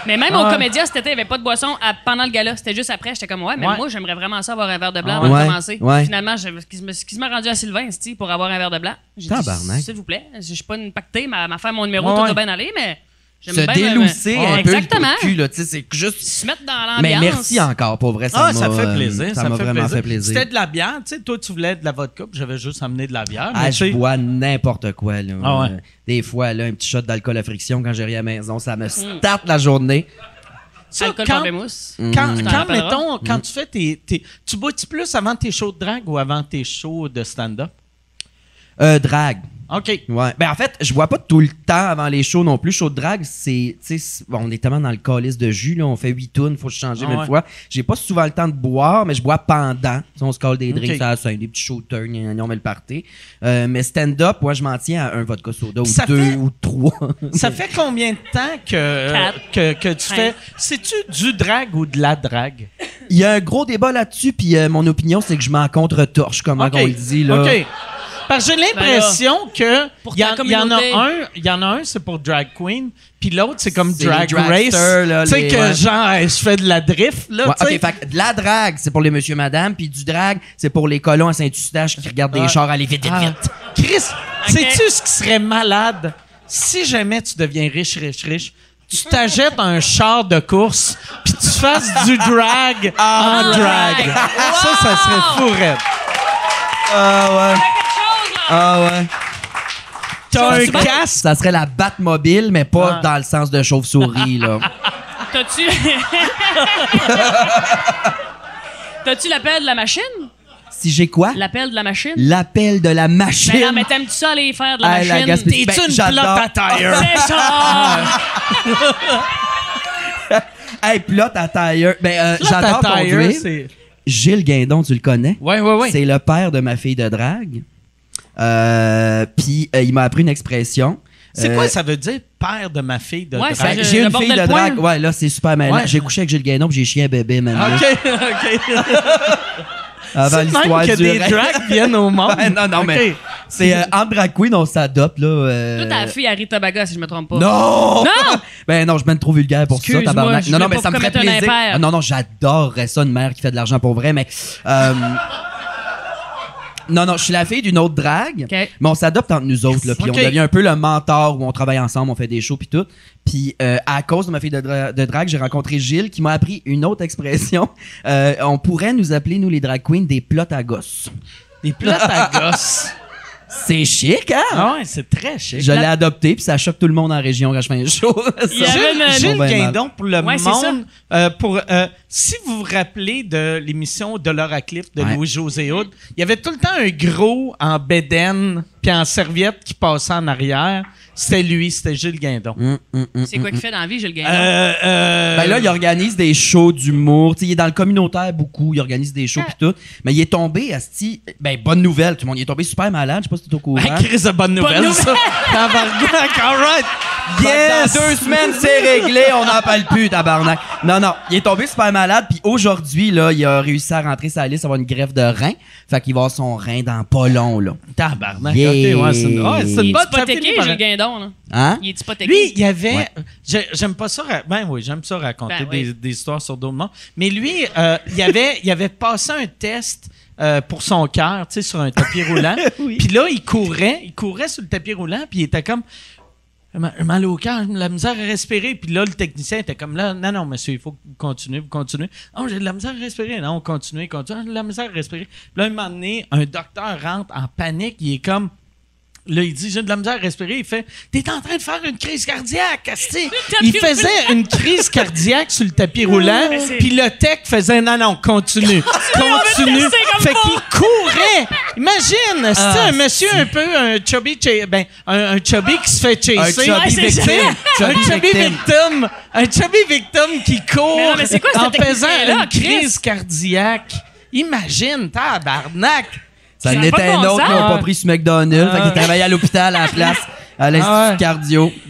Speaker 6: Mais même
Speaker 1: Ah.
Speaker 6: au comédien, cet été, il n'y avait pas de boisson à- pendant le gala. C'était juste après. J'étais comme, ouais, mais
Speaker 1: Ouais.
Speaker 6: moi, j'aimerais vraiment ça avoir un verre de blanc
Speaker 1: Ah
Speaker 6: avant
Speaker 5: ouais.
Speaker 6: de commencer.
Speaker 5: Ouais.
Speaker 6: Finalement, je qui me qui se m'a rendu à Sylvain, c'ti, pour avoir un verre de blanc. J'ai dit,
Speaker 5: Tabarnak.
Speaker 6: s'il vous plaît, je suis pas une pactée, ma, ma femme, mon numéro,
Speaker 1: Ouais,
Speaker 6: tout
Speaker 1: ouais.
Speaker 6: va bien aller, mais j'aime
Speaker 5: Se
Speaker 6: bien.
Speaker 5: délousser
Speaker 6: me-
Speaker 5: un peu
Speaker 6: Exactement.
Speaker 5: le cul, là. Tu sais, c'est juste.
Speaker 6: Se mettre dans l'ambiance.
Speaker 5: Mais merci hein. encore, pour vrai. Ça
Speaker 1: Ah, ça
Speaker 5: m'a,
Speaker 1: fait
Speaker 5: euh,
Speaker 1: plaisir.
Speaker 5: Ça
Speaker 1: Ça
Speaker 5: m'a
Speaker 1: fait
Speaker 5: vraiment
Speaker 1: plaisir.
Speaker 5: fait plaisir.
Speaker 1: C'était de la bière. Tu sais, toi, tu voulais de la vodka, puis j'avais juste amené de la bière.
Speaker 5: Ah,
Speaker 1: mais tu
Speaker 5: je
Speaker 1: sais-
Speaker 5: bois n'importe quoi. Là.
Speaker 1: Ah ouais.
Speaker 5: Euh, Des fois, là, un petit shot d'alcool à friction quand j'ai rien à la maison, ça me starte la journée.
Speaker 1: ça,
Speaker 6: Alcool
Speaker 1: quand,
Speaker 6: pour bémousse.
Speaker 5: Mmh.
Speaker 1: quand,
Speaker 6: Mm.
Speaker 1: quand,
Speaker 6: T'en rappelleras.
Speaker 1: mettons,
Speaker 5: Mm.
Speaker 1: quand tu fais tes, tes- Tu bois-tu plus avant tes shows de drague ou avant tes shows de stand-up?
Speaker 5: Euh, drague.
Speaker 1: OK.
Speaker 5: Ouais. Ben, en fait, je bois pas tout le temps avant les shows non plus. Show de drague, c'est. tu sais, c'est- bon, on est tellement dans le calice de jus, là. On fait 8 tonnes, faut se changer
Speaker 1: Ah
Speaker 5: mille
Speaker 1: ouais.
Speaker 5: fois. J'ai pas souvent le temps de boire, mais je bois pendant. Tu sais, on se colle des drinks,
Speaker 1: Ok.
Speaker 5: ça, ça, des petits shooters, gna, gna, gna, on met le party. Euh, mais stand-up, ouais, je m'en tiens à un vodka soda ou
Speaker 1: Ça
Speaker 5: deux
Speaker 1: fait-
Speaker 5: ou trois. [laughs]
Speaker 1: Ça fait combien de temps que,
Speaker 6: Quatre.
Speaker 1: que, que tu
Speaker 6: Cinq.
Speaker 1: fais. C'est-tu du drague ou de la drague?
Speaker 5: Il y a un gros débat là-dessus, puis euh, mon opinion, c'est que je m'en contre-torche, comme
Speaker 1: OK.
Speaker 5: on le dit, là. Ben
Speaker 1: OK. Parce que j'ai l'impression que.
Speaker 6: Pour
Speaker 1: Il y,
Speaker 6: ta
Speaker 1: en- y en a
Speaker 6: communauté.
Speaker 1: un, il y en a un, c'est pour drag queen, puis l'autre, c'est comme
Speaker 5: C'est les
Speaker 1: drag race.
Speaker 5: dragsters, là,
Speaker 1: Tu sais
Speaker 5: les-
Speaker 1: que
Speaker 5: ouais.
Speaker 1: genre, hey, je fais de la drift, là.
Speaker 5: Ouais,
Speaker 1: [laughs] tu sais.
Speaker 5: ok, fait que de la drague, c'est pour les monsieur madame, puis du drag, c'est pour les colons à Saint-Eustache qui regardent
Speaker 1: Ouais.
Speaker 5: des chars aller vite, vite,
Speaker 1: Ah.
Speaker 5: vite.
Speaker 1: Chris, sais-tu ce qui serait malade? Si jamais tu deviens riche, riche, riche, tu t'achètes un char de course puis tu fasses du drag
Speaker 6: Ah
Speaker 1: en drag. Ça, ça serait fou, hein. raide.
Speaker 5: Ah ouais, ah ouais.
Speaker 1: T'as un
Speaker 6: C'est bon.
Speaker 1: casque.
Speaker 5: Ça serait la Batmobile, mais pas
Speaker 1: Ah.
Speaker 5: dans le sens de
Speaker 1: [laughs]
Speaker 5: chauve-souris, là.
Speaker 6: T'as-tu.
Speaker 5: Ah.
Speaker 6: T'as-tu [laughs] l'appel de la machine?
Speaker 5: Si j'ai quoi?
Speaker 6: L'appel de la machine?
Speaker 5: L'appel de la machine.
Speaker 6: Ben non, mais t'aimes-tu ça aller faire de la
Speaker 5: Ah, la
Speaker 6: machine?
Speaker 5: gaspille-
Speaker 1: T'es-tu
Speaker 5: Ben,
Speaker 1: une
Speaker 5: j'adore.
Speaker 1: plante à [laughs] tailleur?
Speaker 6: Ah, C'est ça!
Speaker 5: Hey, puis là, t'as tailleur. Ben, euh,
Speaker 1: Plante à
Speaker 5: j'adore
Speaker 1: tailleur,
Speaker 5: conduire.
Speaker 1: c'est-
Speaker 5: Gilles Guindon, tu le connais?
Speaker 1: Ouais, ouais, ouais.
Speaker 5: C'est le père de ma fille de drague. Euh, puis euh, il m'a appris une expression.
Speaker 1: C'est
Speaker 5: Euh,
Speaker 1: quoi ça veut dire, père de ma fille de
Speaker 6: Ouais,
Speaker 1: drag?
Speaker 5: Ben,
Speaker 6: Je-
Speaker 5: j'ai
Speaker 6: je
Speaker 5: une
Speaker 6: bordais
Speaker 5: fille
Speaker 6: le
Speaker 5: de
Speaker 6: point.
Speaker 5: drague. Ouais, là, c'est super malin.
Speaker 1: Ouais.
Speaker 5: J'ai couché avec Gilles Guénon, puis j'ai chié un bébé maintenant. [laughs]
Speaker 1: OK, OK.
Speaker 5: Avant
Speaker 1: C'est de
Speaker 5: l'histoire
Speaker 1: même
Speaker 5: du
Speaker 1: que des
Speaker 5: rêve. [laughs]
Speaker 1: drags Ah, viennent au monde.
Speaker 5: Ben, non, non,
Speaker 1: OK.
Speaker 5: mais c'est euh, en drag queen, on s'adopte, là. euh,
Speaker 6: Toi, ta fille Harry Tabaga, si je me trompe pas. Non!
Speaker 5: Non! [laughs] Ben non, je mène trop vulgaire pour ça,
Speaker 6: Excuse-moi,
Speaker 5: tabarnak.
Speaker 6: je
Speaker 5: Non, non,
Speaker 6: voulais
Speaker 5: mais
Speaker 6: pas
Speaker 5: ça me ferait
Speaker 6: commettre un
Speaker 5: plaisir.
Speaker 6: impair.
Speaker 5: Ah, non, non, j'adorerais ça, une mère qui fait de l'argent pour vrai, mais. euh, Non, non, je suis la fille d'une autre drague.
Speaker 6: Ok.
Speaker 5: Mais on s'adopte entre nous autres, là, puis
Speaker 1: Ok.
Speaker 5: on devient un peu le mentor où on travaille ensemble, on fait des shows, puis tout. Puis euh, à cause de ma fille de, dra- de drague, j'ai rencontré Gilles qui m'a appris une autre expression. [laughs] Euh, on pourrait nous appeler, nous les drag queens, des plots à gosses.
Speaker 1: Des plantes à gosse.
Speaker 5: C'est chic, hein?
Speaker 1: Ah ouais, c'est très chic.
Speaker 5: Je l'ai adopté, puis ça choque tout le monde en région quand je fais un show. [laughs]
Speaker 6: Il y avait une-
Speaker 5: Ils sont
Speaker 1: Gilles
Speaker 5: bien mal.
Speaker 1: Guindon, pour le
Speaker 6: Ouais, c'est ça.
Speaker 1: monde, euh, pour, euh, si vous vous rappelez de l'émission De l'heure à Cliff de
Speaker 5: Ouais.
Speaker 1: Louis-José Hood, il y avait tout le temps un gros en bédaine puis en serviette qui passait en arrière. C'était lui, c'était Gilles Guindon.
Speaker 5: Hum, hum, hum.
Speaker 6: C'est quoi qu'il fait dans la vie, Gilles Guindon?
Speaker 1: Euh, euh,
Speaker 5: Ben là, il organise des shows d'humour. Tu sais, Il est dans le communautaire beaucoup. Il organise des shows
Speaker 6: Ah.
Speaker 5: pis tout. Mais il est tombé, Asti. Ben, bonne nouvelle, tout le monde. Il est tombé super malade. Je sais pas si t'es au courant.
Speaker 1: Ah,
Speaker 5: [laughs]
Speaker 1: Chris, de bonne nouvelle,
Speaker 6: nouvelle.
Speaker 1: ça. Tabarnak, all right.
Speaker 5: Yes! Dans deux semaines, c'est réglé, on n'en parle plus, tabarnak. Non, non, il est tombé super malade, puis aujourd'hui, là, il a réussi à rentrer sa liste, avoir une greffe de rein. Fait qu'il va avoir son rein dans pas long, là.
Speaker 1: Tabarnak,
Speaker 5: Yeah.
Speaker 1: ok, ouais, c'est une, ouais, c'est
Speaker 6: Il
Speaker 1: une
Speaker 6: est
Speaker 1: bonne ça finit
Speaker 6: hypothéqué,
Speaker 1: par-
Speaker 6: Gilles Guindon. Là.
Speaker 5: Hein?
Speaker 6: Il est hypothéqué.
Speaker 1: Lui, il y avait. j'ai- J'aime pas ça. ra- Ben oui, j'aime ça raconter
Speaker 6: Ben oui.
Speaker 1: des, des histoires sur d'autres mondes. Mais lui, euh, il, avait, il avait passé un test euh, pour son cœur, tu sais, sur un tapis
Speaker 6: [laughs]
Speaker 1: roulant. Puis là, il courait, il courait sur le tapis roulant, puis il était comme. J'ai mal- j'ai Mal au cœur, j'ai de la misère à respirer. Puis là, le technicien était comme là, non, non, monsieur, il faut que vous continuez, vous continuez. Non, j'ai de la misère à respirer. Non, continuez, continuez. J'ai de la misère à respirer. Puis là, un moment donné, un docteur rentre en panique. Il est comme, Là, il dit, j'ai de la misère à respirer. Il fait, t'es en train de faire une crise cardiaque, asti.
Speaker 6: tapis
Speaker 1: Il faisait une crise cardiaque sur le tapis roulant,
Speaker 6: Mais c'est-
Speaker 1: puis le tech faisait, non, non, continue, continue.
Speaker 6: tester comme
Speaker 1: Fait
Speaker 6: faut.
Speaker 1: qu'il courait. Imagine, asti,
Speaker 5: Ah,
Speaker 1: un monsieur un peu, un chubby, cha- ben, un, un chubby qui se fait
Speaker 5: Un
Speaker 1: chasser.
Speaker 5: chubby
Speaker 1: Ouais, c'est
Speaker 5: victime.
Speaker 1: ça. Un
Speaker 5: Chubby
Speaker 1: chubby
Speaker 5: victime.
Speaker 1: victime. Un chubby victime qui court
Speaker 6: Mais non, mais c'est quoi ce
Speaker 1: en faisant
Speaker 6: technicien-là,
Speaker 1: une
Speaker 6: Chris?
Speaker 1: crise cardiaque. Imagine, tabarnak.
Speaker 5: Ça
Speaker 6: Ça a
Speaker 5: n'était
Speaker 6: pas de
Speaker 5: un
Speaker 6: bon
Speaker 5: autre,
Speaker 6: sens. Ah
Speaker 5: ils pas pris sur McDonald's. Fait qu'il travaillait à l'hôpital à la place, à l'Institut
Speaker 1: Ah ouais.
Speaker 5: cardio.
Speaker 1: Puis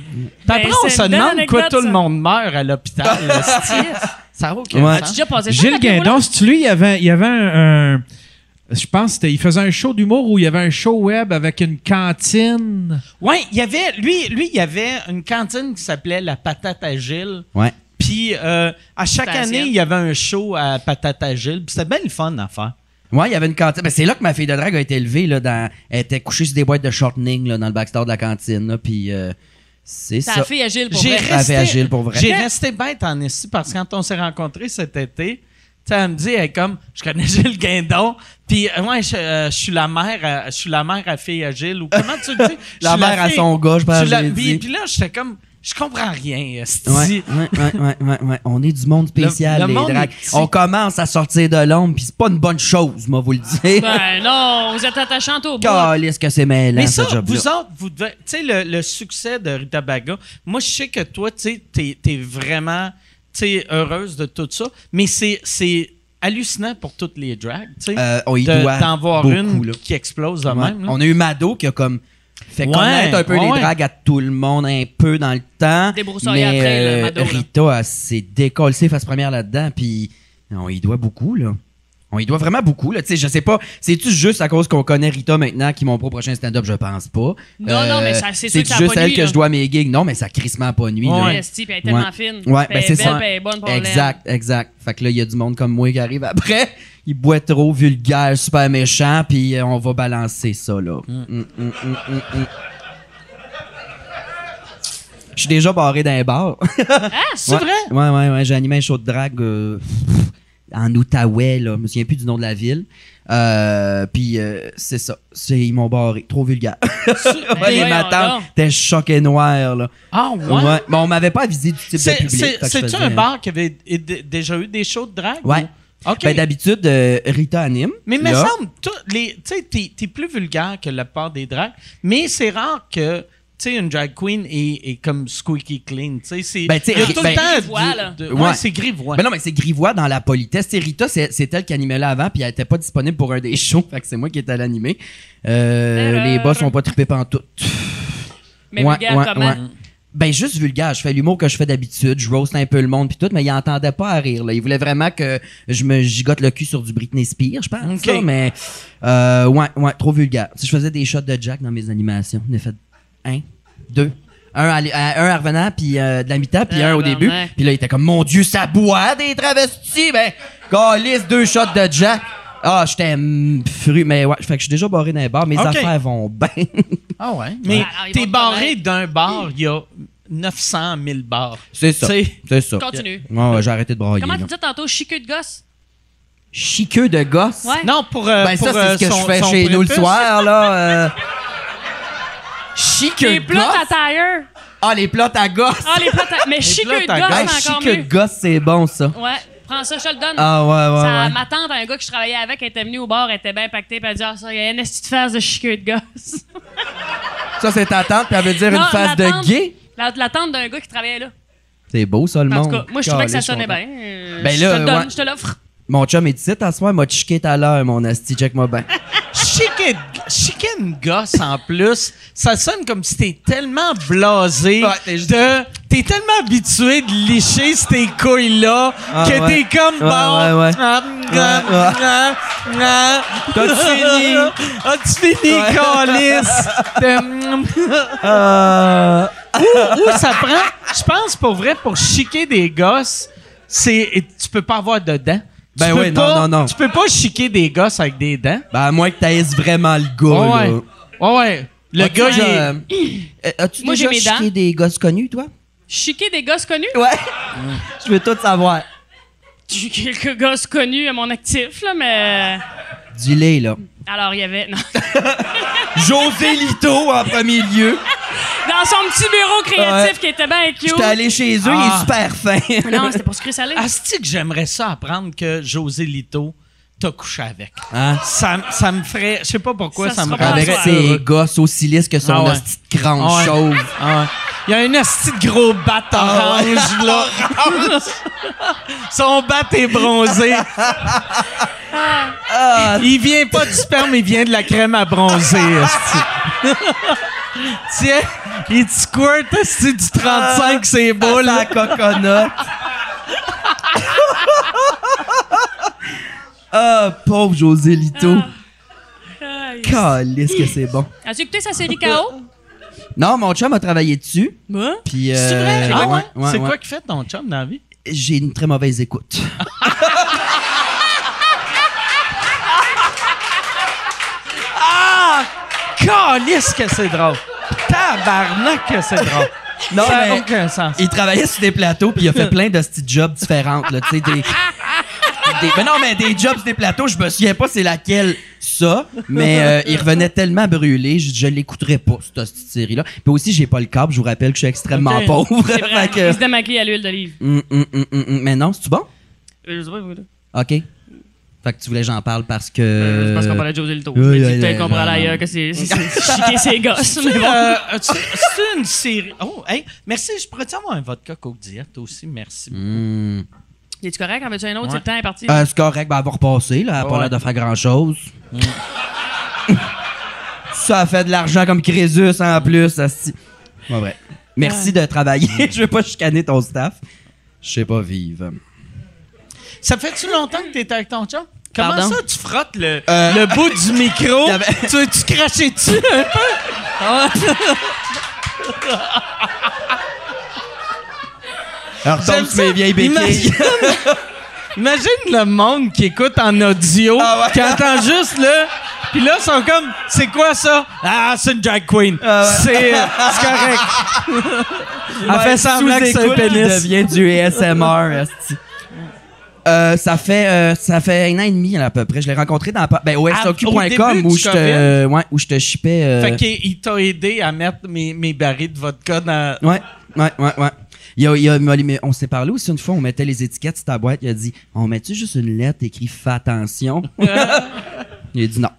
Speaker 6: Ben,
Speaker 1: après, on
Speaker 6: c'est
Speaker 1: se
Speaker 6: une
Speaker 1: demande
Speaker 6: belle
Speaker 1: pourquoi
Speaker 6: anecdote,
Speaker 1: tout le
Speaker 6: ça.
Speaker 1: monde meurt à l'hôpital. esti.
Speaker 6: [laughs]
Speaker 1: ça n'a aucun
Speaker 5: Ouais.
Speaker 6: J'ai
Speaker 1: sens.
Speaker 6: déjà passé ça,
Speaker 4: Gilles
Speaker 6: le tapis roulant?
Speaker 4: Guindon, c'est lui, il y avait, il y avait un, un- je pense, que c'était- il faisait un show d'humour où il y avait un show web avec une cantine.
Speaker 1: Ouais, il y avait, lui, lui, il y avait une cantine qui s'appelait la Patate à Gilles.
Speaker 5: Ouais.
Speaker 1: Puis euh, à chaque
Speaker 6: C'était
Speaker 1: année,
Speaker 6: ancien.
Speaker 1: il y avait un show à Patate à Gilles. Puis c'était bien le fun à faire.
Speaker 5: Ouais, il y avait une cantine. Ben, c'est là que ma fille de drague a été élevée, là. Dans... Elle était couchée sur des boîtes de shortening, là, dans le backstore de la cantine, là. Puis, euh, c'est
Speaker 6: Ça a
Speaker 5: ça.
Speaker 6: fait à Gilles pour
Speaker 1: J'ai
Speaker 6: vrai.
Speaker 5: Ça a
Speaker 1: resté,
Speaker 5: fait à Gilles, pour vrai.
Speaker 1: J'ai resté bête en ici parce que quand on s'est rencontrés cet été, tu sais, elle me dit, elle est comme, je connais Gilles Guindon, puis euh, ouais, je, euh, je suis la mère, à, je suis la mère à fille à Gilles, ou comment tu
Speaker 5: [laughs]
Speaker 1: le dis?
Speaker 5: La
Speaker 1: Je suis
Speaker 5: mère à
Speaker 1: fille-
Speaker 5: son gars, je pense
Speaker 1: suis
Speaker 5: que
Speaker 1: la-
Speaker 5: j'ai dit.
Speaker 1: Puis, puis là, j'étais comme, je comprends rien, esti.
Speaker 5: Ouais, ouais, ouais, ouais, ouais, ouais. On est du monde spécial,
Speaker 1: Le- le
Speaker 5: les
Speaker 1: monde
Speaker 5: dragues.
Speaker 1: est petit.
Speaker 5: On commence à sortir de l'ombre, puis c'est pas une bonne chose, moi, vous le
Speaker 6: [laughs]
Speaker 5: dire.
Speaker 6: Ben non, vous êtes attachant au bout.
Speaker 5: Calisse que c'est mêlant,
Speaker 1: Mais
Speaker 5: ce
Speaker 1: ça,
Speaker 5: job-là.
Speaker 1: vous autres, vous devez. Tu sais, le, le succès de Rita Baga, moi, je sais que toi, tu sais, t'es, t'es vraiment tu sais, heureuse de tout ça, mais c'est, c'est hallucinant pour toutes les drags, tu sais.
Speaker 5: Euh, on y
Speaker 1: de-
Speaker 5: doit
Speaker 1: d'en voir
Speaker 5: beaucoup,
Speaker 1: une
Speaker 5: là.
Speaker 1: qui explose de
Speaker 5: Ouais.
Speaker 1: même. là.
Speaker 5: On a eu Mado qui a comme fait
Speaker 1: Ouais,
Speaker 5: connaître un peu
Speaker 1: ouais,
Speaker 5: les
Speaker 1: ouais.
Speaker 5: dragues à tout le monde un peu dans le temps.
Speaker 6: Débroussaillé
Speaker 5: Mais
Speaker 6: après, là,
Speaker 5: euh,
Speaker 6: Mado, là.
Speaker 5: Rita elle s'est décollée face première là-dedans, puis on y doit beaucoup, là. On y doit vraiment beaucoup, là. Tu sais, je sais pas, c'est-tu juste à cause qu'on connaît Rita maintenant qui mon prochain stand-up? Je pense pas. Euh,
Speaker 6: Non, non, mais ça- c'est sûr que ça a
Speaker 5: juste
Speaker 6: pas
Speaker 5: elle
Speaker 6: nuit,
Speaker 5: que
Speaker 6: là.
Speaker 5: je dois mes gigs. Non, mais ça crissement pas nuit, là.
Speaker 6: Ouais. Esti, puis elle est tellement
Speaker 5: Ouais.
Speaker 6: fine.
Speaker 5: Ouais,
Speaker 6: Puis elle
Speaker 5: ben
Speaker 6: est
Speaker 5: c'est
Speaker 6: belle,
Speaker 5: ça.
Speaker 6: puis elle est bonne pour l'aime.
Speaker 5: exact, exact. Fait que là, il y a du monde comme moi qui arrive après. [laughs] Il boit trop, vulgaire, super méchant, puis euh, on va balancer ça, là. Mm, mm, mm, mm, mm. Je suis déjà barré d'un bar. [laughs]
Speaker 6: Hein?
Speaker 1: C'est
Speaker 5: Ouais.
Speaker 1: vrai?
Speaker 5: Ouais, ouais, ouais. J'ai animé un show de drague euh, pff, en Outaouais, là. Je me souviens plus du nom de la ville. Euh, puis euh, c'est ça. C'est- Ils m'ont barré. Trop vulgaire. [laughs]
Speaker 6: Ben
Speaker 5: les
Speaker 6: voyons
Speaker 5: matins,
Speaker 6: donc.
Speaker 5: t'es choqué noir, là.
Speaker 1: Ah, ouais.
Speaker 5: Ouais. Mais on m'avait pas avisé du type de
Speaker 1: C'est,
Speaker 5: public. fait que je
Speaker 1: tu
Speaker 5: faisais-
Speaker 1: un bar qui avait é- d- déjà eu des shows de drague?
Speaker 5: Ouais.
Speaker 1: ou- OK.
Speaker 5: Ben, d'habitude, euh, Rita anime.
Speaker 1: mais me
Speaker 5: là.
Speaker 1: semble, tout les- tu sais, t'es, t'es plus vulgaire que la part des drags, mais c'est rare que, tu sais, une drag queen est, est comme squeaky clean, tu sais, c'est...
Speaker 5: Ben, tu sais,
Speaker 1: il y a
Speaker 5: Ri-
Speaker 1: tout
Speaker 5: ben-
Speaker 1: le temps...
Speaker 6: Grivois,
Speaker 1: du-
Speaker 6: là.
Speaker 1: de-
Speaker 5: Ouais.
Speaker 1: ouais, c'est grivois.
Speaker 5: Ben non, mais c'est grivois dans la politesse. Tu sais, Rita, c'est c'est elle qui animait là avant, puis elle était pas disponible pour un des shows. Fait que c'est moi qui étais à l'animer. Euh,
Speaker 6: Erreur.
Speaker 5: les boss sont pas trippés pantoute.
Speaker 6: Mais
Speaker 5: Ouais,
Speaker 6: vulgaire,
Speaker 5: ouais,
Speaker 6: comment?
Speaker 5: ouais. Ben, juste vulgaire. Je fais l'humour que je fais d'habitude. Je roast un peu le monde, puis tout, mais il entendait pas à rire, là. Il voulait vraiment que je me gigote le cul sur du Britney Spears, je pense.
Speaker 1: Ok.
Speaker 5: là, mais, euh, ouais, ouais, trop vulgaire. Si je faisais des shots de Jack dans mes animations, j'en ai fait un, deux. Un à, à- un à revenant, puis euh, de la mi-temps, puis
Speaker 6: Ah,
Speaker 5: un au
Speaker 6: ben
Speaker 5: début.
Speaker 6: ouais.
Speaker 5: Puis là, il était comme, mon Dieu, ça boit des travestis! Ben, calisse, deux shots de Jack. Ah, j'étais mm, fru, mais ouais, fait que je suis déjà barré dans les bars. Mes
Speaker 1: Ok.
Speaker 5: affaires vont bien. [laughs]
Speaker 1: Ah ouais? Mais
Speaker 6: Ah, alors, ils
Speaker 1: t'es
Speaker 6: vont te
Speaker 1: barré d'un bar, il y a 900 000 bars.
Speaker 5: C'est ça.
Speaker 1: Tu sais,
Speaker 5: C'est ça.
Speaker 6: Continue.
Speaker 5: Ouais, ouais, j'ai arrêté de brailler.
Speaker 6: Comment
Speaker 5: là.
Speaker 6: tu dis tantôt, chiqueux de gosse?
Speaker 5: chiqueux de gosse.
Speaker 6: Ouais.
Speaker 1: Non, pour. euh,
Speaker 5: Ben
Speaker 1: pour,
Speaker 5: ça,
Speaker 1: euh,
Speaker 5: c'est ce que
Speaker 1: son-
Speaker 5: je fais
Speaker 1: son
Speaker 5: chez nous le
Speaker 1: prépuce.
Speaker 5: soir, là. euh. Chic
Speaker 6: Les plots à
Speaker 5: gosse?
Speaker 6: tire.
Speaker 5: Ah, les plots à gosse!
Speaker 6: Ah, les plots à... Mais chic
Speaker 1: plots
Speaker 6: de
Speaker 1: à
Speaker 5: Hey,
Speaker 6: gosse, c'est encore
Speaker 5: chic
Speaker 6: mieux.
Speaker 5: gosse, c'est bon, ça.
Speaker 6: Ouais, prends ça, je te le donne.
Speaker 5: Ah, ouais, ouais,
Speaker 6: Ça-
Speaker 5: ouais.
Speaker 6: Ma tante, un gars que je travaillais avec, elle était venue au bar, elle était bien pactée, puis elle a dit Ah, ça, il y a une petite phase de chiqueux de gosse.
Speaker 5: Ça, c'est ta tante, puis elle veut dire une
Speaker 6: Non,
Speaker 5: face
Speaker 6: la
Speaker 5: de
Speaker 6: tante-
Speaker 5: gay.
Speaker 6: La, la tante d'un gars qui travaillait là.
Speaker 5: C'est beau, ça, le
Speaker 6: En tout
Speaker 5: monde.
Speaker 6: cas, moi, je trouvais que ça
Speaker 5: Calé,
Speaker 6: sonnait
Speaker 5: suis content.
Speaker 6: bien. Euh,
Speaker 5: Ben
Speaker 6: je
Speaker 5: là,
Speaker 6: te le donne,
Speaker 5: ouais.
Speaker 6: je te l'offre.
Speaker 5: Mon chum est ici, à soir, il m'a chiqué tout à l'heure, mon asti, check-moi bien.
Speaker 1: Chicken, chicken gosse en plus, ça sonne comme si t'es tellement blasé
Speaker 5: Ouais, t'es juste-
Speaker 1: de. T'es tellement habitué de licher ces couilles-là
Speaker 5: Ah,
Speaker 1: que
Speaker 5: ouais.
Speaker 1: t'es comme
Speaker 5: Ouais,
Speaker 1: bon.
Speaker 5: ouais, ouais.
Speaker 1: Ah, ah,
Speaker 5: ouais.
Speaker 1: ah, ah.
Speaker 5: T'as-tu fini?
Speaker 1: As-tu fini,
Speaker 5: Ouais. [laughs]
Speaker 1: câlisse? De-
Speaker 5: Euh...
Speaker 1: Ou ça prend. Je pense pour vrai, pour chiquer des gosses, c'est. et Tu peux pas avoir de dents. Tu
Speaker 5: Ben
Speaker 1: peux
Speaker 5: oui, non,
Speaker 1: pas-
Speaker 5: non, non.
Speaker 1: Tu peux pas chiquer des gosses avec des dents.
Speaker 5: Ben, à moins que t'aïsses vraiment le gars,
Speaker 1: Ouais,
Speaker 5: là.
Speaker 1: ouais. Ouais, ouais. Le
Speaker 5: As-tu
Speaker 1: gars, il est-
Speaker 5: déjà- Euh, As-tu
Speaker 6: Moi,
Speaker 5: déjà
Speaker 6: j'ai mes
Speaker 5: chiqué
Speaker 6: dents.
Speaker 5: des gosses connus, toi?
Speaker 6: Chiquer des gosses connus?
Speaker 5: Ouais. Je veux tout savoir.
Speaker 6: J'ai quelques gosses connus à mon actif, là, mais. euh,
Speaker 5: Dis-les, là.
Speaker 6: Alors, il y avait. non. [laughs]
Speaker 5: José Lito, en premier lieu.
Speaker 6: Dans son petit bureau créatif qui était bien
Speaker 5: J'étais
Speaker 6: cute.
Speaker 5: allé chez eux,
Speaker 1: Ah.
Speaker 5: il est super fin.
Speaker 6: Non, c'était pour se salé.
Speaker 1: Asti que j'aimerais ça apprendre que José Lito t'a couché avec.
Speaker 5: [laughs] Hein?
Speaker 1: Ça, m- ça me ferait... Je sais pas pourquoi
Speaker 6: Ça
Speaker 1: ça, me
Speaker 6: sera pas
Speaker 1: rendrait
Speaker 5: Avec
Speaker 6: François.
Speaker 5: ses
Speaker 1: Ah, ben, heureux.
Speaker 5: gosses aussi lisses que son
Speaker 1: Ah ouais.
Speaker 5: asti de grande
Speaker 1: Ah ouais.
Speaker 5: chauve.
Speaker 1: Ah ouais. Il y a un asti de gros bat
Speaker 5: Ah ouais.
Speaker 1: orange, là. [laughs] Son bat est bronzé. Il vient pas du sperme, il vient de la crème à bronzer, [laughs] asti. Tiens, il te squirt, asti, du 35, c'est beau, là.
Speaker 5: [laughs] la coconut. Ah, pauvre José Lito. Ah, Calisse que c'est bon.
Speaker 6: As-tu écouté sa série
Speaker 5: Euh,
Speaker 6: KO?
Speaker 5: Non, mon chum a travaillé dessus.
Speaker 6: Moi?
Speaker 5: Puis, euh,
Speaker 1: C'est vrai? Ah ouais?
Speaker 5: ouais,
Speaker 1: c'est
Speaker 5: ouais.
Speaker 1: quoi qui fait ton chum dans la vie?
Speaker 5: J'ai une très mauvaise écoute.
Speaker 1: Calisse Ah, que c'est drôle! Tabarnak que c'est [laughs] drôle!
Speaker 5: Non,
Speaker 1: ça n'a
Speaker 5: mais-
Speaker 1: aucun sens.
Speaker 5: Il travaillait sur des plateaux, puis il a fait plein de petits jobs différentes, là, tu sais, des... des- mais non, mais des jobs, sur des plateaux, je me souviens pas c'est laquelle, ça, mais euh, il revenait tellement brûlé, je, je l'écouterais pas, cette, petite série-là. Puis aussi, j'ai pas le câble, je vous rappelle que je suis extrêmement
Speaker 1: Ok.
Speaker 5: pauvre.
Speaker 6: C'est vrai.
Speaker 5: [laughs] fait que-
Speaker 6: Il se démaquille à l'huile d'olive.
Speaker 5: Hum, hum, hum, hum, hum. Mais non, c'est-tu bon?
Speaker 6: Euh, Je sais pas, vous, là.
Speaker 5: OK. Fait que tu voulais que j'en parle parce que...
Speaker 6: Euh, C'est parce qu'on parlait de José Lito.
Speaker 5: oui,
Speaker 6: Je me dis
Speaker 5: oui,
Speaker 6: que
Speaker 5: oui,
Speaker 6: t'as compris
Speaker 5: oui,
Speaker 6: ailleurs
Speaker 5: oui.
Speaker 6: que c'est
Speaker 5: [laughs]
Speaker 6: c'est- c'est chiquer ses gosses. Mais
Speaker 1: C'est
Speaker 6: bon.
Speaker 1: euh, as-tu- c'est une série. Oh, hey, merci. Je pourrais avoir un vodka Coke Diet aussi. Merci.
Speaker 5: Hum.
Speaker 6: Es-tu correct? En veux-tu un autre?
Speaker 1: Ouais.
Speaker 6: C'est le temps est parti.
Speaker 5: Euh, c'est correct, ben, elle va repasser, là. Elle a pas
Speaker 1: Ouais.
Speaker 5: l'air de faire grand-chose. [laughs] ça a fait de l'argent comme Crésus, en plus. ça se- Ouais, ouais. Merci de travailler. [laughs] Je veux pas chicaner ton staff. Je sais pas vivre.
Speaker 1: Ça fait-tu longtemps que t'étais avec ton chum? Comment
Speaker 6: Pardon?
Speaker 1: ça, tu frottes le,
Speaker 5: Euh,
Speaker 1: le bout du
Speaker 5: [laughs]
Speaker 1: micro?
Speaker 5: y avait-
Speaker 1: tu, tu crachais-tu
Speaker 5: [laughs]
Speaker 1: un peu?
Speaker 5: Alors,
Speaker 1: J'aime
Speaker 5: tombe sur mes
Speaker 1: ça.
Speaker 5: vieilles béquilles. [laughs]
Speaker 1: Imagine, imagine le monde qui écoute en audio,
Speaker 5: Ah ouais.
Speaker 1: qui entend juste le. Puis là, ils sont comme, c'est quoi ça? Ah, c'est une drag queen.
Speaker 5: Ah ouais.
Speaker 1: C'est euh, c'est correct. Elle fait semblant que c'est un
Speaker 5: Ça
Speaker 1: pénis.
Speaker 5: devient du ASMR. esti. Euh, ça fait euh, ça fait un an et demi à peu près. Je l'ai rencontré dans pa- ben, au
Speaker 1: Ah, au début
Speaker 5: SOQ.com où
Speaker 1: du
Speaker 5: je te
Speaker 1: COVID.
Speaker 5: euh, ouais, où je te chipais. euh,
Speaker 1: Fait qu'il il t'a aidé à mettre mes, mes barils de vodka dans.
Speaker 5: Ouais, ouais, ouais, ouais. Il y a, il y a- mais- mais on s'est parlé aussi une fois, on mettait les étiquettes sur ta boîte. Il a dit On met-tu juste une lettre écrit
Speaker 1: [laughs]
Speaker 5: Fais attention Il a dit Non.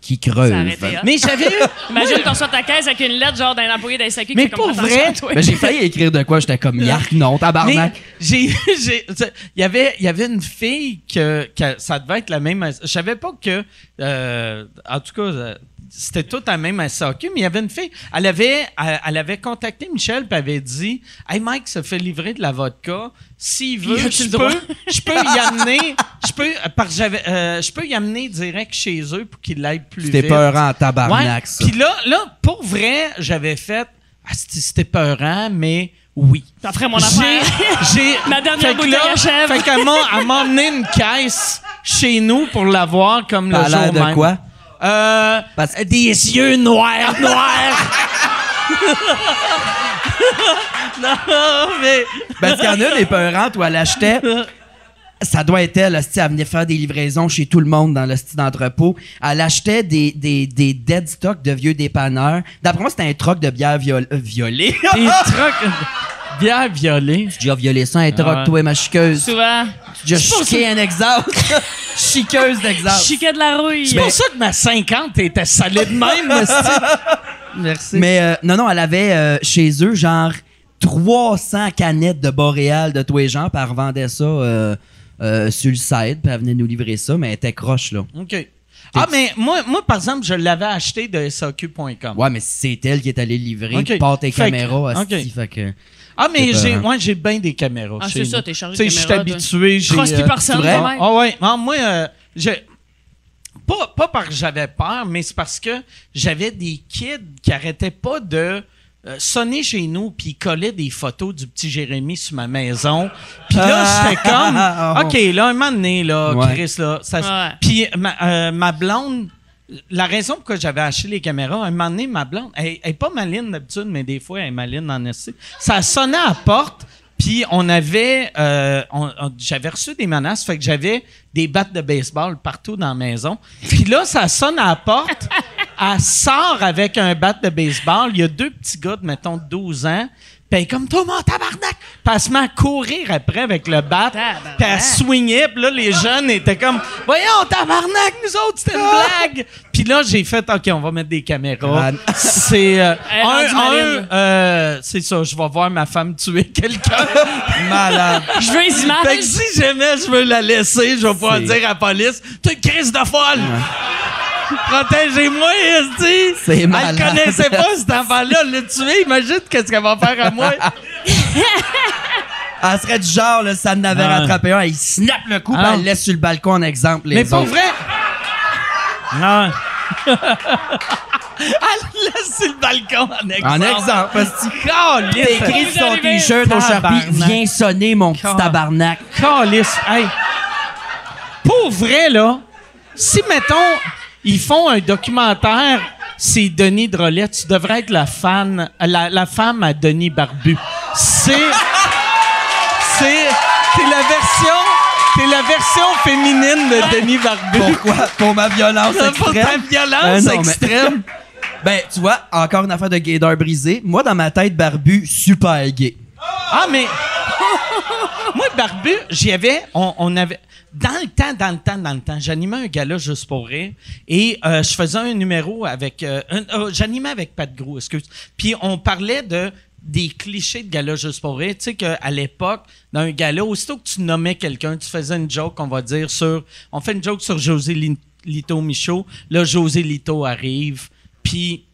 Speaker 5: Qui creuse.
Speaker 6: Ça a arrêté, hein?
Speaker 1: Mais j'avais
Speaker 6: [laughs]
Speaker 1: eu.
Speaker 6: Imagine, t'en reçois ta caisse avec une lettre, genre d'un employé d'un SAQ qui
Speaker 1: Mais
Speaker 6: fait comme,
Speaker 1: pour
Speaker 6: Attention
Speaker 1: vrai,
Speaker 6: à toi.
Speaker 5: Ben, j'ai failli écrire de quoi, j'étais comme Yark, non,
Speaker 1: Mais
Speaker 5: tabarnak.
Speaker 1: j'ai, [laughs] j'ai- il y avait, il y avait une fille que, que ça devait être la même. Je savais pas que, euh, en tout cas, euh, c'était tout la même SAQ, mais il y avait une fille. Elle avait, elle, elle avait contacté Michel puis avait dit, hey Mike se fait livrer de la vodka. S'il veut,
Speaker 6: Il a-tu
Speaker 1: je
Speaker 6: le droit?
Speaker 1: peux, je peux y amener, je peux, parce que j'avais, euh, je peux y amener direct chez eux pour qu'il aille plus
Speaker 5: C'était
Speaker 1: vite.
Speaker 5: peurant en
Speaker 1: Ouais.
Speaker 5: tabarnak, ça.
Speaker 1: Puis là, là, pour vrai, j'avais fait. Ah, c'était c'était peurant, mais oui.
Speaker 6: T'en ferais mon
Speaker 1: J'ai.
Speaker 6: affaire.
Speaker 1: j'ai
Speaker 6: [laughs] Ma dernière
Speaker 1: fait que
Speaker 6: bouteille
Speaker 1: là,
Speaker 6: achève.
Speaker 1: Fait qu'elle m'a elle m'a emmené une caisse chez nous pour l'avoir comme
Speaker 5: T'as
Speaker 1: le
Speaker 5: l'air
Speaker 1: jour
Speaker 5: de
Speaker 1: même.
Speaker 5: quoi?
Speaker 1: Euh,
Speaker 5: Parce-
Speaker 1: Des yeux noirs, noirs. non, mais.
Speaker 5: Parce qu'il y en a des peurantes où elle achetait. ça doit être elle, hostie, elle venait faire des livraisons chez tout le monde dans le style d'entrepôt. Elle achetait des, des, des dead stocks de vieux dépanneurs. D'après moi, c'était un troc de bière viol- euh, violée.
Speaker 1: Des trucs. Bière violée.
Speaker 5: J'ai déjà violé ça, un troc,
Speaker 1: ouais.
Speaker 5: toi, ma chiqueuse.
Speaker 6: Souvent.
Speaker 5: J'ai
Speaker 1: Je pense
Speaker 5: chiqué un exhaust. [laughs] chiqueuse d'exhaust.
Speaker 6: Chiquet de la rouille.
Speaker 1: C'est pour ça que ma 50 était solide
Speaker 5: [laughs]
Speaker 1: même, esti. Merci.
Speaker 5: Mais euh, non, non, elle avait euh, chez eux, genre, 300 canettes de Boréal de tous les genres, puis elle revendait ça euh, euh, sur le site, puis elle venait nous livrer ça, mais elle était croche, là.
Speaker 1: OK. Ah, mais moi, moi, par exemple, je l'avais acheté de SAQ.com.
Speaker 5: Ouais, mais c'est elle qui est allée livrer.
Speaker 1: Ok.
Speaker 5: Part tes
Speaker 1: Fait que-
Speaker 5: caméras, hostie,
Speaker 1: ok.
Speaker 5: fait que...
Speaker 1: Ah, mais
Speaker 5: C'est
Speaker 1: j'ai
Speaker 5: pas-
Speaker 1: ouais, j'ai bien des caméras.
Speaker 6: Ah,
Speaker 1: chez
Speaker 6: c'est ça,
Speaker 1: nous.
Speaker 6: t'es chargé
Speaker 1: Tu sais,
Speaker 6: de
Speaker 1: je suis
Speaker 6: caméras, toi.
Speaker 1: habitué. j'ai,
Speaker 6: Crosse plus
Speaker 1: euh,
Speaker 6: personne,
Speaker 5: vrai?
Speaker 6: quand
Speaker 1: Ah
Speaker 6: même.
Speaker 1: ah ouais, Ah, moi, euh, j'ai- pas, pas parce que j'avais peur, mais c'est parce que j'avais des kids qui arrêtaient pas de euh, sonner chez nous puis ils collaient des photos du petit Jérémy sur ma maison. Puis là,
Speaker 5: Ah!
Speaker 1: j'étais comme,
Speaker 5: Ah,
Speaker 1: OK, là, un moment donné, là,
Speaker 5: Ouais.
Speaker 1: Chris, là, ça... se-
Speaker 6: Ouais.
Speaker 1: Puis ma, euh, ma blonde... La raison pourquoi j'avais acheté les caméras, un moment donné, ma blonde, elle, elle est pas maline d'habitude, mais des fois, elle est maline en esti. Ça sonnait à la porte, puis on avait... euh, on- on- j'avais reçu des menaces, fait que j'avais des battes de baseball partout dans la maison. Puis là, ça sonne à la
Speaker 6: [laughs]
Speaker 1: porte. Elle sort avec un bat de baseball. Il y a deux petits gars de, mettons, 12 ans. Puis elle est comme, tout mon tabarnak! Puis elle se met à courir après avec le bat.
Speaker 6: Tabarnak.
Speaker 1: Puis elle swingait. Puis là, les jeunes étaient comme, voyons, tabarnak, nous autres, c'était une blague! Puis là, j'ai fait, OK, on va mettre des caméras.
Speaker 5: Man.
Speaker 1: C'est... euh,
Speaker 6: Elle est
Speaker 1: un,
Speaker 6: rendue maline.
Speaker 1: un, euh, c'est ça, je vais voir ma femme tuer quelqu'un. Malade.
Speaker 6: Je veux les
Speaker 1: Fait que
Speaker 6: images.
Speaker 1: si jamais je veux la laisser, je vais pouvoir dire à la police T'es une crise de folle Protégez-moi, Esti
Speaker 5: C'est malade.
Speaker 1: Elle connaissait pas cet enfant-là, le tuer, imagine qu'est-ce qu'elle va faire à moi.
Speaker 5: Elle serait du genre, là, ça n'avait
Speaker 1: Ah.
Speaker 5: rattrapé un, elle snap le coup,
Speaker 1: Ah.
Speaker 5: puis elle laisse sur le balcon en exemple les
Speaker 1: Mais pour
Speaker 5: autres.
Speaker 1: vrai. [laughs] Non. Elle laisse sur le balcon en exemple.
Speaker 5: En exemple, parce que
Speaker 1: Calice.
Speaker 5: t'as écrit sur ton
Speaker 6: arrivé.
Speaker 5: t-shirt au
Speaker 1: [laughs]
Speaker 5: Sharpie,
Speaker 1: Tabarnak.
Speaker 5: viens sonner mon petit tabarnak.
Speaker 1: Calice. Hey. Pour vrai, là, si, mettons, ils font un documentaire, c'est Denis Drolet, tu devrais être la, fan, la, la femme à Denis Barbu. C'est. C'est. T'es la version. T'es la version féminine de Denis Barbu.
Speaker 5: Pourquoi? Pour ma violence
Speaker 1: Pour ta
Speaker 5: extrême.
Speaker 1: violence
Speaker 5: Ben non, mais-
Speaker 1: Ah, extrême.
Speaker 5: [laughs] Ben, tu vois, encore une affaire de gaydar brisé. Moi, dans ma tête, barbu, super gay.
Speaker 1: [laughs] Ah, mais. [laughs] Moi, Barbu, j'y avais. On, on avait. Dans le temps, dans le temps, dans le temps, j'animais un gala juste pour rire et euh, je faisais un numéro avec. euh, un- euh, j'animais avec Pat Grou, excuse. Puis on parlait de des clichés de gala juste pour rire. Tu sais qu'à l'époque, dans un gala, aussitôt que tu nommais quelqu'un, tu faisais une joke, on va dire, sur. On fait une joke sur José Lin- Lito Michaud. Là, José Lito arrive. Puis.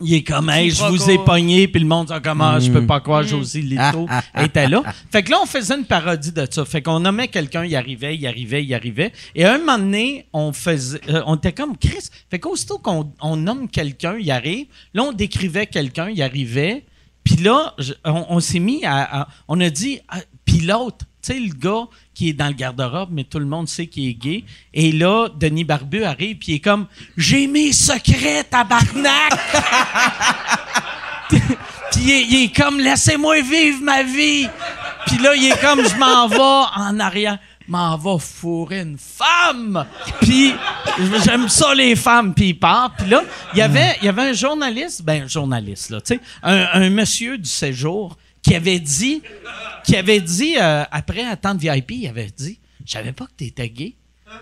Speaker 1: Il est comme, hey, je vous ai
Speaker 6: Quiproquo.
Speaker 1: pogné, puis le monde dit, comment, je peux pas croire, José Lito était là. Fait que là, on faisait une parodie de ça. Fait qu'on nommait quelqu'un, il arrivait, il arrivait, il arrivait. Et à un moment donné, on faisait, euh, on était comme Chris. Fait qu'aussitôt qu'on on nomme quelqu'un, il arrive. Là, on décrivait quelqu'un, il arrivait. Puis là, je- on, on s'est mis à, à- On a dit, ah, puis l'autre, tu sais, le gars qui est dans le garde-robe, mais tout le monde sait qu'il est gay. Et là, Denis Barbu arrive, puis il est comme J'ai mes secrets, tabarnak! Puis il est, il est comme laissez-moi vivre ma vie. Puis là il est comme je m'en vais en arrière, m'en vais fourrer une femme. Puis j'aime ça les femmes. Puis il part. Puis là il y avait il y avait un journaliste, ben un journaliste là, tu sais, un, un monsieur du séjour qui avait dit qui avait dit euh, après attendre VIP, il avait dit je savais pas que t'étais gay.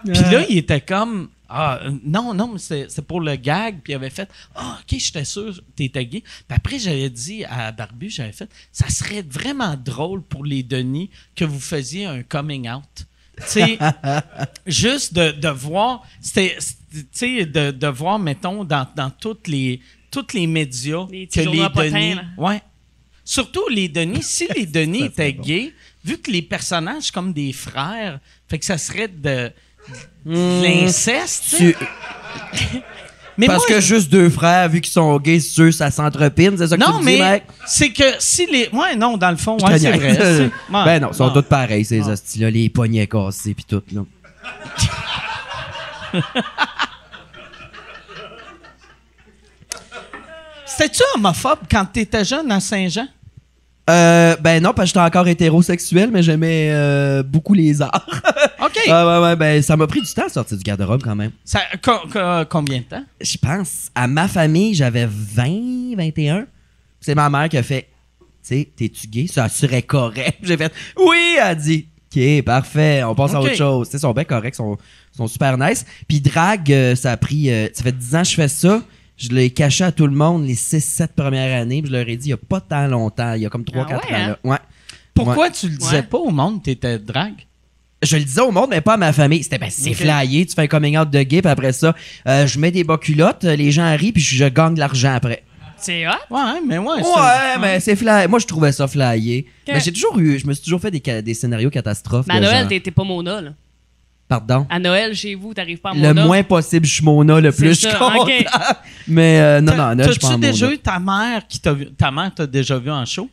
Speaker 1: Puis là, il était comme Ah, euh, non, non, mais c'est c'est pour le gag. Puis il avait fait Ah, ok, j'étais sûr, que t'étais gay. Puis après, j'avais dit à Barbu, j'avais fait Ça serait vraiment drôle pour les Denis que vous faisiez un coming out. Tu sais, juste de, de voir, c'était, c'était- tu sais, de, de voir, mettons, dans, dans toutes les, toutes les médias
Speaker 6: Les petits
Speaker 1: que
Speaker 6: journaux
Speaker 1: les
Speaker 6: à potins,
Speaker 1: Denis.
Speaker 6: là.
Speaker 1: ouais. Surtout les Denis, si
Speaker 5: [laughs]
Speaker 1: les Denis étaient gays, vu que les personnages comme des frères, fait que ça serait de, de l'inceste. tu sais.
Speaker 5: Hmm. Tu-
Speaker 1: Mais
Speaker 5: Parce
Speaker 1: moi,
Speaker 5: que juste deux frères, vu qu'ils sont gays, c'est sûr, ça s'entrepine, c'est ça que tu
Speaker 1: non,
Speaker 5: me dis,
Speaker 1: mais
Speaker 5: mec?
Speaker 1: c'est que si les. Ouais, non, dans le fond, ouais,
Speaker 5: Je te
Speaker 1: c'est
Speaker 5: niaise. [laughs]
Speaker 1: vrai. c'est-
Speaker 5: ben non, ils sont
Speaker 1: non.
Speaker 5: tous pareils, ces hosties-là, les poignets cassés pis tout, là.
Speaker 1: C'était-tu homophobe quand t'étais jeune à Saint-Jean?
Speaker 5: Euh, ben non, parce que j'étais encore hétérosexuel, mais j'aimais euh, beaucoup les arts.
Speaker 1: OK.
Speaker 5: Ah, [laughs] ouais, ouais, ben ça m'a pris du temps à sortir du garde-robe quand même.
Speaker 1: Ça, co- co- combien de temps?
Speaker 5: Je pense, à ma famille, j'avais 20, 21. C'est ma mère qui a fait, tu sais, t'es-tu gay? Ça serait correct. [laughs] J'ai fait, oui, elle a dit. OK, parfait, on passe à
Speaker 1: Ok.
Speaker 5: autre chose. Tu sais, Ils sont bien corrects, ils sont, ils sont super nice. Puis drague, euh, ça a pris, euh, ça fait 10 ans que je fais ça. Je l'ai caché à tout le monde les 6-7 premières années. Puis je leur ai dit, il n'y a pas tant longtemps, il y a comme 3-4
Speaker 6: ouais,
Speaker 5: ans.
Speaker 6: hein?
Speaker 5: là. Ouais.
Speaker 1: Pourquoi tu le disais
Speaker 6: Ouais.
Speaker 1: pas au monde que t'étais drague?
Speaker 5: je le disais au monde, mais pas à ma famille. C'était, ben, c'est flyé, tu fais un coming out de gay, puis après ça, euh, je mets des bas culottes, euh, les gens rient, puis je, je gagne de l'argent après.
Speaker 6: C'est hot.
Speaker 1: Ouais, mais ouais.
Speaker 5: Ouais,
Speaker 1: c'est-
Speaker 5: mais c'est flyé. Moi, je trouvais ça flyé. Mais j'ai toujours eu, je me suis toujours fait des, ca- des scénarios catastrophes.
Speaker 6: Mais à
Speaker 5: de
Speaker 6: Ben, Noël,
Speaker 5: genre-
Speaker 6: t'es t'es pas Mona, là.
Speaker 5: Pardon.
Speaker 6: À Noël, chez vous, t'arrives pas à Mona.
Speaker 5: Le moins possible, je suis Mona, le
Speaker 6: C'est
Speaker 5: plus je
Speaker 6: ça,
Speaker 5: suis content.
Speaker 6: ok.
Speaker 5: [laughs] Mais euh, non, non,
Speaker 1: T'as-
Speaker 5: non, je suis pas en
Speaker 1: T'as-tu déjà
Speaker 5: Mona.
Speaker 1: eu ta mère qui t'a vu, ta mère t'a déjà vu en show?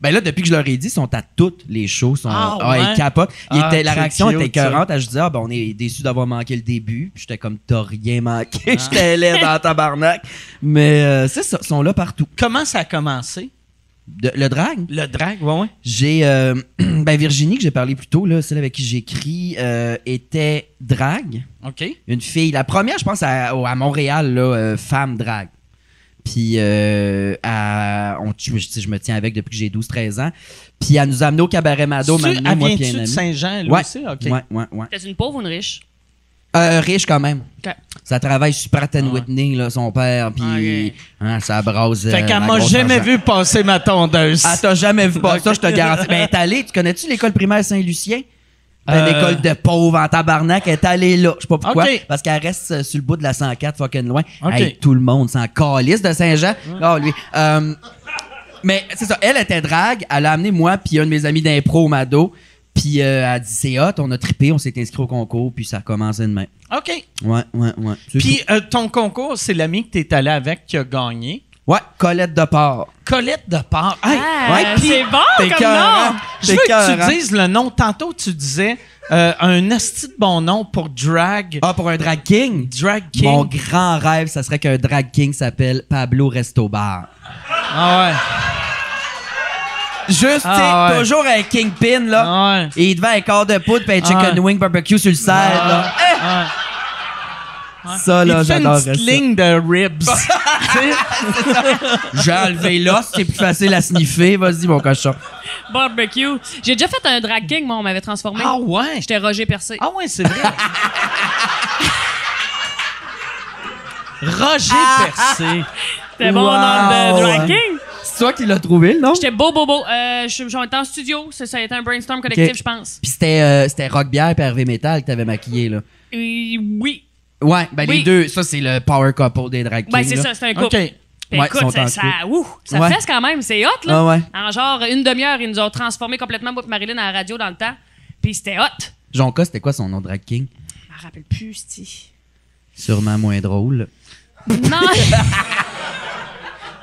Speaker 5: Ben là, depuis que je leur ai dit, ils sont à toutes les shows. Sont,
Speaker 1: Ah, ouais?
Speaker 5: ils capotent. Ils
Speaker 1: Ah,
Speaker 5: étaient- la
Speaker 1: c'est
Speaker 5: réaction
Speaker 1: cute,
Speaker 5: était
Speaker 1: ça.
Speaker 5: écœurante. Je disais, ah, ben, on est déçus d'avoir manqué le début. Puis j'étais comme, t'as rien manqué.
Speaker 6: Ah.
Speaker 5: [laughs] j'étais laid dans tabarnak. Mais euh, c'est ça, ils sont là partout.
Speaker 1: Comment ça a commencé?
Speaker 5: De- le drag,
Speaker 1: Le drag, ouais, ouais.
Speaker 5: j'ai. euh, [clears throat] ben, Virginie, que j'ai parlé plus tôt, là, celle avec qui j'écris, euh, était drag.
Speaker 1: OK.
Speaker 5: Une fille. La première, je pense, à, au- à Montréal, là, euh, femme drague. Puis, euh, à- on, je, je- je me tiens avec depuis que j'ai 12-13 ans. Puis, elle nous a amené au cabaret Mado.
Speaker 1: Tu-
Speaker 5: maintenant,
Speaker 1: elle
Speaker 5: moi, puis
Speaker 1: vient-tu de
Speaker 5: un ami.
Speaker 1: Saint-Jean, lui
Speaker 5: ouais.
Speaker 1: aussi? OK.
Speaker 5: ouais, ouais, ouais.
Speaker 6: T'es une pauvre ou une riche?
Speaker 5: Euh, riche quand même.
Speaker 6: Ok.
Speaker 5: Ça travaille sur Pratt
Speaker 1: Ah
Speaker 5: and Whitney, là, son père, puis
Speaker 6: Ok.
Speaker 5: hein, ça brasse. euh,
Speaker 1: Fait
Speaker 5: la
Speaker 1: qu'elle m'a
Speaker 5: grosse
Speaker 1: jamais
Speaker 5: argent.
Speaker 1: vu passer ma tondeuse.
Speaker 5: Elle t'a Ah, jamais vu pas ça, je te garantis. Ben, elle est allée, tu connais-tu l'école primaire Saint-Lucien? Ben,
Speaker 1: Euh.
Speaker 5: L'école de pauvres en tabarnak, elle est allée là. Je sais pas pourquoi.
Speaker 1: Ok.
Speaker 5: Parce qu'elle reste euh, sur le bout de la 104 fucking loin.
Speaker 1: Ok.
Speaker 5: Hey, tout le monde s'en calisse de Saint-Jean. Non, lui. Euh, mais c'est ça, elle était drague. Elle a amené moi puis un de mes amis d'impro au Mado. Puis euh, elle a dit c'est hot, on a trippé, on s'est inscrit au concours, puis ça a commencé demain.
Speaker 1: OK.
Speaker 5: Ouais, ouais, ouais. C'est
Speaker 1: Puis euh, ton concours, c'est l'ami que t'es allé avec qui a gagné.
Speaker 5: tout. Ouais, Colette de Port.
Speaker 1: Colette de part.
Speaker 6: Ah,
Speaker 5: ouais, puis
Speaker 6: c'est bon
Speaker 5: t'es hein?
Speaker 6: comme
Speaker 5: cœurant.
Speaker 6: nom!
Speaker 1: Je
Speaker 5: C'est
Speaker 1: veux que
Speaker 5: cœurant.
Speaker 1: tu dises le nom. Tantôt, tu disais euh, un asti de bon nom pour drag.
Speaker 5: Ah, pour un drag king?
Speaker 1: Drag King.
Speaker 5: Mon grand rêve, ça serait qu'un drag king s'appelle Pablo Restobar.
Speaker 1: Ah ouais.
Speaker 5: Juste,
Speaker 1: Ah
Speaker 5: tu sais,
Speaker 1: ouais.
Speaker 5: toujours un kingpin, là.
Speaker 1: Ah ouais.
Speaker 5: Et il devait un quart de poudre puis un
Speaker 1: Ah
Speaker 5: chicken
Speaker 1: ouais.
Speaker 5: wing barbecue sur le sel, là. Ah.
Speaker 1: Ah ouais.
Speaker 5: Ça, là,
Speaker 1: Il fait une
Speaker 5: j'adorerais ça.
Speaker 1: petite ligne de
Speaker 5: [laughs]
Speaker 1: ribs.
Speaker 5: J'ai enlevé l'os, c'est plus facile à sniffer. Vas-y, mon cochon.
Speaker 6: Barbecue. J'ai déjà fait un drag king, moi, on m'avait transformé.
Speaker 1: ah ouais.
Speaker 6: J'étais Roger Percé.
Speaker 1: Ah ouais, c'est
Speaker 5: [laughs]
Speaker 1: vrai. Roger
Speaker 5: Ah,
Speaker 1: Percé.
Speaker 6: C'était bon nom
Speaker 5: Wow.
Speaker 6: de drag king.
Speaker 1: Oh.
Speaker 5: C'est toi qui l'as trouvé, le nom?
Speaker 6: J'étais beau, beau, beau. Euh, je- J'étais en studio. Ça, ça a été un brainstorm collectif,
Speaker 5: Ok.
Speaker 6: je pense.
Speaker 5: Puis c'était, euh, c'était Rockbière et Hervé Metal que t'avais maquillé, là.
Speaker 6: Et oui.
Speaker 5: Ouais, ben les
Speaker 6: Oui.
Speaker 5: deux, ça, c'est le power couple des drag kings.
Speaker 6: Ben, c'est
Speaker 5: là.
Speaker 6: ça, c'est un couple.
Speaker 1: OK.
Speaker 6: Ben,
Speaker 5: Ouais, ils
Speaker 6: écoute,
Speaker 5: sont
Speaker 6: ça,
Speaker 5: en
Speaker 6: ça,
Speaker 5: couple.
Speaker 6: ouh, ça
Speaker 5: Ouais.
Speaker 6: fesse quand même, c'est hot, là.
Speaker 5: Ah ouais.
Speaker 6: En genre une demi-heure, ils nous ont transformé complètement, moi et Marilyn, à la radio dans le temps. Puis c'était hot.
Speaker 5: Jonka, c'était quoi son nom de drag king?
Speaker 6: Je me rappelle plus, c'ti.
Speaker 5: Sûrement moins drôle. [laughs]
Speaker 6: Non,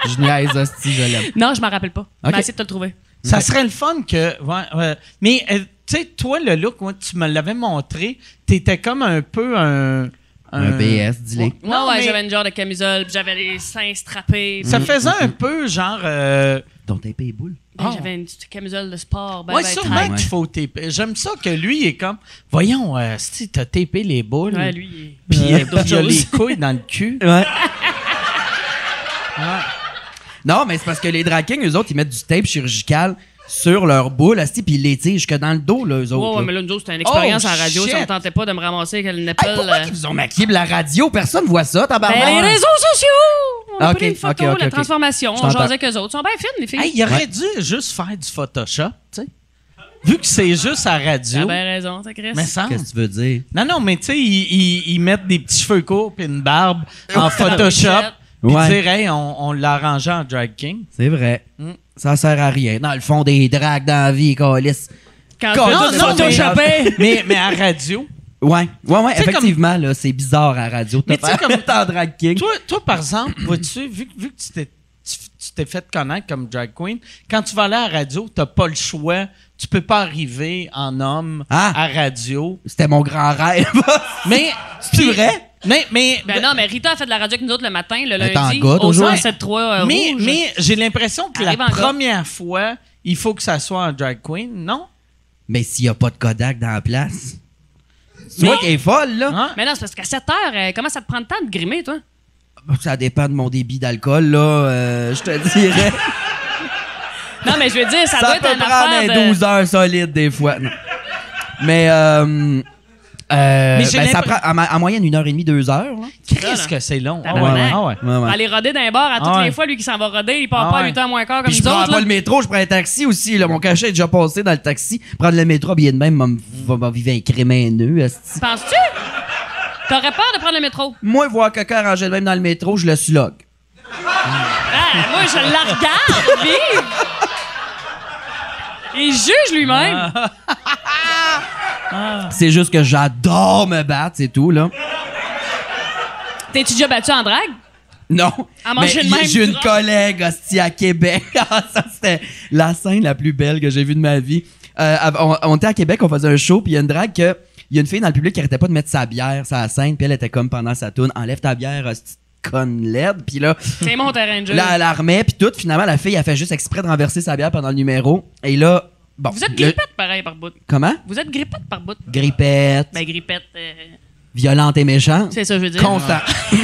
Speaker 5: Je niaise, hostie, je l'aime.
Speaker 6: non je m'en rappelle pas.
Speaker 5: Ok.
Speaker 6: Mais essayer de te le trouver.
Speaker 1: Ça serait le fun que. ouais, ouais. Mais, euh, tu sais, toi, le look, ouais, tu me l'avais montré. T'étais comme un peu un.
Speaker 5: Un BS, dis-le.
Speaker 6: Ouais,
Speaker 1: Non,
Speaker 6: ouais,
Speaker 1: mais
Speaker 6: j'avais une genre de camisole, puis j'avais les seins strappés.
Speaker 1: Ça
Speaker 6: puis-
Speaker 1: faisait un peu genre. euh,
Speaker 5: Dont t'es payé boule.
Speaker 6: Ben,
Speaker 1: Oh.
Speaker 6: J'avais une petite camisole de sport. Ben,
Speaker 1: ouais,
Speaker 6: ben,
Speaker 1: sûrement
Speaker 5: ouais.
Speaker 1: qu'il faut taper. J'aime ça que lui, il est comme. Voyons, euh, si t'as tapé les boules.
Speaker 6: Ouais, lui, il est-
Speaker 1: Puis
Speaker 6: il
Speaker 1: euh,
Speaker 6: est d'autres
Speaker 1: puis il a les
Speaker 6: choses.
Speaker 1: couilles dans le cul.
Speaker 5: Ouais. Non, mais c'est parce que les drag kings, eux autres, ils mettent du tape chirurgical sur leur boule, asti, puis ils l'étirent jusque dans le dos, là, eux
Speaker 6: Ouais,
Speaker 5: autres.
Speaker 6: ouais,
Speaker 5: là.
Speaker 6: mais là, nous autres, c'était une expérience
Speaker 1: Oh,
Speaker 6: en radio.
Speaker 1: shit.
Speaker 6: Ça me tentait pas de me ramasser avec le
Speaker 5: Hey,
Speaker 6: Nepal.
Speaker 5: pourquoi
Speaker 6: euh,
Speaker 5: ils vous ont maquillé pour la radio? Personne voit ça, tabarnak.
Speaker 6: ben, les réseaux sociaux! On a
Speaker 5: Ok,
Speaker 6: pris une photo,
Speaker 5: ok, ok,
Speaker 6: la
Speaker 5: ok.
Speaker 6: transformation.
Speaker 5: Je
Speaker 6: On
Speaker 5: t'entends.
Speaker 6: jasait avec eux autres. Ils sont bien fines, les filles.
Speaker 1: Hey, il aurait dû juste faire du Photoshop, tu sais. Vu que c'est juste à radio.
Speaker 6: T'as bien raison, ça, Chris.
Speaker 1: mais ça.
Speaker 5: Qu'est-ce que tu veux dire?
Speaker 1: Non, non, mais tu sais, ils, ils- ils mettent des petits cheveux courts puis une
Speaker 6: [laughs]
Speaker 1: barbe en Photoshop. Puis
Speaker 5: Ouais.
Speaker 1: dire, hey, on, on l'a arrangé en Drag King.
Speaker 5: C'est vrai.
Speaker 1: Mm.
Speaker 5: Ça sert à rien. Dans le fond, des drags dans la vie, calice.
Speaker 6: Quand
Speaker 5: Non,
Speaker 6: on
Speaker 5: non,
Speaker 6: non,
Speaker 1: mais,
Speaker 6: [laughs]
Speaker 1: mais, mais à radio.
Speaker 5: Ouais, ouais, ouais,
Speaker 1: Tu sais,
Speaker 5: effectivement, là, c'est bizarre à la radio. de te
Speaker 1: Mais tu sais,
Speaker 5: faire [laughs]
Speaker 1: comme-
Speaker 5: mettre en drag king.
Speaker 1: Toi, toi par exemple, vois-tu, vu, que- vu que tu t'es, tu, tu t'es fait connaître comme Drag Queen, quand tu vas aller à la radio, t'as pas le choix. Tu peux pas arriver en homme
Speaker 5: Ah.
Speaker 1: à radio.
Speaker 5: C'était mon grand rêve. [laughs]
Speaker 1: Mais.
Speaker 5: C'est vrai?
Speaker 1: Mais, mais,
Speaker 6: Ben non, mais Rita a fait de la radio avec nous autres le matin, le
Speaker 5: t'es en
Speaker 6: lundi,
Speaker 5: gars,
Speaker 6: au
Speaker 5: toujours.
Speaker 6: 107.3 euh,
Speaker 1: mais,
Speaker 6: rouge.
Speaker 1: mais j'ai l'impression que la
Speaker 6: Arrive en gars.
Speaker 1: première fois, il faut que ça soit un drag queen, non?
Speaker 5: Mais s'il y a pas de Kodak dans la place, c'est
Speaker 6: Mais-
Speaker 5: moi qui est folle, là.
Speaker 1: Hein?
Speaker 6: Mais non, c'est parce qu'à 7 heures, euh, comment ça te prend le temps de grimer, toi?
Speaker 5: Bah, Ça dépend de mon débit d'alcool, là. euh, je te dirais.
Speaker 6: Non, mais je veux dire, [laughs] ça,
Speaker 5: [laughs] ça,
Speaker 6: doit être
Speaker 5: peut
Speaker 6: un
Speaker 5: prendre
Speaker 6: affaire
Speaker 5: un
Speaker 6: de...
Speaker 5: 12 heures solide des fois. non. Mais, euh, euh,
Speaker 1: Mais j'ai
Speaker 5: ben, ça
Speaker 1: l'impr-
Speaker 5: prend en, en moyenne une heure et demie, deux heures. là.
Speaker 1: Qu'est-ce que c'est long? Ah ouais,
Speaker 6: Tabarnak.
Speaker 1: ah ouais.
Speaker 5: Ouais, ouais.
Speaker 6: Aller roder dans les bars à toutes
Speaker 1: Ah ouais.
Speaker 6: les fois, lui qui s'en va roder, il part
Speaker 1: Ah
Speaker 6: pas
Speaker 1: ouais.
Speaker 6: à 8 h moins quart comme
Speaker 5: Puis je
Speaker 6: nous
Speaker 5: prends
Speaker 6: autres.
Speaker 5: pas
Speaker 6: là.
Speaker 5: le métro, je prends un taxi aussi. Là. Mon cachet est déjà passé dans le taxi. Prendre le métro, bien de même, va me- va va vivre un crime haineux. esti.
Speaker 6: Penses-tu? T'aurais peur de prendre le métro?
Speaker 5: Moi, voir quelqu'un arrangé de même dans le métro, je le slog.
Speaker 6: Ah, moi, je la regarde vivre! Il juge lui-même.
Speaker 5: Ah.
Speaker 6: Ah.
Speaker 5: C'est juste que j'adore me battre, c'est tout, là.
Speaker 6: T'es-tu déjà battu en drague?
Speaker 5: Non.
Speaker 6: À
Speaker 5: mais
Speaker 6: manger le
Speaker 5: y-
Speaker 6: même
Speaker 5: J'ai une
Speaker 6: drap.
Speaker 5: collègue, hostie, à Québec. [laughs] Ah, ça, c'était la scène la plus belle que j'ai vue de ma vie. Euh, av- on, on était à Québec, on faisait un show, puis il y a une drague que. Il y a une fille dans le public qui arrêtait pas de mettre sa bière sur la scène, puis elle était comme pendant sa tourne Enlève ta bière, hostie, de conne laide. Puis là,
Speaker 6: C'est mon terrain de jeu.
Speaker 5: là, elle la remet, puis tout. Finalement, la fille, a fait juste exprès de renverser sa bière pendant le numéro. Et là, bon.
Speaker 6: Vous êtes
Speaker 5: le-
Speaker 6: grippette, pareil, par bout.
Speaker 5: Comment
Speaker 6: Vous êtes grippette par bout.
Speaker 5: Grippette,
Speaker 6: Ben, grippette, euh,
Speaker 5: violente et méchante.
Speaker 6: c'est ça, que je veux dire.
Speaker 5: Constant. [laughs]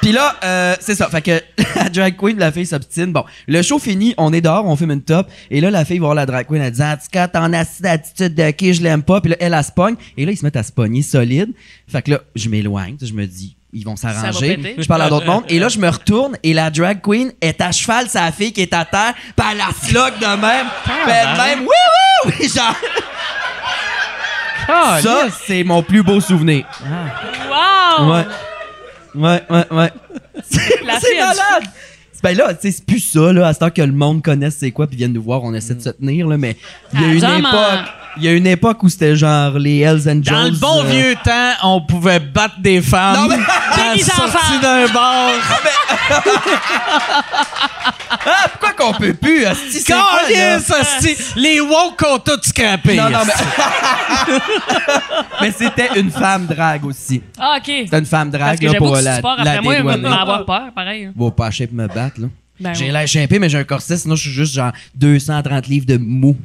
Speaker 5: Puis là, euh, c'est ça. Fait que [laughs] la drag queen, la fille s'obstine. Bon, le show fini, on est dehors, on fume une top. Et là, la fille va voir la drag queen, elle dit Ah, En tout cas, t'en as cette attitude de qui je l'aime pas. Puis là, elle, elle se pogne. Et là, ils se mettent à se pogner solide. Fait que là, je m'éloigne. tu sais, Je me dis Ils vont s'arranger.
Speaker 6: péter.
Speaker 5: Je parle à d'autres mondes. Et là, je me retourne et la drag queen est à cheval, sa fille qui est à terre. Puis elle la slog de même. Puis elle de même, oui, oui, oui, [laughs] genre. ça, c'est mon plus beau souvenir.
Speaker 6: Wow!
Speaker 5: Ouais. Ouais, ouais, ouais. C'est
Speaker 6: La
Speaker 5: c'est
Speaker 6: fille a du
Speaker 5: malade! Ben là, tu sais, c'est plus ça, là, à ce temps que le monde connaisse c'est quoi, puis viennent nous voir, on essaie de se tenir, là, mais il y a
Speaker 6: Ah,
Speaker 5: une
Speaker 6: Tom,
Speaker 5: époque. Il y a une époque où c'était genre les Hells Angels.
Speaker 1: Dans le bon
Speaker 5: euh,
Speaker 1: vieux temps, on pouvait battre des femmes.
Speaker 5: Non, mais-
Speaker 1: à la
Speaker 6: Des enfants.
Speaker 1: sortie d'un bar.
Speaker 5: Ah, pourquoi qu'on peut plus? hostie, c'est quoi, là?
Speaker 1: Calisse, hostie. Les woke ont tout scrappé.
Speaker 5: Non, non, mais. [laughs] mais c'était une femme drague aussi.
Speaker 6: Ah, OK.
Speaker 5: C'était une femme
Speaker 6: Parce
Speaker 5: drague,
Speaker 6: que
Speaker 5: là,
Speaker 6: j'avoue
Speaker 5: pour
Speaker 6: que si
Speaker 5: la.
Speaker 6: tu pars
Speaker 5: la
Speaker 6: après moi, il va
Speaker 5: dédouaner.
Speaker 6: avoir peur, pareil.
Speaker 5: Bon, pas acheter pour me battre, là.
Speaker 6: Ben
Speaker 5: j'ai
Speaker 6: oui.
Speaker 5: l'air chimpé, mais j'ai un corset, sinon je suis juste genre 230 livres de mou.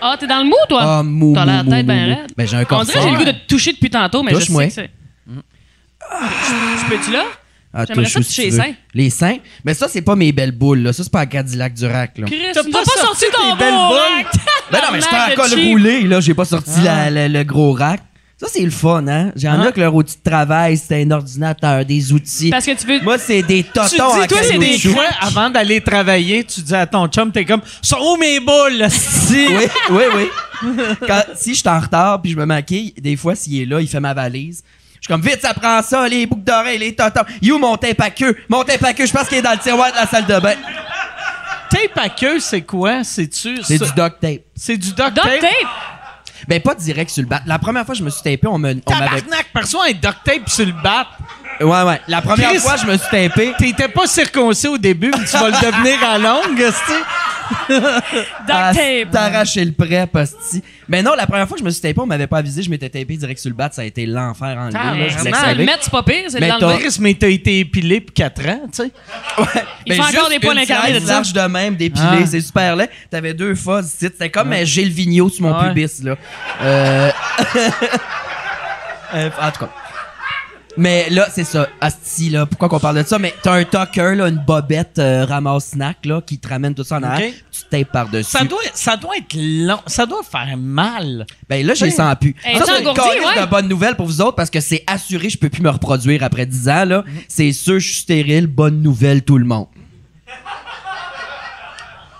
Speaker 6: Ah, t'es dans le mou, toi?
Speaker 5: Ah, mou,
Speaker 6: T'as la
Speaker 5: mou,
Speaker 6: tête
Speaker 5: mou,
Speaker 6: bien
Speaker 5: mou.
Speaker 6: raide.
Speaker 5: Ben, j'ai un
Speaker 6: On dirait
Speaker 5: corset.
Speaker 6: que j'ai le goût de te toucher depuis tantôt, mais je sais
Speaker 5: Touche-moi.
Speaker 6: que c'est... Tu- Tu peux-tu là?
Speaker 5: Ah,
Speaker 6: J'aimerais
Speaker 5: touche
Speaker 6: ça
Speaker 5: où si
Speaker 6: toucher
Speaker 5: tu
Speaker 6: les
Speaker 5: veux.
Speaker 6: seins.
Speaker 5: Les seins? Mais ça, c'est pas mes belles boules, là. Ça, c'est pas un Cadillac du rack, là.
Speaker 6: Chris,
Speaker 7: T'as
Speaker 6: tu
Speaker 7: pas
Speaker 6: n'as pas
Speaker 7: sorti
Speaker 6: sorti
Speaker 7: tes
Speaker 6: ton
Speaker 7: belles
Speaker 6: beau
Speaker 7: boules?
Speaker 6: rack.
Speaker 5: Ben non, mais j'étais
Speaker 6: Tabarnak de
Speaker 5: encore
Speaker 6: cheap.
Speaker 5: roulé, là. J'ai pas sorti
Speaker 1: Ah.
Speaker 5: la- la- le gros rack. Ça, c'est le fun, hein? J'en ai que leur outil de travail, c'est un ordinateur, des outils.
Speaker 6: Parce que tu veux...
Speaker 5: Moi, c'est des totons
Speaker 1: Tu dis,
Speaker 5: en
Speaker 1: toi, c'est des
Speaker 5: caoutchouc.
Speaker 1: fois, avant d'aller travailler, tu dis à ton chum, t'es comme, sont où mes boules, hostie?
Speaker 5: Oui, oui, oui. Quand, si je suis en retard puis je me maquille, des fois, s'il est là, il fait ma valise. Je suis comme, vite, ça prend ça, les boucles d'oreilles, les totons. You, mon tape à queue. Mon tape à queue, je pense qu'il est dans le tiroir de la salle de bain.
Speaker 1: Tape à queue, c'est quoi? C'est-tu?
Speaker 5: C'est
Speaker 1: ça-
Speaker 5: du duct tape.
Speaker 1: C'est du duct
Speaker 6: Duct
Speaker 1: tape?
Speaker 6: tape!
Speaker 5: Ben, pas direct sur le bat. La première fois, je me suis tapé, on me- on m'avait.
Speaker 1: Tabarnak, perçois un duct tape sur le bat.
Speaker 5: Ouais, ouais. La première
Speaker 1: Chris.
Speaker 5: fois, je me suis tapé.
Speaker 1: T'étais pas circoncis au début, mais tu vas le devenir à [laughs] longue,
Speaker 5: [laughs]
Speaker 1: hostie.
Speaker 5: Ah,
Speaker 6: Duct
Speaker 1: hein.
Speaker 6: tape!
Speaker 5: T'arracher le prêt, posti. Mais non, la première fois que je me suis tapé, on m'avait pas avisé, je m'étais tapé direct sur le bat, ça a été l'enfer en ligne.
Speaker 6: Mais
Speaker 5: Je
Speaker 6: c'est
Speaker 5: voulais
Speaker 6: ça, le
Speaker 5: crever.
Speaker 6: Ah, mettre, c'est pas pire, c'est
Speaker 5: Mais
Speaker 6: dans le bain.
Speaker 1: Chris, mais t'as été épilé pour 4 ans, tu sais.
Speaker 5: Ouais.
Speaker 6: Il fait encore des poils
Speaker 5: une
Speaker 6: incarnés de
Speaker 5: slice
Speaker 6: ça.
Speaker 5: large de même, dépilé,
Speaker 1: Ah.
Speaker 5: c'est super laid. T'avais deux fois ici. C'était comme un Gilles Vigneault sur mon
Speaker 1: Ouais.
Speaker 5: pubis, là. Euh... [laughs] euh, en tout cas. Mais là, c'est ça. Asti, là, pourquoi qu'on parle de ça? Mais t'as un tucker, là, une bobette euh, ramasse-snack, là, qui te ramène tout ça en arrière.
Speaker 1: Ok.
Speaker 5: Tu te tapes par-dessus.
Speaker 1: Ça doit, ça doit être long. Ça doit faire mal.
Speaker 5: Ben là, j'ai sans pu.
Speaker 6: Hey,
Speaker 5: ça,
Speaker 6: t'es
Speaker 5: c'est une
Speaker 6: engourdi,
Speaker 5: calice
Speaker 6: ouais.
Speaker 5: de bonne nouvelle pour vous autres parce que c'est assuré, je peux plus me reproduire après 10 ans, là.
Speaker 1: Mm-hmm.
Speaker 5: C'est sûr, je suis stérile. Bonne nouvelle, tout le monde.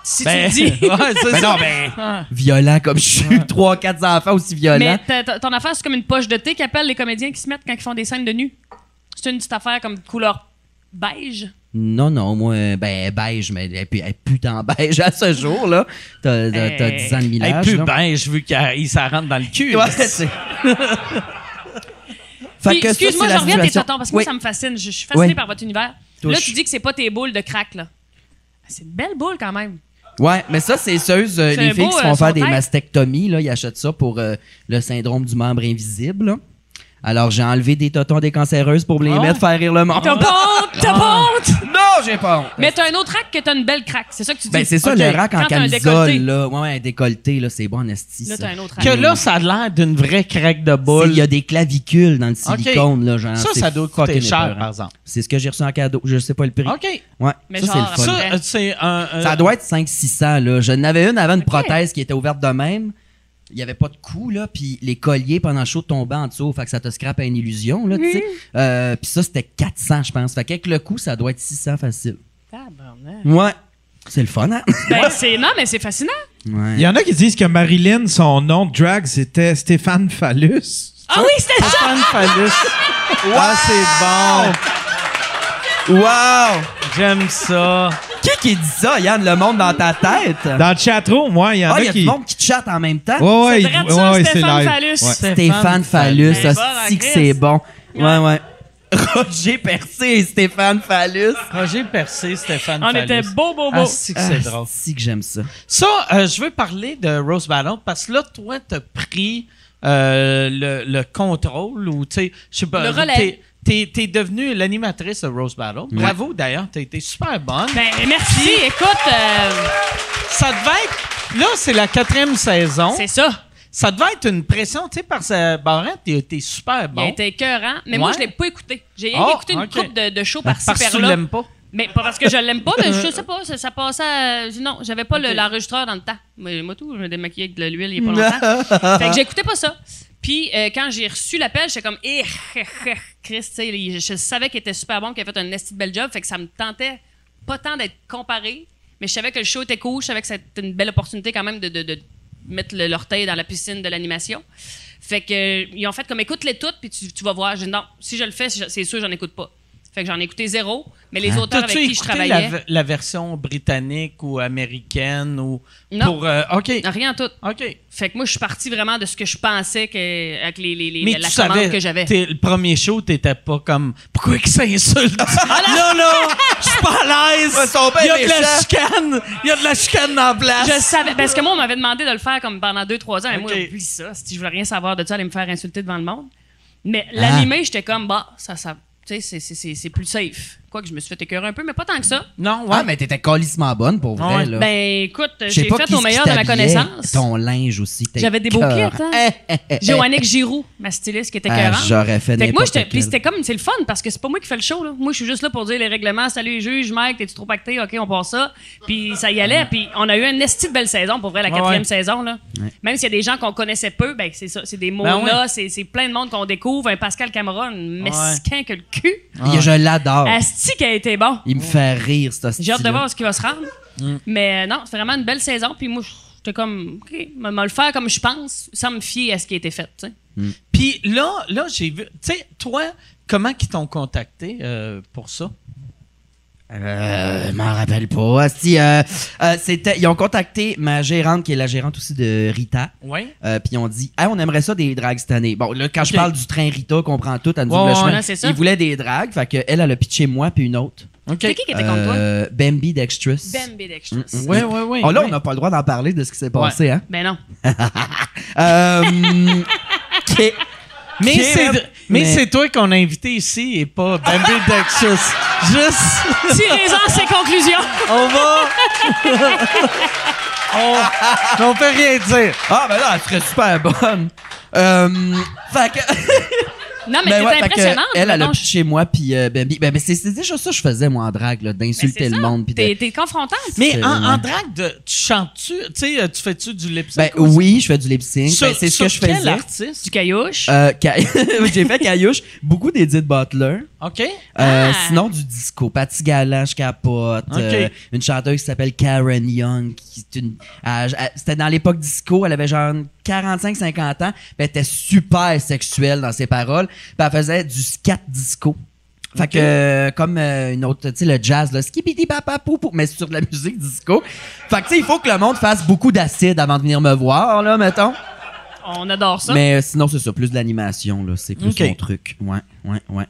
Speaker 1: Si
Speaker 5: Ben,
Speaker 1: tu le dis. Ouais, c'est
Speaker 5: Ben
Speaker 1: ça.
Speaker 5: non, ben, violent comme je suis. Trois, quatre enfants aussi violents.
Speaker 6: Mais t'as- t'as- ton affaire, c'est comme une poche de thé qu'appellent les comédiens qui se mettent quand ils font des scènes de nu. C'est une petite affaire comme de couleur beige.
Speaker 5: Non, non, moi, ben, beige, mais elle est pu- elle est putain beige à ce jour, là. T'as t'as- t'as
Speaker 6: Hey.
Speaker 5: 10 ans de
Speaker 1: Elle est
Speaker 5: millage,
Speaker 1: euh, plus
Speaker 5: là.
Speaker 1: beige vu qu'il s'en rentre dans le cul.
Speaker 5: Ouais, c'est- Fait
Speaker 6: Puis,
Speaker 5: que ça,
Speaker 6: Excuse-moi, je
Speaker 5: c'est la
Speaker 6: reviens à tes
Speaker 5: situation.
Speaker 6: tontons parce que moi,
Speaker 5: Oui.
Speaker 6: ça me fascine. Je, je suis fascinée
Speaker 5: Oui.
Speaker 6: par votre univers.
Speaker 5: Touche.
Speaker 6: Là, tu dis que c'est pas tes boules de crack, là. Ah, C'est une belle boule quand même.
Speaker 5: Ouais, mais ça, c'est ceux,
Speaker 6: C'est
Speaker 5: les
Speaker 6: un
Speaker 5: filles
Speaker 6: beau,
Speaker 5: qui se
Speaker 6: euh,
Speaker 5: font faire
Speaker 6: son
Speaker 5: des
Speaker 6: tête.
Speaker 5: mastectomies, là, ils achètent ça pour euh, le syndrome du membre invisible. là.
Speaker 6: Ah.
Speaker 5: Alors, j'ai enlevé des totons des cancéreuses pour les mettre faire rire le monde.
Speaker 6: T'as pas honte! T'as pas honte!
Speaker 5: Non, Ah. Non, j'ai pas honte.
Speaker 6: Mais t'as un autre rack que t'as une belle craque. C'est ça que tu dis.
Speaker 5: Ben, c'est ça,
Speaker 6: Ok.
Speaker 5: le rack en
Speaker 6: Quand t'as un
Speaker 5: camisole,
Speaker 6: décolleté,
Speaker 5: là. Ouais, ouais, un décolleté, là, c'est bon en esti,
Speaker 6: Là,
Speaker 5: ça.
Speaker 6: t'as un autre rack.
Speaker 1: Que là, ça a l'air d'une vraie craque de
Speaker 5: C'est-
Speaker 1: boule.
Speaker 5: Il y a des clavicules dans le silicone, là, genre.
Speaker 1: Ça,
Speaker 5: c'est
Speaker 1: ça doit
Speaker 5: fucking
Speaker 1: coûter cher,
Speaker 5: épeurant.
Speaker 1: par exemple.
Speaker 5: C'est ce que j'ai reçu en cadeau. Je sais pas le prix.
Speaker 1: OK.
Speaker 5: Ouais,
Speaker 6: Mais
Speaker 5: ça, c'est
Speaker 6: genre,
Speaker 5: le fun.
Speaker 1: Ça,
Speaker 5: Ça,
Speaker 6: vrai.
Speaker 1: euh, c'est un. un-
Speaker 5: doit être 500-600, là. Je n'avais une avant une prothèse qui était ouverte de même. Il n'y avait pas de cou, là, puis les colliers pendant le show tombaient en dessous, fait que ça te scrape à une illusion, là, tu sais. Euh, puis ça, c'était 400, je pense. Fait qu'avec le coup, ça doit être 600 facile.
Speaker 6: Tabarnak.
Speaker 5: Ouais. C'est
Speaker 1: [laughs]
Speaker 5: le fun, hein?
Speaker 6: Ben, c'est- non, mais c'est fascinant.
Speaker 5: Ouais.
Speaker 4: Il y en a qui disent que Marilyn, son nom de drag, c'était Stéphane Phallus.
Speaker 6: Ah oui, c'était ça!
Speaker 1: Stéphane Phallus.
Speaker 5: Ah, c'est Ah, bon! Wow!
Speaker 1: J'aime ça.
Speaker 5: Qui qui dit ça, Yann? Le monde dans ta tête?
Speaker 4: Dans le chatroom, moi, il y en
Speaker 5: ah, il y
Speaker 4: a
Speaker 5: a
Speaker 4: qui. Oh,
Speaker 5: du monde qui te chatte en même temps?
Speaker 4: Ouais, ouais,
Speaker 6: C'est vrai de
Speaker 4: ouais,
Speaker 6: ça,
Speaker 4: ouais, c'est
Speaker 6: Stéphane
Speaker 4: live.
Speaker 6: Phallus.
Speaker 4: Ouais.
Speaker 5: Stéphane Phallus,
Speaker 6: Phallus.
Speaker 5: ça que c'est bon. Ouais, ouais. Roger Percé et Stéphane Phallus.
Speaker 1: Roger Percé, Stéphane
Speaker 6: On
Speaker 1: Phallus.
Speaker 6: était beau, beau, beau.
Speaker 1: Ah, si que Ah, c'est drôle.
Speaker 5: Si que j'aime ça.
Speaker 1: Ça, euh, je veux parler de Rose Battle parce que là, toi, t'as pris euh, le, le contrôle ou, tu sais, je sais pas.
Speaker 6: Le relais.
Speaker 1: t'es- T'es, t'es devenue l'animatrice de Rose Battle. Bravo, d'ailleurs. T'as été super bonne.
Speaker 6: Ben, merci. Écoute, euh,
Speaker 1: Ça devait être... Là, c'est la quatrième saison.
Speaker 6: c'est ça.
Speaker 1: Ça devait être une pression, tu sais, parce que euh, Barrette, t'es, t'es super
Speaker 6: Il a
Speaker 1: bon.
Speaker 6: été écœurant. Mais moi,
Speaker 1: Ouais.
Speaker 6: je l'ai pas écouté. J'ai
Speaker 1: Ah,
Speaker 6: écouté une
Speaker 1: ok.
Speaker 6: coupe de, de shows par-ci,
Speaker 1: parce que tu
Speaker 6: par-là.
Speaker 1: l'aimes pas.
Speaker 6: Mais pas parce que je l'aime pas,
Speaker 1: [laughs]
Speaker 6: mais je sais pas, ça, ça passait à- Non, j'avais pas le- l'enregistreur dans le temps. Mais moi, tout, je me démaquillais avec de l'huile il y
Speaker 1: [laughs]
Speaker 6: a pas longtemps. fait que j'écoutais pas ça. Puis euh, quand j'ai reçu l'appel, j'étais comme... Eh, Chris, tu sais, il- je savais qu'il était super bon, qu'il avait fait un esti de bel job, fait que ça me tentait pas tant d'être comparé, mais je savais que le show était cool, je savais que c'était une belle opportunité quand même de, de- de mettre le- l'orteil dans la piscine de l'animation. Fait que euh, ils ont fait comme écoute-les toutes, puis tu, tu vas voir. J'ai dit non, si je le fais, c'est sûr, j'en écoute pas. Fait que j'en ai écouté zéro, mais les auteurs
Speaker 1: Hein? T'as-tu
Speaker 6: avec qui je
Speaker 1: écouté la,
Speaker 6: travaillais.
Speaker 1: ve- la version britannique ou américaine ou
Speaker 6: Non.
Speaker 1: pour euh, OK.
Speaker 6: Rien en tout.
Speaker 1: OK.
Speaker 6: Fait que moi, je suis partie vraiment de ce que je pensais que, avec les, les- les-
Speaker 1: Mais
Speaker 6: la
Speaker 1: tu
Speaker 6: commande
Speaker 1: savais
Speaker 6: que j'avais.
Speaker 1: t'es- le premier show, t'étais pas comme pourquoi qu'ils [laughs] s'insultent Là là, je suis pas à l'aise.
Speaker 5: Ouais, sont bien
Speaker 1: Il y a de la
Speaker 5: méchants.
Speaker 1: chicane, il y a de la chicane dans la place.
Speaker 6: Je savais. Parce que moi, on m'avait demandé de le faire comme pendant 2-3 ans. Et moi,
Speaker 1: Ok.
Speaker 6: oublie ça. Si je voulais rien savoir de ça, aller me faire insulter devant le monde. Mais
Speaker 5: Ah.
Speaker 6: l'animé, j'étais comme, bah, ça, ça. Tu sais, c'est- c'est- c'est c'est plus safe. Quoi que je me suis fait écœurer un peu, mais pas tant que ça.
Speaker 1: Non, ouais.
Speaker 5: Ah, mais t'étais colissement bonne pour vrai,
Speaker 1: Ouais.
Speaker 5: là.
Speaker 6: Ben, écoute,
Speaker 5: Je sais
Speaker 6: j'ai
Speaker 5: pas
Speaker 6: fait
Speaker 5: qui
Speaker 6: au
Speaker 5: ce qui
Speaker 6: meilleur de ma
Speaker 5: t'habillait.
Speaker 6: connaissance.
Speaker 5: Ton linge aussi. t'es
Speaker 6: J'avais des beaux kits,
Speaker 5: cœur.
Speaker 6: hein.
Speaker 5: Eh, eh, eh, eh.
Speaker 6: Joannick Giroux, ma styliste qui était
Speaker 5: Ah,
Speaker 6: écœurante.
Speaker 5: j'aurais fait
Speaker 6: Fait que moi,
Speaker 5: n'importe
Speaker 6: j'étais- puis
Speaker 5: quel.
Speaker 6: c'était comme, c'est le fun parce que c'est pas moi qui fais le show. Là. Moi, je suis juste là pour dire les règlements. Salut les juges, Mike, t'es-tu trop pacté? OK, on passe ça. Puis ça y allait. Puis on a eu une esti de belle saison, pour vrai, la quatrième
Speaker 1: ouais.
Speaker 6: saison. Là. Même s'il y a des gens qu'on connaissait peu, ben, c'est ça. C'est des Mona,
Speaker 1: Ben ouais.
Speaker 6: c'est, c'est plein de monde qu'on découvre. Un Pascal Cameron, mesquin que le cul.
Speaker 5: Il- Ah, Je l'adore.
Speaker 6: Asti qui a été bon.
Speaker 5: Il me fait rire, ce style.
Speaker 6: Ah, J'ai hâte de voir ce qui va se rendre.
Speaker 5: Mm.
Speaker 6: Mais euh, non, c'est vraiment une belle saison. Puis moi, j'étais comme, OK, me, me le faire comme je pense, sans me fier à ce qui a été fait. tu sais.
Speaker 1: Puis là, là j'ai vu. Tu sais, toi, comment qu'ils t'ont contacté euh, pour ça
Speaker 5: Euh, je m'en rappelle pas. Asti, euh, euh, c'était, ils ont contacté ma gérante, qui est la gérante aussi de Rita.
Speaker 1: Oui.
Speaker 5: Euh, puis on dit, hey, on aimerait ça des dragues cette année. Bon, là, quand je
Speaker 1: Ok.
Speaker 5: parle du train Rita, qu'on prend tout, elle nous
Speaker 1: Ouais,
Speaker 5: ouvre le
Speaker 1: ouais,
Speaker 5: chemin.
Speaker 6: ouais, c'est ça.
Speaker 5: Ils voulaient des dragues, fait que elle, elle a pitché moi puis une autre.
Speaker 1: OK.
Speaker 6: C'est qui qui était contre toi?
Speaker 5: Euh, Mm, Bambi Dextrous.
Speaker 6: Ben Bédextrous.
Speaker 1: Oui, oui, oui.
Speaker 5: Oh là,
Speaker 1: oui.
Speaker 5: on n'a pas le droit d'en parler de ce qui s'est
Speaker 1: [laughs]
Speaker 5: passé, hein?
Speaker 6: Ben non.
Speaker 5: Euh, qui-
Speaker 1: Mais
Speaker 5: qui-
Speaker 1: c'est mais,
Speaker 5: mais-
Speaker 1: c'est toi qu'on a invité ici et pas ben, Bambi Dexus. Juste
Speaker 6: Tirez-en ses conclusions.
Speaker 1: on va on, on peut rien dire.
Speaker 5: Ah, ben là, elle serait super bonne. Euh, fait
Speaker 6: [laughs]
Speaker 5: que.
Speaker 6: Non, mais
Speaker 5: Ben
Speaker 6: c'est
Speaker 5: ouais, fait que
Speaker 6: impressionnant.
Speaker 5: elle, elle a
Speaker 6: non, je-
Speaker 5: pitché moi puis euh, Bambi. Ben, ben, c'est c'est déjà ça que je faisais, moi, en drague, là,
Speaker 6: Ben, c'est
Speaker 5: d'insulter le
Speaker 6: ça.
Speaker 5: monde. puis de-
Speaker 6: T'es t'es confrontante.
Speaker 1: Mais
Speaker 5: C'est-
Speaker 1: en, en
Speaker 5: ouais.
Speaker 1: drague, de- tu chantes-tu? Tu sais, euh, tu fais-tu du lip
Speaker 5: Ben
Speaker 1: sync? ou-
Speaker 5: oui, je fais du lip sync.
Speaker 1: Sur-
Speaker 5: Ben, c'est ce
Speaker 1: sur
Speaker 5: que je
Speaker 1: quel
Speaker 5: faisais.
Speaker 1: artiste?
Speaker 6: Du caillouche.
Speaker 5: Euh, Ca- [laughs] J'ai fait Caillouche, beaucoup d'Edith Butler.
Speaker 1: OK.
Speaker 5: Euh,
Speaker 6: Ah.
Speaker 5: Sinon, du disco. Patty Galant, je capote.
Speaker 1: Ok.
Speaker 5: Euh, une chanteuse qui s'appelle Karen Young. qui est une- elle- elle- C'était dans l'époque disco. Elle avait genre 45-50 ans. puis Elle était super sexuelle dans ses paroles. Puis elle faisait du scat disco. Fait que, euh, comme euh, une autre, tu sais, le jazz, là, skibidi papa pou pou, mais sur de la [laughs] musique disco. Fait que, tu sais, il faut que le monde fasse beaucoup d'acide avant de venir me voir, là, mettons.
Speaker 6: On adore ça.
Speaker 5: Mais euh, sinon, c'est ça, plus de l'animation, là. C'est plus
Speaker 1: Ok.
Speaker 5: mon truc. Ouais, ouais, ouais.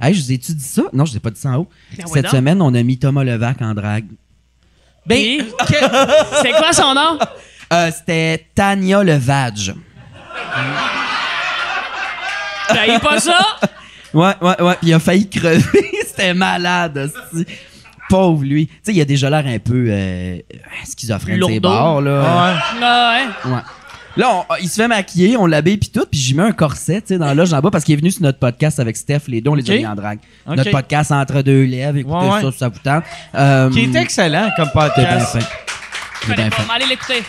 Speaker 5: Hey, je vous ai-tu dit ça? Non, je vous ai pas dit ça en haut.
Speaker 6: Ben ouais
Speaker 5: Cette
Speaker 6: donc.
Speaker 5: semaine, on a mis Thomas Levac en drague.
Speaker 6: Ben,
Speaker 5: [laughs]
Speaker 6: c'est quoi son nom?
Speaker 5: Euh, C'était Tania Levage.
Speaker 6: T'as pas ça?
Speaker 5: [laughs] Ouais, ouais, ouais. Puis il a failli crever. C'était malade. hostie. pauvre, lui. Tu sais, il a déjà l'air un peu euh, schizophrène, ses
Speaker 6: Lourdeau.
Speaker 5: bords, là.
Speaker 6: Ah, ouais.
Speaker 5: Ouais. Là, on- il se fait maquiller, on l'habille puis tout, puis j'y mets un corset, tu sais, dans la loge en bas, parce qu'il est venu sur notre podcast avec Steph, les deux, on les a
Speaker 1: Ok.
Speaker 5: mis en drague.
Speaker 1: Ok.
Speaker 5: Notre podcast entre deux lèvres, écoutez
Speaker 1: Ouais, ouais.
Speaker 5: ça, si ça vous tente. Euh,
Speaker 1: Qui est excellent comme
Speaker 5: t'es bien
Speaker 1: podcast.
Speaker 6: Je
Speaker 5: fin. T'es bien
Speaker 6: connais
Speaker 5: fin.
Speaker 6: pas. Mais Allez l'écouter.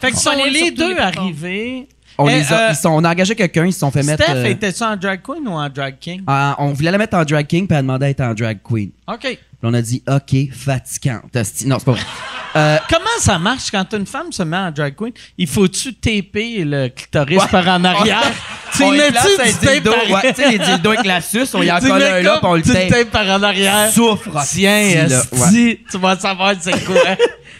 Speaker 1: Fait que sont
Speaker 6: Solide
Speaker 1: les
Speaker 6: sur tous
Speaker 1: deux
Speaker 6: les plateformes.
Speaker 1: arrivés.
Speaker 5: On,
Speaker 1: Eh,
Speaker 5: les a,
Speaker 1: euh,
Speaker 5: ils sont, on a engagé quelqu'un, ils se sont fait mettre.
Speaker 1: Steph,
Speaker 5: euh,
Speaker 1: était-tu en drag queen ou en drag king?
Speaker 5: en- on voulait la mettre en drag king, puis elle demandait à être en drag queen.
Speaker 1: OK.
Speaker 5: Puis on a dit, OK, fatigante. Asti- Non, c'est pas vrai. Euh,
Speaker 1: Comment ça marche quand une femme se met en drag queen? Il faut-tu taper le clitoris par en arrière? [laughs] [laughs] tu
Speaker 5: on y
Speaker 1: mets-tu
Speaker 5: place
Speaker 1: du
Speaker 5: un
Speaker 1: tape
Speaker 5: dildo,
Speaker 1: par-
Speaker 5: ouais, tu sais, les dildos avec la suce, on y en
Speaker 1: [laughs] Tu
Speaker 5: colle
Speaker 1: mets
Speaker 5: un là,
Speaker 1: comme
Speaker 5: puis on le
Speaker 1: du
Speaker 5: tape.
Speaker 1: tape par en arrière.
Speaker 5: Souffre,
Speaker 1: Tiens,
Speaker 5: asti, là,
Speaker 1: esti, tu vas savoir c'est
Speaker 5: [laughs]
Speaker 1: quoi.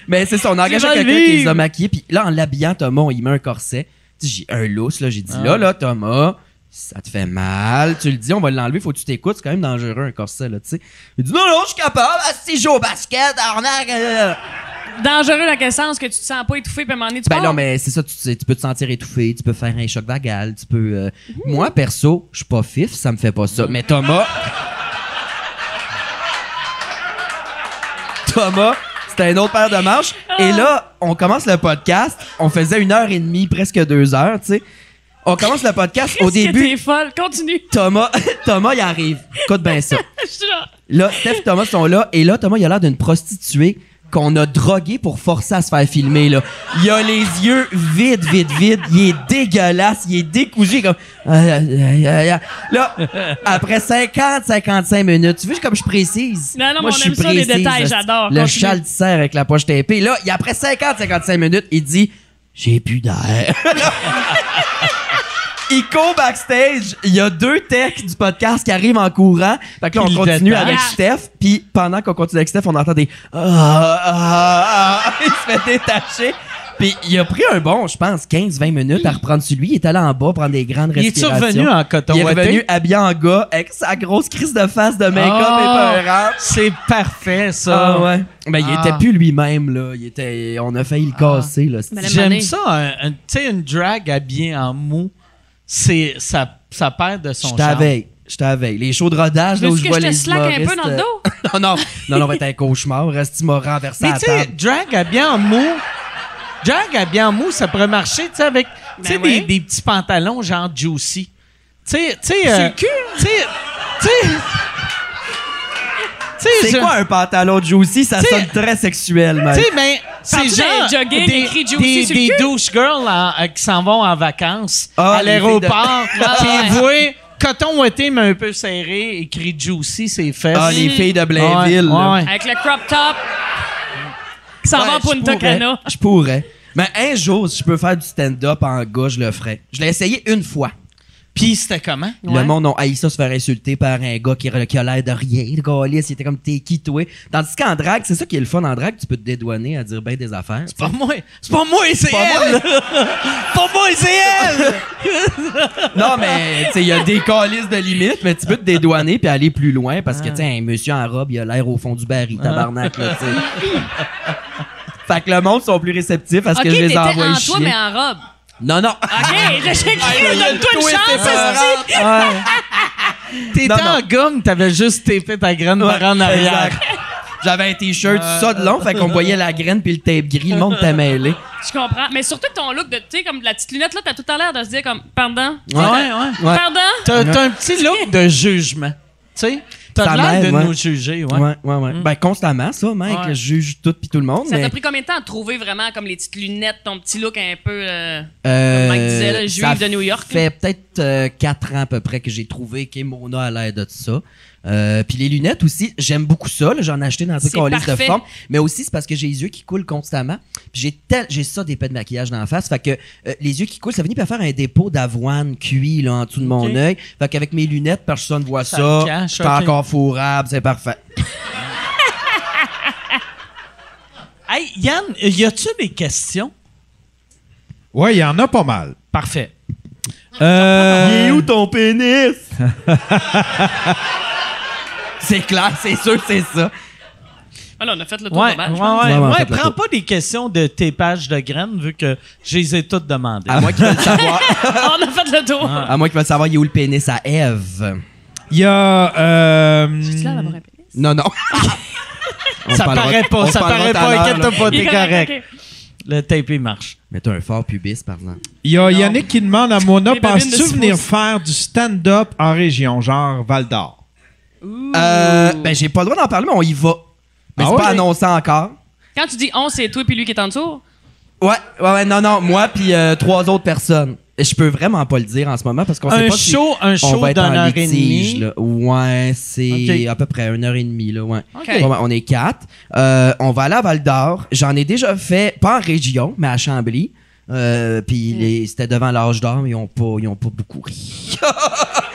Speaker 5: Mais Ben, c'est ça, on a engagé
Speaker 1: vas le
Speaker 5: quelqu'un qui les
Speaker 1: vivre.
Speaker 5: a maquillés. Puis là, en l'habillant, Thomas, on y met un corset. Tu sais, j'ai un lousse, là. J'ai dit, là, là, Thomas, ça te fait mal. Tu le dis, on va l'enlever, faut que tu t'écoutes. C'est quand même dangereux, un corset, là, tu sais. Il dit, non, non, je suis capable. Ah, si je joue au basket, arnaque. euh.
Speaker 6: Dangereux dans quel sens que tu te sens pas étouffé puis à un moment donné, tu
Speaker 5: Ben
Speaker 6: pars.
Speaker 5: non, mais c'est ça, tu, sais, tu peux te sentir étouffé, tu peux faire un choc vagal, tu peux. euh,
Speaker 6: Mmh.
Speaker 5: Moi, perso, je suis pas fif, ça me fait pas ça. Mais Thomas. [laughs] Thomas, c'était une autre paire de manches. Et là, on commence le podcast. On faisait une heure et demie, presque deux heures, tu sais. On commence le podcast. Au
Speaker 6: Qu'est-ce que
Speaker 5: début,
Speaker 6: t'es folle? Continue. [laughs]
Speaker 5: Thomas, [laughs] Thomas, il arrive. Écoute bien ça.
Speaker 6: Je suis là.
Speaker 5: Là, Steph et Thomas sont là, et là, Thomas, il a l'air d'une prostituée qu'on a droguée pour forcer à se faire filmer, là. Il a les yeux vides, vides, vides. Il est dégueulasse. Il est décougé, il est comme... Ah, Aïe, aïe, aïe, aïe, aïe. Là, après 50, 55 minutes, tu veux comme je précise?
Speaker 6: Non, non, mais
Speaker 5: Moi,
Speaker 6: on
Speaker 5: je suis
Speaker 6: aime ça, les détails,
Speaker 5: hostie.
Speaker 6: j'adore.
Speaker 5: Le
Speaker 6: Continue.
Speaker 5: châle serre avec la poche tapée. Là, il- après 50, 55 minutes, il dit... J'ai plus d'air. Il court backstage. Il y a deux techs du podcast qui arrivent en courant. Fait que là, on
Speaker 1: Ils
Speaker 5: continue
Speaker 1: détestent.
Speaker 5: avec Steph. Puis pendant qu'on continue avec Steph, on entend des... Ah, ah, [laughs] ah. il se fait détacher. Puis il a pris un bon, je pense, 15-20 minutes à reprendre sur lui. Il est allé en bas prendre des grandes
Speaker 1: Il est-tu
Speaker 5: respirations.
Speaker 1: revenu en coton
Speaker 5: Il est
Speaker 1: ouaté?
Speaker 5: revenu habillé en gars avec sa grosse crise de face de make-up
Speaker 1: Ah.
Speaker 5: et peurante.
Speaker 1: C'est parfait, ça.
Speaker 5: Ah ouais. Ben, il
Speaker 1: Ah.
Speaker 5: était plus lui-même, là. Il était... On a failli le casser, là.
Speaker 6: Mais la
Speaker 1: J'aime
Speaker 6: monnaie.
Speaker 1: ça. un- un- Tu sais, une drag habillée en mou, c'est, ça, ça perd de son
Speaker 5: Je
Speaker 1: charme.
Speaker 5: t'avais. Je t'avais. Les shows de rodage, là, où
Speaker 6: Veux-tu
Speaker 5: je
Speaker 6: que
Speaker 5: vois
Speaker 6: je te
Speaker 5: les
Speaker 6: slack un peu dans le
Speaker 5: humoristes,
Speaker 6: dos?
Speaker 5: euh, [laughs] non, non. Non, non, on va être un cauchemar. Reste, tu m'as renversé
Speaker 1: Mais
Speaker 5: à la
Speaker 1: tu sais,
Speaker 5: table.
Speaker 1: drag habillée en mou, drag habillée en mou, ça pourrait marcher, tu sais, avec tu sais,
Speaker 6: Ben ouais.
Speaker 1: des, des petits pantalons genre juicy. Tu sais, tu sais. euh,
Speaker 5: hein?
Speaker 1: Tu sais, tu sais. Tu sais,
Speaker 5: C'est
Speaker 1: je-
Speaker 5: quoi un pantalon juicy? Ça
Speaker 1: Tu sais-
Speaker 5: sonne très sexuel,
Speaker 1: Tu
Speaker 5: mec.
Speaker 1: sais, mais c'est
Speaker 6: Parti
Speaker 1: genre
Speaker 6: d'un jogging,
Speaker 1: des,
Speaker 6: écrit Juicy
Speaker 1: des,
Speaker 6: sur le
Speaker 1: des
Speaker 6: cul.
Speaker 1: douche girls en- euh, qui s'en vont en vacances
Speaker 5: Ah,
Speaker 1: à
Speaker 5: les filles de- [laughs]
Speaker 1: l'aéroport.
Speaker 6: Ah,
Speaker 1: Puis
Speaker 6: ouais.
Speaker 1: vous voyez, coton ouaté mais un peu serré, écrit Juicy, c'est fesses.
Speaker 5: Ah, les filles de Blainville,
Speaker 1: Ouais,
Speaker 5: là.
Speaker 1: ouais.
Speaker 6: Avec le crop top. Qui s'en va
Speaker 5: Ouais,
Speaker 6: à Punta
Speaker 5: je pourrais.
Speaker 6: Cana.
Speaker 5: Je pourrais. Mais un jour, si je peux faire du stand-up en gars, je le ferai. Je l'ai essayé une fois.
Speaker 1: Puis c'était comment?
Speaker 5: Le monde a haï ça se faire insulter par un gars qui, qui a l'air de rien. Le gars, il était comme t'es qui, toi? Tandis qu'en drague, c'est ça qui est le fun en drague, tu peux te dédouaner à dire ben des affaires.
Speaker 1: C'est pas moi, c'est pas moi, c'est
Speaker 5: pas
Speaker 1: elle!
Speaker 5: moi.
Speaker 1: pas moi, c'est elle!
Speaker 5: Non, mais tu sais, il y a des calices de limites, mais tu peux te dédouaner puis aller plus loin parce que, tu sais, un monsieur en robe, il a l'air au fond du baril,
Speaker 1: Hein?
Speaker 5: tabarnak, là, tu sais. Fait que le monde sont plus réceptifs à ce
Speaker 6: Ok,
Speaker 5: que je les
Speaker 6: t'étais
Speaker 5: envoie
Speaker 6: en
Speaker 5: chier. Ah.
Speaker 6: toi, mais en robe.
Speaker 5: Non, non. [laughs]
Speaker 6: Ok, j'ai écrit,
Speaker 5: il y a le
Speaker 6: donne-toi
Speaker 5: twist
Speaker 6: une
Speaker 5: est
Speaker 6: chance.
Speaker 5: peurant.
Speaker 1: T'étais
Speaker 5: Non, non.
Speaker 1: en gomme, t'avais juste tapé ta graine
Speaker 5: Ouais,
Speaker 1: par en arrière.
Speaker 5: exact. J'avais un t-shirt, ça de long, fait qu'on voyait la graine puis le tape gris, le monde t'a mêlé.
Speaker 6: Je comprends. Mais surtout ton look de, tu sais, comme de la petite lunette, là, t'as tout à l'air de se dire comme, pardon.
Speaker 1: Ouais, ouais.
Speaker 5: Ouais.
Speaker 6: Pardon.
Speaker 1: T'as t'as un petit look de jugement. Tu sais, t'as
Speaker 5: Ça
Speaker 1: l'air de
Speaker 5: m'aide, ouais.
Speaker 1: nous juger, ouais.
Speaker 5: Ouais, ouais, ouais. Ben, constamment, ça, mec,
Speaker 6: Ouais.
Speaker 5: je juge tout puis tout le monde,
Speaker 6: Ça
Speaker 5: mais.
Speaker 6: t'a pris combien de temps à trouver vraiment comme les petites lunettes, ton petit look un peu. euh,
Speaker 5: Euh,
Speaker 6: Mike disait, là, juif
Speaker 5: ça
Speaker 6: de New York,
Speaker 5: fait peut-être euh, quatre ans à peu près que j'ai trouvé Kimona à l'aide de ça. Euh, Puis les lunettes aussi, j'aime beaucoup ça. là, J'en ai acheté dans un truc
Speaker 6: C'est
Speaker 5: en liste de
Speaker 6: parfait.
Speaker 5: forme. Mais aussi, c'est parce que j'ai les yeux qui coulent constamment. Puis j'ai tel- j'ai ça des pets de maquillage dans la face. Fait que euh, les yeux qui coulent, ça finit par faire un dépôt d'avoine cuit là, en dessous de mon
Speaker 1: Ok.
Speaker 5: œil. Fait qu'avec mes lunettes, personne ne voit
Speaker 1: Ça
Speaker 5: ça.
Speaker 1: le cache,
Speaker 5: Je suis
Speaker 1: ok.
Speaker 5: encore fourrable, c'est parfait.
Speaker 1: Hey, Yann, y a-tu des questions?
Speaker 4: Ouais, il y en a pas mal.
Speaker 1: Parfait.
Speaker 4: Euh,
Speaker 5: ton pénis? [laughs] c'est clair, c'est sûr, c'est ça.
Speaker 6: Ah là, on a fait le tour
Speaker 1: Ouais,
Speaker 6: pas
Speaker 1: ouais,
Speaker 6: mal, je
Speaker 1: ouais.
Speaker 6: pense.
Speaker 5: Ouais, ouais,
Speaker 1: Ouais,
Speaker 5: faites le
Speaker 1: prends
Speaker 5: tour.
Speaker 1: pas des questions de tes pages de graines vu que je les ai toutes demandées.
Speaker 5: À moins qu'ils veulent savoir.
Speaker 6: [laughs] on a fait le tour.
Speaker 5: À moins qu'ils veulent savoir il est où le pénis à Eve.
Speaker 4: Il y a.
Speaker 1: [laughs]
Speaker 4: euh,
Speaker 6: J'ai-tu l'air d'avoir un pénis?
Speaker 5: Non, non. On
Speaker 1: ça
Speaker 5: se parlera-
Speaker 1: paraît
Speaker 5: on
Speaker 1: pas,
Speaker 5: se
Speaker 1: ça
Speaker 5: parlera
Speaker 1: paraît
Speaker 5: tout à
Speaker 1: pas,
Speaker 5: l'heure,
Speaker 1: inquiète-toi [laughs]
Speaker 5: là.
Speaker 1: pas, t'es
Speaker 6: Il est correct,
Speaker 1: correct. Le tape, il marche.
Speaker 5: Mais t'as un fort pubis, par exemple.
Speaker 4: Il y a Yannick qui demande à Mona
Speaker 6: Les babines de
Speaker 4: penses-tu
Speaker 6: six
Speaker 4: venir
Speaker 6: pouces.
Speaker 4: faire du stand-up en région, genre Val d'Or
Speaker 5: Euh, ben, j'ai pas le droit d'en parler, mais on y va. Mais
Speaker 4: Ah
Speaker 5: c'est
Speaker 4: ouais?
Speaker 5: pas annoncé encore.
Speaker 6: Quand tu dis on, c'est toi puis lui qui est en dessous.
Speaker 5: Ouais, ouais, ouais, non, non, moi puis euh, trois autres personnes. Et Je peux vraiment pas le dire en ce moment parce qu'on sait
Speaker 1: Un
Speaker 5: pas si
Speaker 1: show, un
Speaker 5: on
Speaker 1: show
Speaker 5: va être
Speaker 1: d'une
Speaker 5: en
Speaker 1: heure et
Speaker 5: litige.
Speaker 1: demie.
Speaker 5: là. Ouais, c'est
Speaker 1: Ok.
Speaker 5: à peu près une heure et demie, là, ouais.
Speaker 6: OK.
Speaker 5: Ouais, ouais, on est quatre. Euh, on va aller à Val d'Or. J'en ai déjà fait, pas en région, mais à Chambly. Euh, puis les- c'était devant l'âge d'or, mais ils ont pas, ils ont pas beaucoup ri.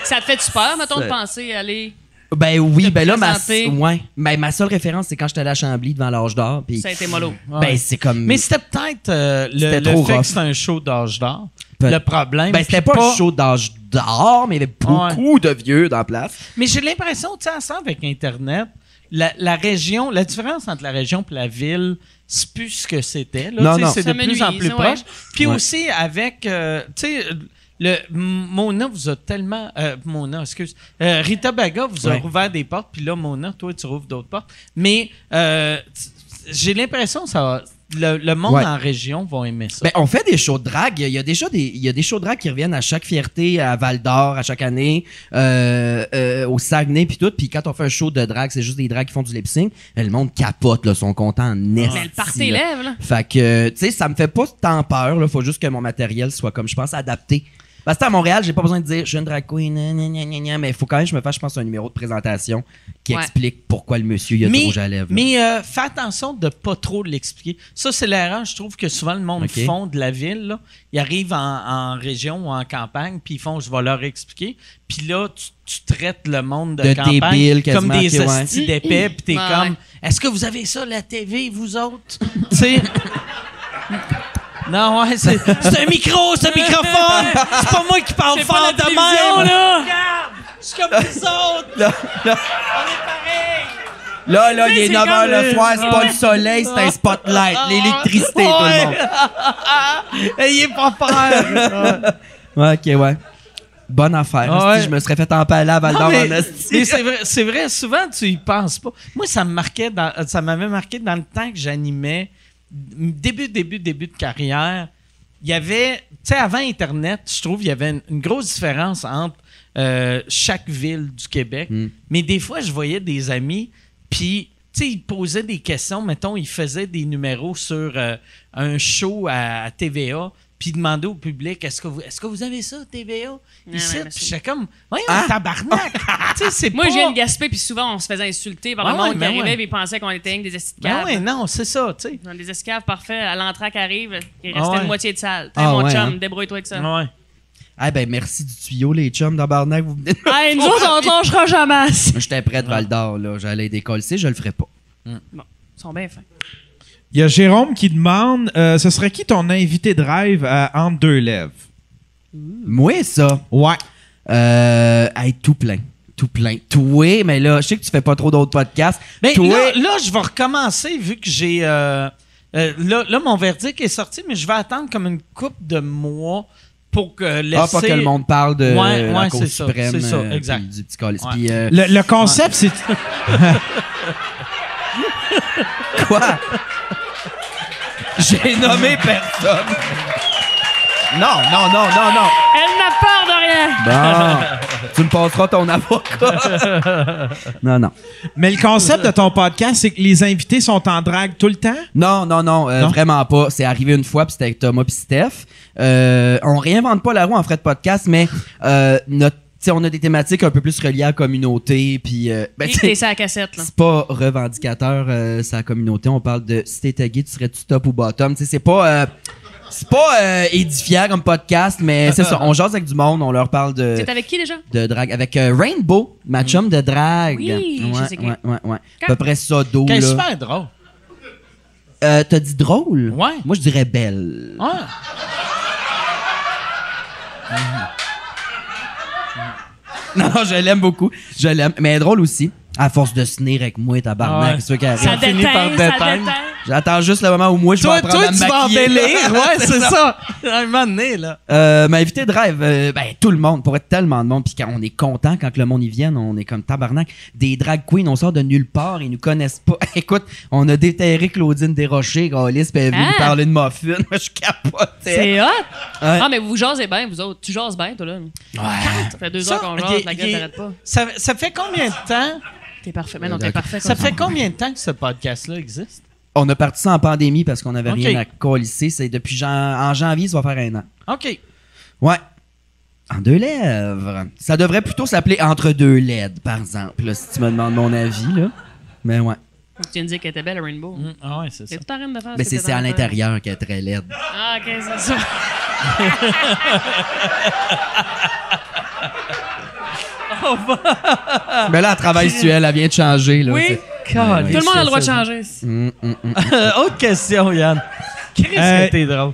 Speaker 6: Ça te fait-tu peur, mettons, de
Speaker 5: C'est-
Speaker 6: penser aller.
Speaker 5: Ben oui, ben là, ma,
Speaker 6: présenter.
Speaker 5: ouais, ben, ma seule référence, c'est quand j'étais allé à Chambly devant l'âge d'or. puis-
Speaker 6: Ça a été mollo.
Speaker 5: Ben c'est comme.
Speaker 1: Mais c'était peut-être euh, le,
Speaker 5: C'était
Speaker 1: le
Speaker 5: trop
Speaker 1: fait
Speaker 5: rough.
Speaker 1: que c'était un show d'âge d'or.
Speaker 5: Peut-
Speaker 1: Le problème.
Speaker 5: Ben, c'était
Speaker 1: puis
Speaker 5: pas, un show d'âge d'or, mais il y avait beaucoup de vieux dans la place.
Speaker 1: Mais j'ai l'impression, tu sais, à ça, avec Internet, la, la région, la différence entre la région et la ville, c'est plus ce que c'était. là.
Speaker 5: Non,
Speaker 1: Tu sais,
Speaker 5: non.
Speaker 1: C'est
Speaker 6: Ça
Speaker 1: de plus en
Speaker 6: menuise,
Speaker 1: plus
Speaker 6: ouais.
Speaker 1: proche. Puis
Speaker 5: Ouais.
Speaker 1: aussi avec, euh, tu sais, le M- Mona vous a tellement, euh, Mona, excuse, euh, Rita Baga vous a
Speaker 5: Ouais.
Speaker 1: rouvert des portes, puis là, Mona, toi, tu rouvres d'autres portes. Mais euh, t- j'ai l'impression que ça va- le, le monde
Speaker 5: Ouais.
Speaker 1: en région va aimer ça.
Speaker 5: Ben, on fait des shows de drague. Il y a déjà des, il y a des shows de drague qui reviennent à chaque fierté, à Val d'Or, à chaque année, euh, euh, au Saguenay, puis tout. Puis quand on fait un show de drague, c'est juste des dragues qui font du lip sync. Le monde capote, là, sont contents en est.
Speaker 6: Mais le party élève, là.
Speaker 5: Fait que, tu sais, ça me fait pas tant peur. Là. Faut juste que mon matériel soit, comme je pense, adapté. Parce que à Montréal, j'ai pas besoin de dire je suis une drag queen, gna, gna, gna, gna, gna, mais il faut quand même que je me fasse, je pense, un numéro de présentation qui
Speaker 6: Ouais.
Speaker 5: explique pourquoi le monsieur il a du
Speaker 1: mais,
Speaker 5: rouge à lèvres. là.
Speaker 1: mais, euh, fais attention de pas trop l'expliquer. Ça, c'est l'erreur, je trouve, que souvent le monde
Speaker 5: Ok.
Speaker 1: font de la ville. là. Ils arrivent en, en région ou en campagne, puis ils font « je vais leur expliquer ». Puis là, tu, tu traites le monde de,
Speaker 5: De
Speaker 1: campagne
Speaker 5: débile,
Speaker 1: comme
Speaker 5: quasiment,
Speaker 1: des
Speaker 5: ok,
Speaker 6: [laughs]
Speaker 5: ouais.
Speaker 1: hosties d'épais, puis t'es
Speaker 6: Ouais.
Speaker 1: comme « est-ce que vous avez ça, la TV, vous autres? » Tu [laughs] sais... Non, ouais, c'est c'est un micro,
Speaker 6: [laughs]
Speaker 1: c'est un microphone! C'est pas moi qui parle
Speaker 6: C'est pas
Speaker 1: fort
Speaker 6: la
Speaker 1: de
Speaker 6: télévision,
Speaker 1: même!
Speaker 6: là.
Speaker 1: Regarde! Je suis comme vous autres!
Speaker 5: Là, là. Là, là, il est
Speaker 6: c'est
Speaker 5: 9 h le
Speaker 6: comme-
Speaker 5: soir, c'est pas le soleil, c'est un
Speaker 1: [laughs]
Speaker 5: spotlight, l'électricité, tout le monde.
Speaker 1: Ayez pas peur!
Speaker 5: Ouais, ok, ouais. Bonne affaire.
Speaker 1: Ah
Speaker 5: hostie,
Speaker 1: ouais.
Speaker 5: Je me serais fait empaler à Val
Speaker 1: Non,
Speaker 5: d'Or
Speaker 1: mais-
Speaker 5: en hostie.
Speaker 1: mais c'est vrai, c'est vrai, souvent tu y penses pas. Moi, ça me marquait, dans- ça m'avait marqué dans le temps que j'animais, début, début, début de carrière. Il y avait, tu sais, avant Internet, je trouve, il y avait une, une grosse différence entre euh, chaque ville du Québec.
Speaker 5: Hmm.
Speaker 1: Mais des fois, je voyais des amis, puis, tu sais, ils posaient des questions. Mettons, ils faisaient des numéros sur euh, un show à, à TVA, puis ils demandaient au public est-ce que, est que vous avez ça, TVA Ici,
Speaker 6: ouais, mais
Speaker 1: Puis
Speaker 6: c'est-
Speaker 1: j'étais comme, voyons,
Speaker 5: Hein? [laughs]
Speaker 1: tabarnak! tu sais, c'est
Speaker 6: Moi,
Speaker 1: pas...
Speaker 6: je viens de Gaspé, puis souvent, on se faisait insulter par
Speaker 1: Ouais,
Speaker 6: le monde
Speaker 1: ouais,
Speaker 6: qui
Speaker 1: ben ouais.
Speaker 6: arrivait, puis ils pensaient qu'on était rien que des
Speaker 1: Ben
Speaker 6: esclaves.
Speaker 1: ouais, non, c'est ça, tu sais.
Speaker 6: Dans des escaves parfaits, à l'entrée qui arrive, il
Speaker 1: Ah
Speaker 6: restait
Speaker 1: ouais.
Speaker 6: une moitié de salle.
Speaker 5: Ah
Speaker 6: Hey, mon
Speaker 5: ouais,
Speaker 6: chum,
Speaker 5: hein.
Speaker 6: débrouille-toi avec ça.
Speaker 1: Ouais.
Speaker 5: Ah ben merci du tuyau, les chums d'Abarnac.
Speaker 1: [laughs]
Speaker 5: Vous venez de me
Speaker 6: Hey, nous
Speaker 5: voir.
Speaker 6: autres, on te lâchera jamais. Ils
Speaker 5: J'étais prêt de Val d'Or, là. J'allais décoller, je le ferais pas.
Speaker 6: sont bien fins.
Speaker 4: Il y a Jérôme qui demande euh, ce serait qui ton invité de rêve à entre deux lèvres
Speaker 5: Moi, ça.
Speaker 4: Ouais.
Speaker 5: Euh. Hey, tout plein. Tout plein. Toué, mais là, je sais que tu fais pas trop d'autres podcasts.
Speaker 1: Ben,
Speaker 5: Toué.
Speaker 1: là, là, je vais recommencer vu que j'ai. euh, euh, là, là, mon verdict est sorti, mais je vais attendre comme une coupe de mois pour que euh, laisser.
Speaker 5: Ah, pas que le monde parle de
Speaker 1: Ouais,
Speaker 5: euh, la
Speaker 1: ouais,
Speaker 5: Cour
Speaker 1: c'est ça,
Speaker 5: suprême,
Speaker 1: c'est ça,
Speaker 5: euh,
Speaker 1: exact.
Speaker 5: puis du petit colis.
Speaker 1: Ouais.
Speaker 5: Puis, euh,
Speaker 4: Le, le concept, c'est.
Speaker 5: Quoi? [laughs] J'ai nommé personne. Non, non, non, non, non.
Speaker 6: Elle n'a peur de rien.
Speaker 5: Bon, tu me passeras ton avocat. non, non.
Speaker 4: Mais le concept de ton podcast, c'est que les invités sont en drague tout le temps
Speaker 5: Non, non, non, euh,
Speaker 4: Non?
Speaker 5: vraiment pas. C'est arrivé une fois, puis c'était avec Thomas puis Steph. Euh, on réinvente pas la roue en frais de podcast, mais euh, notre, tu sais, on a des thématiques un peu plus reliées à la communauté, puis... euh, ben, Euh,
Speaker 6: Et
Speaker 5: tu sais,
Speaker 6: t'es sur la cassette, là.
Speaker 5: c'est pas revendicateur, euh, sa communauté. On parle de si t'es tagué, tu serais-tu top ou bottom. Tu sais, c'est pas. euh, c'est pas euh, édifiant comme podcast, mais c'est ça. On jase avec du monde, on leur parle de,
Speaker 6: T'es avec qui déjà?
Speaker 5: de drague. Avec euh, Rainbow, ma chum de drague.
Speaker 6: Oui, je
Speaker 5: ouais,
Speaker 6: sais qui.
Speaker 5: ouais, ouais, ouais. À peu près ça, d'eau.
Speaker 1: Ben, C'est
Speaker 5: là.
Speaker 1: super drôle.
Speaker 5: Euh, T'as dit drôle?
Speaker 1: Ouais.
Speaker 5: Moi, je dirais
Speaker 1: [laughs]
Speaker 5: belle.
Speaker 1: Ouais.
Speaker 5: Non, je l'aime beaucoup. Je l'aime. Mais elle est drôle aussi. À force de se tenir avec moi,
Speaker 1: Ah ouais.
Speaker 5: tabarnak. c'est ça qui arrive.
Speaker 6: Ça
Speaker 1: finit
Speaker 6: déteint,
Speaker 1: par
Speaker 6: ça
Speaker 1: déteindre.
Speaker 6: déteint.
Speaker 5: J'attends juste le moment où moi, je vais
Speaker 1: Toi,
Speaker 5: apprendre
Speaker 1: toi
Speaker 5: à me
Speaker 1: tu vas
Speaker 5: maquiller. [laughs]
Speaker 1: embellir. Ouais, c'est ça. À un moment donné, là.
Speaker 5: Euh, m'a invité de rêve, euh, ben, tout le monde, pour être tellement de monde, puis quand on est content quand que le monde y vient, on est comme tabarnak. Des drag queens, on sort de nulle part, ils nous connaissent pas. [laughs] Écoute, on a déterré Claudine Desrochers, Gaulis, puis elle est venue
Speaker 6: Ah!
Speaker 5: nous parler de muffin. [laughs] Moi, je capotais.
Speaker 6: C'est hot!
Speaker 5: Ouais.
Speaker 6: Ah, mais vous jasez bien, vous autres. Tu jases bien, toi, là. Ça fait deux
Speaker 1: Ça,
Speaker 6: heures qu'on
Speaker 1: il-
Speaker 6: jase, la gueule
Speaker 1: il-
Speaker 6: t'arrête pas. Euh,
Speaker 1: Ça, ça fait combien de temps?
Speaker 6: T'es parfait. Mais non, t'es parfait.
Speaker 1: Ça
Speaker 6: comme
Speaker 1: fait combien de temps que ce podcast-là existe?
Speaker 5: On a parti ça en pandémie parce qu'on avait
Speaker 1: Ok.
Speaker 5: rien à colisser. C'est depuis jan- en janvier, ça va faire un an.
Speaker 1: OK.
Speaker 5: Ouais. En deux lèvres. Ça devrait plutôt s'appeler entre deux LED, par exemple, là, si tu me demandes mon avis, là. Mais ouais.
Speaker 6: Tu viens de dire qu'elle était belle, Rainbow.
Speaker 1: Ah ouais, c'est ça.
Speaker 6: C'est tout en train de faire.
Speaker 5: Mais
Speaker 6: ce
Speaker 5: Ben, c'est
Speaker 6: que
Speaker 5: c'est à
Speaker 6: t'es en train de faire.
Speaker 5: l'intérieur qu'elle est très laide.
Speaker 6: Ah, ok, c'est ça. Ah.
Speaker 5: Mais là, elle travaille sur elle, elle vient de changer. Là,
Speaker 1: Oui.
Speaker 5: C'est-
Speaker 1: Caliste.
Speaker 6: Tout le monde a le droit de
Speaker 1: Ça, hmm.
Speaker 6: changer.
Speaker 5: Mm, mm, mm. [laughs]
Speaker 1: Autre question, Yann. Chris,
Speaker 4: Euh,
Speaker 1: que t'es drôle.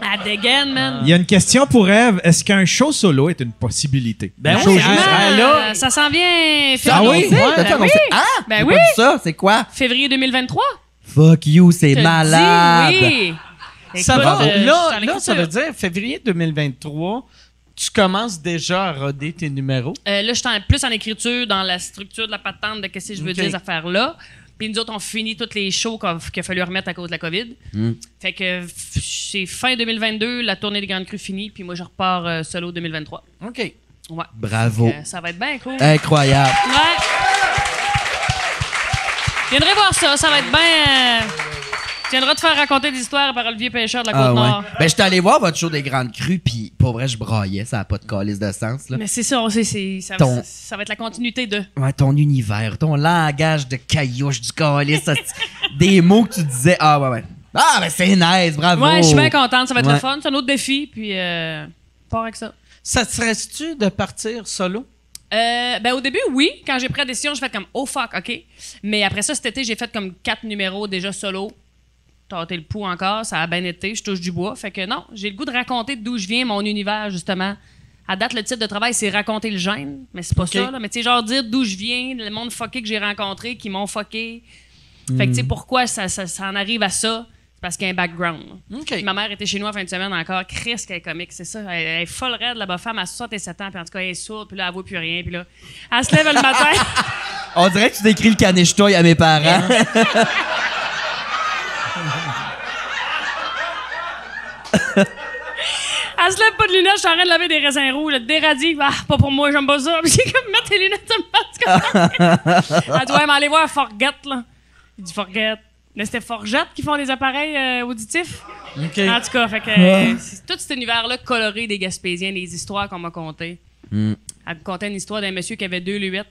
Speaker 6: Ah, dégaine, man.
Speaker 4: Il y a une question pour Eve. Est-ce qu'un show solo est une possibilité?
Speaker 1: Ben
Speaker 4: Un
Speaker 1: oui,
Speaker 4: show
Speaker 1: hein.
Speaker 4: juste-
Speaker 1: Ah,
Speaker 6: Ah,
Speaker 1: là-
Speaker 6: Ça s'en vient.
Speaker 5: Ah
Speaker 6: février.
Speaker 5: oui?
Speaker 6: Ben
Speaker 5: T'as fait annoncer-
Speaker 6: oui.
Speaker 5: Ah!
Speaker 6: Ben
Speaker 5: J'ai pas
Speaker 6: oui.
Speaker 5: dit ça, c'est quoi?
Speaker 6: Février 2023.
Speaker 5: Fuck you, c'est
Speaker 6: te le dis,
Speaker 5: malade!
Speaker 6: Oui.
Speaker 1: Ça
Speaker 6: Écoute,
Speaker 1: va,
Speaker 6: euh, je suis
Speaker 1: là, là,
Speaker 6: en
Speaker 1: ça
Speaker 6: écriture.
Speaker 1: veut dire février 2023, tu commences déjà à roder tes numéros.
Speaker 6: Euh, là, je suis en- plus en écriture, dans la structure de la patente de qu'est-ce que je veux
Speaker 1: Ok.
Speaker 6: dire, ces affaires-là. Puis nous autres, on finit toutes les shows qu'on- qu'il a fallu remettre à cause de la COVID.
Speaker 1: Hmm.
Speaker 6: Fait que f- c'est fin 2022, la tournée des Grandes Crues finie, puis moi, je repars euh, solo 2023.
Speaker 1: OK.
Speaker 6: Ouais.
Speaker 5: Bravo.
Speaker 6: Euh, ça va être bien cool.
Speaker 5: Incroyable.
Speaker 6: Ouais. Viendrez voir ça, ça va être bien. euh, Tu viendras te faire raconter des histoires par Olivier Pêcheur de la
Speaker 5: Ah
Speaker 6: Côte-Nord.
Speaker 5: ouais. Ben, j'étais allé voir votre show des Grandes Crues, puis pour vrai, je braillais, ça n'a pas de calice de sens, là.
Speaker 6: Mais c'est ça, on sait, c'est- ça,
Speaker 5: Ton-
Speaker 6: ça va être la continuité de.
Speaker 5: Ouais, ton univers, ton langage de caillouche du calice, ça- des mots que tu disais, ah ouais, ouais. Ah, ben c'est nice, bravo!
Speaker 6: Ouais, je suis bien contente, ça va être
Speaker 5: Oh. Ouais.
Speaker 6: le fun, c'est un autre défi, puis euh, part avec ça.
Speaker 1: Ça te serait-tu de partir solo?
Speaker 6: Euh, ben au début, oui. Quand j'ai pris la décision, j'ai fait comme oh fuck, ok. Mais après ça, cet été, j'ai fait comme quatre numéros déjà solo. Tâté le pouls encore, ça a bien été, je touche du bois. Fait que non, j'ai le goût de raconter d'où je viens, mon univers, justement. À date, le titre de travail, c'est raconter le gène, mais c'est pas ça, là. Mais tu sais, genre dire d'où je viens, le monde fucké que j'ai rencontré, qui m'ont fucké. Fait que tu sais, pourquoi ça, ça, ça en arrive à ça? C'est parce qu'il y a un background. là.
Speaker 1: OK.
Speaker 6: Puis Ma mère était chez nous en fin de semaine encore. Chris, qu'elle est comique, c'est ça. Elle, elle est folle raide, la bas femme, à 67 ans. Puis en tout cas, elle est sourde, puis là, elle voit plus rien. Puis là, elle se lève le matin.
Speaker 5: On dirait que tu décris le canichetoy à mes parents.
Speaker 6: elle se lève pas de lunettes, je suis en train de laver des raisins rouges. là, Des radis, ah, pas pour moi, j'aime pas ça. [laughs] Puis j'ai comme, mettre tes lunettes, ça me passe comme Elle doit même aller voir Forget, là. Il dit Forget. Mais c'était Forget qui font des appareils euh, auditifs.
Speaker 1: OK.
Speaker 6: En tout cas, fait que, euh, c'est tout cet univers-là coloré des Gaspésiens, des histoires qu'on m'a contées.
Speaker 5: Mm.
Speaker 6: Elle me contait une histoire d'un monsieur qui avait deux luettes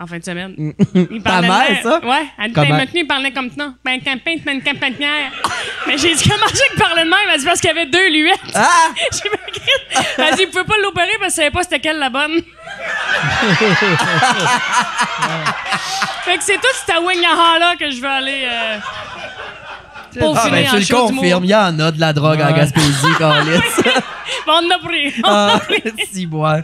Speaker 6: en fin de semaine. Il
Speaker 5: Ta mère,
Speaker 6: de-
Speaker 5: Mm. ça?
Speaker 6: Ouais. Elle dit,
Speaker 5: Comment?
Speaker 6: ben, maintenant, il parlait comme ça. Ben, campagne, ben, campagne, Mais j'ai dit, comment ça qu'il parlait de même? Elle dit, parce qu'il y avait deux luettes.
Speaker 5: Ah!
Speaker 6: J'ai pas écrit. Elle dit, il pouvait pas l'opérer parce qu'il savait pas c'était quelle la bonne. fait que c'est tout cet là que je veux aller. euh, pour
Speaker 5: Ah, ben,
Speaker 6: finir
Speaker 5: tu
Speaker 6: en
Speaker 5: le
Speaker 6: show d'humour.
Speaker 5: confirmes, il y en a de la drogue en
Speaker 6: [laughs]
Speaker 5: Gaspésie, calice.
Speaker 6: Bon, on en a pris. On en a
Speaker 5: Ah,
Speaker 6: pris.
Speaker 5: si, moi.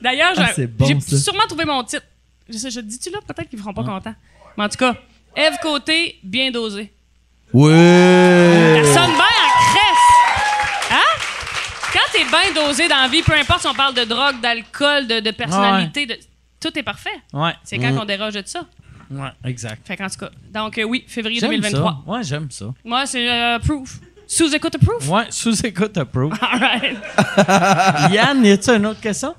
Speaker 6: D'ailleurs,
Speaker 5: Ah,
Speaker 6: j'ai-
Speaker 5: c'est bon,
Speaker 6: j'ai
Speaker 5: ça. Ah.
Speaker 6: sûrement trouvé mon titre. Je, sais- je te dis-tu là, peut-être qu'ils ne feront pas content. Mais en tout cas, Eve Côté, bien dosé.
Speaker 5: Oui!
Speaker 6: Ça sonne bien en crèche. Hein? Quand t'es bien dosé dans la vie, peu importe si on parle de drogue, d'alcool, de, de personnalité,
Speaker 5: Ah
Speaker 6: de- tout est parfait.
Speaker 1: Ouais.
Speaker 6: C'est
Speaker 5: Mm.
Speaker 6: quand qu'on déroge de ça.
Speaker 1: Ouais, exact.
Speaker 6: Fait qu'en tout cas, donc euh, oui, février
Speaker 1: J'aime
Speaker 6: 2023.
Speaker 1: ça. Ouais, j'aime ça.
Speaker 6: Moi, c'est euh, proof. Sous écoute proof. [laughs]
Speaker 1: Ouais, sous-écoute approuve.
Speaker 6: All
Speaker 1: [laughs]
Speaker 6: right.
Speaker 1: Yann, y a-tu une autre question?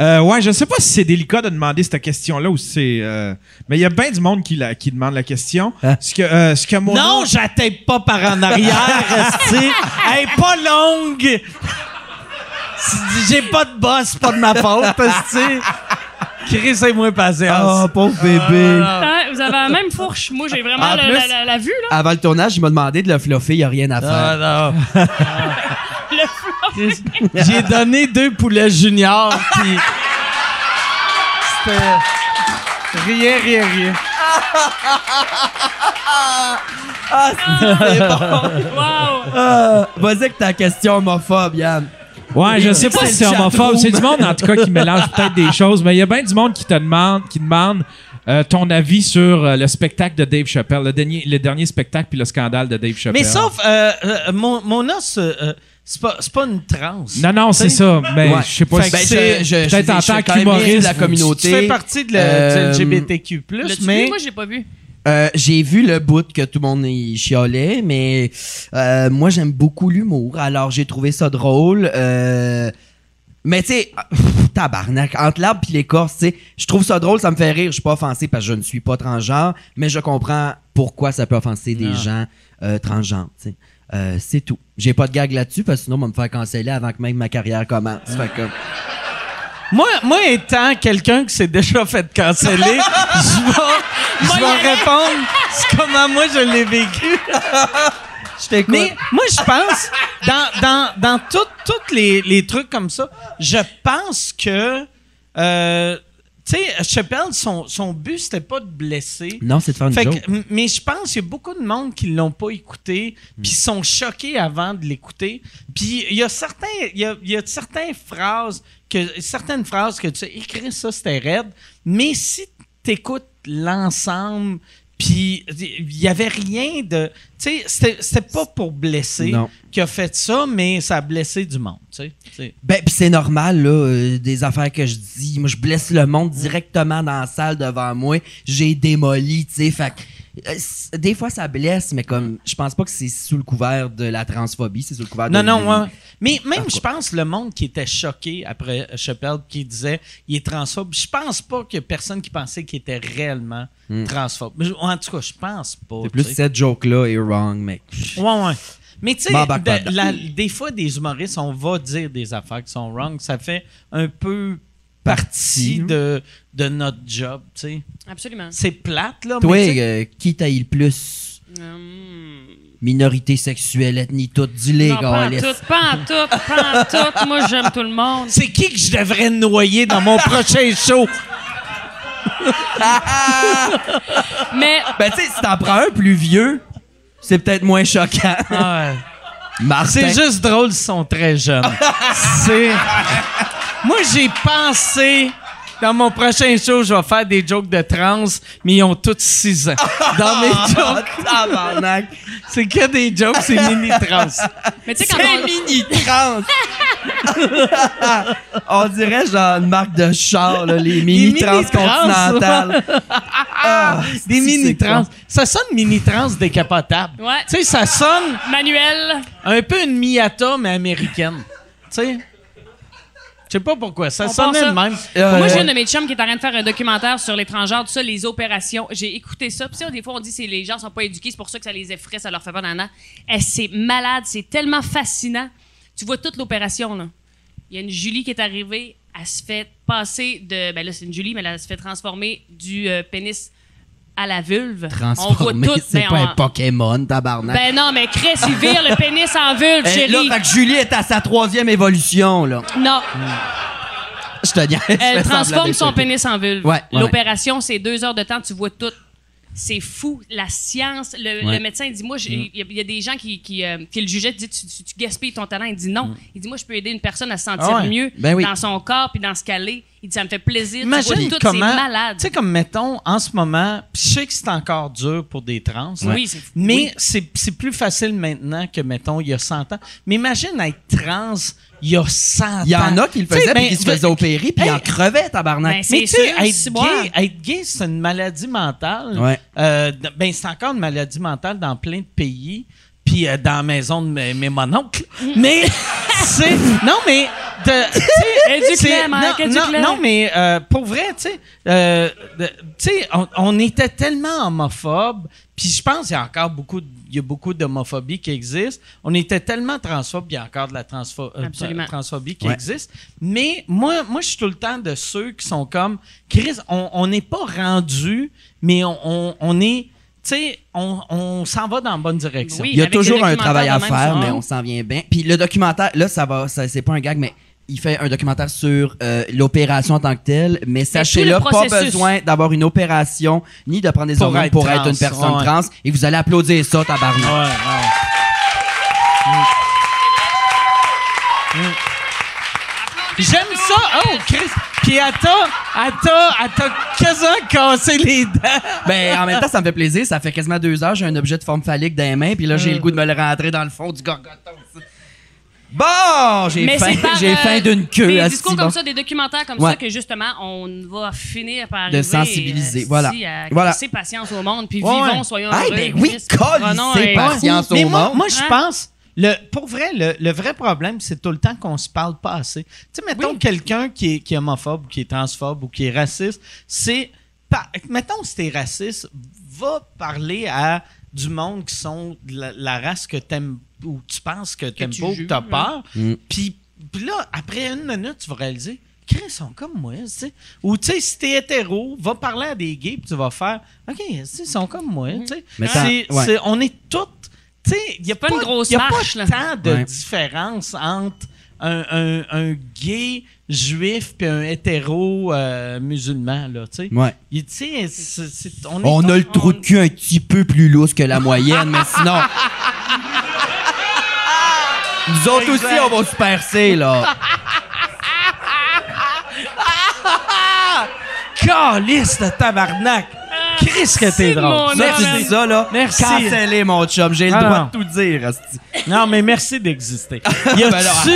Speaker 4: Euh, ouais, je sais pas si c'est délicat de demander cette question-là ou si c'est. euh, Mais il y a bien du monde qui, la- qui demande la question.
Speaker 5: Hein?
Speaker 4: Ce que, euh, ce que mon
Speaker 1: Non, j'atteins pas par en arrière, [laughs] esti. Elle est pas longue. J'ai pas de boss, pas de ma faute, esti. Chris est moins patience.
Speaker 5: Oh, pauvre bébé!
Speaker 6: Hein, Vous avez la même fourche. Moi, j'ai vraiment
Speaker 5: Ah. En
Speaker 6: la,
Speaker 5: plus-
Speaker 6: la- la- la vue,
Speaker 5: [laughs]
Speaker 6: là.
Speaker 5: Avant le tournage, il m'a demandé de le fluffer, il n'y a rien à faire.
Speaker 1: Ah, non. Chris, J'ai donné deux poulets juniors, puis... C'était... Rien, rien, rien.
Speaker 6: Wow.
Speaker 5: Ah, Vas-y avec ta question homophobe, Yann.
Speaker 8: Ouais, je sais pas
Speaker 5: C'est
Speaker 8: si c'est
Speaker 5: le
Speaker 8: homophobe.
Speaker 5: chapeau.
Speaker 8: C'est du monde, en tout cas, qui mélange peut-être des choses, mais il y a bien du monde qui te demande, qui demande
Speaker 4: euh, ton avis sur euh, le spectacle de Dave Chappelle, le dernier, le dernier spectacle puis le scandale de Dave Chappelle.
Speaker 1: Mais sauf, euh, euh, mon, mon os, euh, c'est pas, c'est pas une transe.
Speaker 4: Non, non, c'est ça. Mais
Speaker 5: Ouais.
Speaker 4: Ben, je sais pas.
Speaker 5: Fait que
Speaker 4: si-
Speaker 5: c'est- je- je-
Speaker 4: peut-être
Speaker 5: je-
Speaker 4: en
Speaker 5: je
Speaker 4: tant
Speaker 5: suis quand même issu
Speaker 4: qu'humoriste.
Speaker 5: de la communauté.
Speaker 1: Tu fais partie de, la-
Speaker 5: Euh,
Speaker 1: du LGBTQ+,
Speaker 6: L'as-tu vu?
Speaker 1: mais...
Speaker 6: Moi, j'ai pas vu.
Speaker 5: Euh, j'ai vu le bout que tout le monde y chiolait, mais euh, moi j'aime beaucoup l'humour, alors j'ai trouvé ça drôle. euh, mais tu sais, pff, tabarnak, entre l'arbre puis l'écorce, tu sais, je trouve ça drôle, ça me fait rire, je suis pas offensé parce que je ne suis pas transgenre, mais je comprends pourquoi ça peut offenser des gens euh, transgenres, tu sais. Euh, c'est tout. J'ai pas de gag là-dessus parce que sinon on va me faire canceller avant que même ma carrière commence. Fait que-
Speaker 1: Moi, moi étant quelqu'un qui s'est déjà fait
Speaker 6: [laughs]
Speaker 1: canceller, je vais, je
Speaker 6: Moi,
Speaker 1: vais
Speaker 6: y aller.
Speaker 1: répondre c'est comment moi je l'ai vécu.
Speaker 5: Je t'écoute.
Speaker 1: Mais moi, je pense, dans, dans, dans tous les, les trucs comme ça, je pense que, euh, tu sais, Chappelle, son, son but, c'était pas de blesser.
Speaker 5: Non, c'est de faire une
Speaker 1: Fait
Speaker 5: joke.
Speaker 1: que, m- mais je pense qu'il y a beaucoup de monde qui l'ont pas écouté,
Speaker 5: Hmm.
Speaker 1: puis sont choqués avant de l'écouter. Puis il y a certains, il y a, il y a certaines phrases que certaines phrases que tu écris ça c'était raide, mais si t'écoutes l'ensemble, puis il y avait rien de, tu sais, c'était- c'était pas pour blesser
Speaker 5: Non.
Speaker 1: qui a fait ça, mais ça a blessé du monde, tu sais. tu sais.
Speaker 5: Ben, pis c'est normal, là, euh, des affaires que je dis. Moi, je blesse le monde directement dans la salle devant moi. J'ai démoli, tu sais. Fait que, euh, c- des fois, ça blesse, mais comme, je pense pas que c'est sous le couvert de la transphobie, c'est sous le couvert
Speaker 1: Non,
Speaker 5: de.
Speaker 1: non, ouais. Mais même,
Speaker 5: En tout
Speaker 1: je pense, le monde qui était choqué après euh, Chappelle, qui disait il est transphobe, je pense pas qu'il y a personne qui pensait qu'il était réellement transphobe. Je- En tout cas, je pense pas.
Speaker 5: Hmm. C'est plus
Speaker 1: tu sais.
Speaker 5: cette joke-là est wrong, mec.
Speaker 1: Ouais, ouais. Mais tu sais,
Speaker 5: M'en bac pas
Speaker 1: de-
Speaker 5: dedans.
Speaker 1: la- des fois, des humoristes, on va dire des affaires qui sont wrong. Ça fait un peu
Speaker 5: Partie.
Speaker 1: partie de, de notre job, tu sais.
Speaker 6: Absolument.
Speaker 1: C'est plate, là,
Speaker 5: Toi,
Speaker 1: mais tu sais-
Speaker 5: euh, qui t'aille le plus?
Speaker 6: Hum.
Speaker 5: Minorité sexuelle, ethnie, toute du les
Speaker 6: Non, pas en
Speaker 5: gars.
Speaker 6: tout, pas en tout, pas en tout. Moi, j'aime tout le monde.
Speaker 1: c'est qui que je devrais noyer dans
Speaker 5: [laughs]
Speaker 1: mon prochain show?
Speaker 6: Mais
Speaker 5: Ben, tu sais, si t'en prends un plus vieux, c'est peut-être moins choquant.
Speaker 1: Ah, ouais.
Speaker 5: Martin.
Speaker 1: C'est juste drôle, ils sont très jeunes. C'est. Moi, j'ai pensé. Dans mon prochain show, je vais faire des jokes de trans, mais ils ont tous 6 ans. Dans mes jokes,
Speaker 5: Ah, Tabarnak.
Speaker 1: c'est que des jokes, c'est mini-trans.
Speaker 6: Mais tu sais, quand on.
Speaker 5: mini trans. [laughs] on dirait genre une marque de char, là, les mini trans
Speaker 1: mini-trans,
Speaker 5: continentales. Ah,
Speaker 1: Des
Speaker 5: si,
Speaker 1: mini-trans.
Speaker 5: c'est
Speaker 1: Ça sonne mini-trans décapotable.
Speaker 6: Ouais.
Speaker 1: Tu sais, ça sonne
Speaker 6: Manuel.
Speaker 1: un peu une Miata, mais américaine. Tu sais? Je sais pas pourquoi. Ça
Speaker 6: On
Speaker 1: sonnait
Speaker 6: pense ça.
Speaker 1: de même.
Speaker 5: Euh,
Speaker 6: Moi, j'ai
Speaker 5: ouais.
Speaker 6: une de mes chums qui est en train de faire un documentaire sur l'étrangère, tout ça, les opérations. J'ai écouté ça. Puis, tu sais, des fois, on dit que les gens sont pas éduqués, c'est pour ça que ça les effraie, ça leur fait pas d'anna. C'est malade, c'est tellement fascinant. Tu vois toute l'opération, là. Il y a une Julie qui est arrivée, elle se fait passer de. Ben là, c'est une Julie, mais elle se fait transformer du euh, pénis à la vulve.
Speaker 5: Transformé,
Speaker 6: on voit tout.
Speaker 5: c'est
Speaker 6: ben,
Speaker 5: pas
Speaker 6: on-
Speaker 5: un Pokémon, tabarnak.
Speaker 6: ben non, mais Chris, il vire le pénis en vulve,
Speaker 5: Eh,
Speaker 6: chérie.
Speaker 5: là, fait que Julie est à sa troisième évolution, là.
Speaker 6: Non.
Speaker 5: Je te dis. [laughs] je fais
Speaker 6: [laughs] Elle
Speaker 5: semblant
Speaker 6: transforme
Speaker 5: d'être
Speaker 6: son
Speaker 5: choqué.
Speaker 6: pénis en vulve.
Speaker 5: Ouais, ouais,
Speaker 6: L'opération, c'est deux heures de temps, tu vois tout. C'est fou, la science. Le,
Speaker 5: Ouais.
Speaker 6: le médecin dit Moi, j'ai-
Speaker 1: Mm.
Speaker 6: il y a- il y, a des gens qui, qui, euh, qui le jugeaient, dit tu, tu- tu gaspilles ton talent. Il dit Non. Il dit Moi, je peux aider une personne à se sentir
Speaker 1: Mm. Ah ouais.
Speaker 6: mieux
Speaker 5: Ben oui.
Speaker 6: dans son corps puis dans ce qu'elle est. Il dit Ça me fait plaisir. tu
Speaker 1: Imagine
Speaker 6: vois tout, c'est
Speaker 1: comment.
Speaker 6: malade.
Speaker 1: Tu sais, comme mettons, en ce moment, pis je sais que c'est encore dur pour des trans. là,
Speaker 6: Oui, c'est-
Speaker 1: Mais
Speaker 6: oui.
Speaker 1: c'est c'est plus facile maintenant que, mettons, il y a 100 ans. Mais imagine être trans il y a 100 ans.
Speaker 5: Il y en a qui le
Speaker 1: Tu sais,
Speaker 5: faisaient,
Speaker 1: ben,
Speaker 5: puis qui se faisaient opérer, puis
Speaker 1: Hey.
Speaker 5: ils en crevaient, tabarnak.
Speaker 6: Ben, c'est-
Speaker 1: Mais tu sais,
Speaker 6: sûr,
Speaker 1: être,
Speaker 6: c'est moi.
Speaker 1: gay- être gay, c'est une maladie mentale.
Speaker 5: Ouais.
Speaker 1: Euh, d- ben, c'est encore une maladie mentale dans plein de pays. Puis euh, dans la maison de mes, mes mononcles.
Speaker 6: Mm. [laughs]
Speaker 1: Mais, c'est. Non, mais. de- tu sais,
Speaker 6: Éduque-les,
Speaker 1: c'est-
Speaker 6: Mike,
Speaker 1: non,
Speaker 6: éduque-les.
Speaker 1: non, non, mais euh, pour vrai, tu sais, euh, de- tu sais, on, on était tellement homophobes, puis je pense qu'il y a encore beaucoup, de- il y a beaucoup d'homophobie qui existe. On était tellement transphobes, il y a encore de la transpho- euh,
Speaker 6: Absolument.
Speaker 1: transphobie qui
Speaker 5: Ouais.
Speaker 1: existe. Mais moi, moi, je suis tout le temps de ceux qui sont comme, Chris, on on n'est pas rendu, mais on, on- on est, tu sais, on, on s'en va dans la bonne direction.
Speaker 6: Oui.
Speaker 5: Il y a
Speaker 6: avec des
Speaker 5: toujours un
Speaker 6: documentaires
Speaker 5: travail à
Speaker 6: de même
Speaker 5: faire,
Speaker 6: sur-
Speaker 5: mais on s'en vient bien. Puis le documentaire, là, ça va, ça, c'est pas un gag, mais il fait un documentaire sur euh, l'opération en tant que telle. Mais
Speaker 6: tout
Speaker 5: sachez-le,
Speaker 6: le
Speaker 5: pas
Speaker 6: processus.
Speaker 5: besoin d'avoir une opération ni de prendre des
Speaker 1: Pour
Speaker 5: hormones
Speaker 1: être
Speaker 5: pour
Speaker 1: trans,
Speaker 5: être une personne
Speaker 1: ouais.
Speaker 5: trans. Et vous allez applaudir ça,
Speaker 1: Ouais, Mm.
Speaker 6: [laughs]
Speaker 1: ouais.
Speaker 5: tabarnak.
Speaker 1: J'aime Mm. ça. Oh, Chris. Puis elle t'a, elle t'a, elle t'a quasiment cassé les dents.
Speaker 5: Ben, en même temps, ça me fait plaisir. Ça fait quasiment deux heures, j'ai un objet de forme phallique dans les mains, puis là, j'ai
Speaker 6: Euh.
Speaker 5: le goût de me le rentrer dans le fond du gorgoton. ça. Bon, j'ai
Speaker 6: Mais
Speaker 5: faim,
Speaker 6: c'est par,
Speaker 5: j'ai
Speaker 6: euh,
Speaker 5: faim d'une queue.
Speaker 6: Des
Speaker 5: asti,
Speaker 6: discours comme
Speaker 5: bon.
Speaker 6: ça, des documentaires comme
Speaker 5: Ouais.
Speaker 6: ça, que justement, on va finir par
Speaker 5: De
Speaker 6: arriver,
Speaker 5: sensibiliser,
Speaker 6: euh,
Speaker 5: voilà.
Speaker 6: si, à
Speaker 5: Voilà.
Speaker 6: laisser patience au monde, puis
Speaker 1: Ouais, ouais.
Speaker 6: vivons, soyons
Speaker 5: Ah,
Speaker 6: heureux.
Speaker 5: ben oui,
Speaker 6: Christ, prenons
Speaker 5: colissez,
Speaker 6: un-
Speaker 5: patience
Speaker 1: Mais
Speaker 5: au
Speaker 1: moi,
Speaker 5: monde.
Speaker 1: moi je
Speaker 6: Hein?
Speaker 1: pense, le, pour vrai, le, le vrai problème, c'est tout le temps qu'on se parle pas assez. Tu sais, mettons
Speaker 6: Oui.
Speaker 1: quelqu'un qui est, qui est homophobe, ou qui est transphobe ou qui est raciste, c'est. pa- Mettons, si t'es raciste, va parler à du monde qui sont de la, la race que t'aimes ou tu penses que t'aimes
Speaker 6: tu
Speaker 1: pas ou que
Speaker 6: juges,
Speaker 1: t'as
Speaker 6: ouais.
Speaker 1: peur.
Speaker 5: Mm.
Speaker 1: Puis puis là, après une minute, tu vas réaliser. Chris, ils sont comme moi, tu sais. Ou, tu sais, si t'es hétéro, va parler à des gays, puis tu vas faire, OK, tu sais, ils sont comme moi,
Speaker 6: Mm.
Speaker 1: tu sais.
Speaker 5: Mais ça-
Speaker 1: C'est-
Speaker 5: ouais.
Speaker 1: c'est- on est toutes. Tu sais, il n'y a
Speaker 6: pas
Speaker 1: pas,
Speaker 6: une grosse
Speaker 1: y a pas
Speaker 6: marche, là.
Speaker 1: tant de
Speaker 5: Ouais.
Speaker 1: différence entre un, un- un gay juif et un hétéro euh, musulman, là, tu sais.
Speaker 5: Ouais.
Speaker 1: Il- tu sais, c'est- c'est- on est
Speaker 5: On
Speaker 1: tous-
Speaker 5: a le trou de cul un petit peu plus lousse que la moyenne, mais sinon. Nous autres aussi, on va se percer, là.
Speaker 1: Ah, Calisse de tabarnak! Qu'est-ce que
Speaker 6: Ah, c'est
Speaker 1: t'es
Speaker 6: de
Speaker 1: drôle?
Speaker 6: mon
Speaker 5: Ça,
Speaker 6: Non,
Speaker 5: tu
Speaker 6: non,
Speaker 5: dis ça, là.
Speaker 1: Merci.
Speaker 5: Cancellé, mon chum. J'ai le
Speaker 1: Ah,
Speaker 5: droit
Speaker 1: non.
Speaker 5: de tout dire, asti.
Speaker 1: Non, mais merci d'exister. Y
Speaker 5: Ben là,
Speaker 1: a-tu.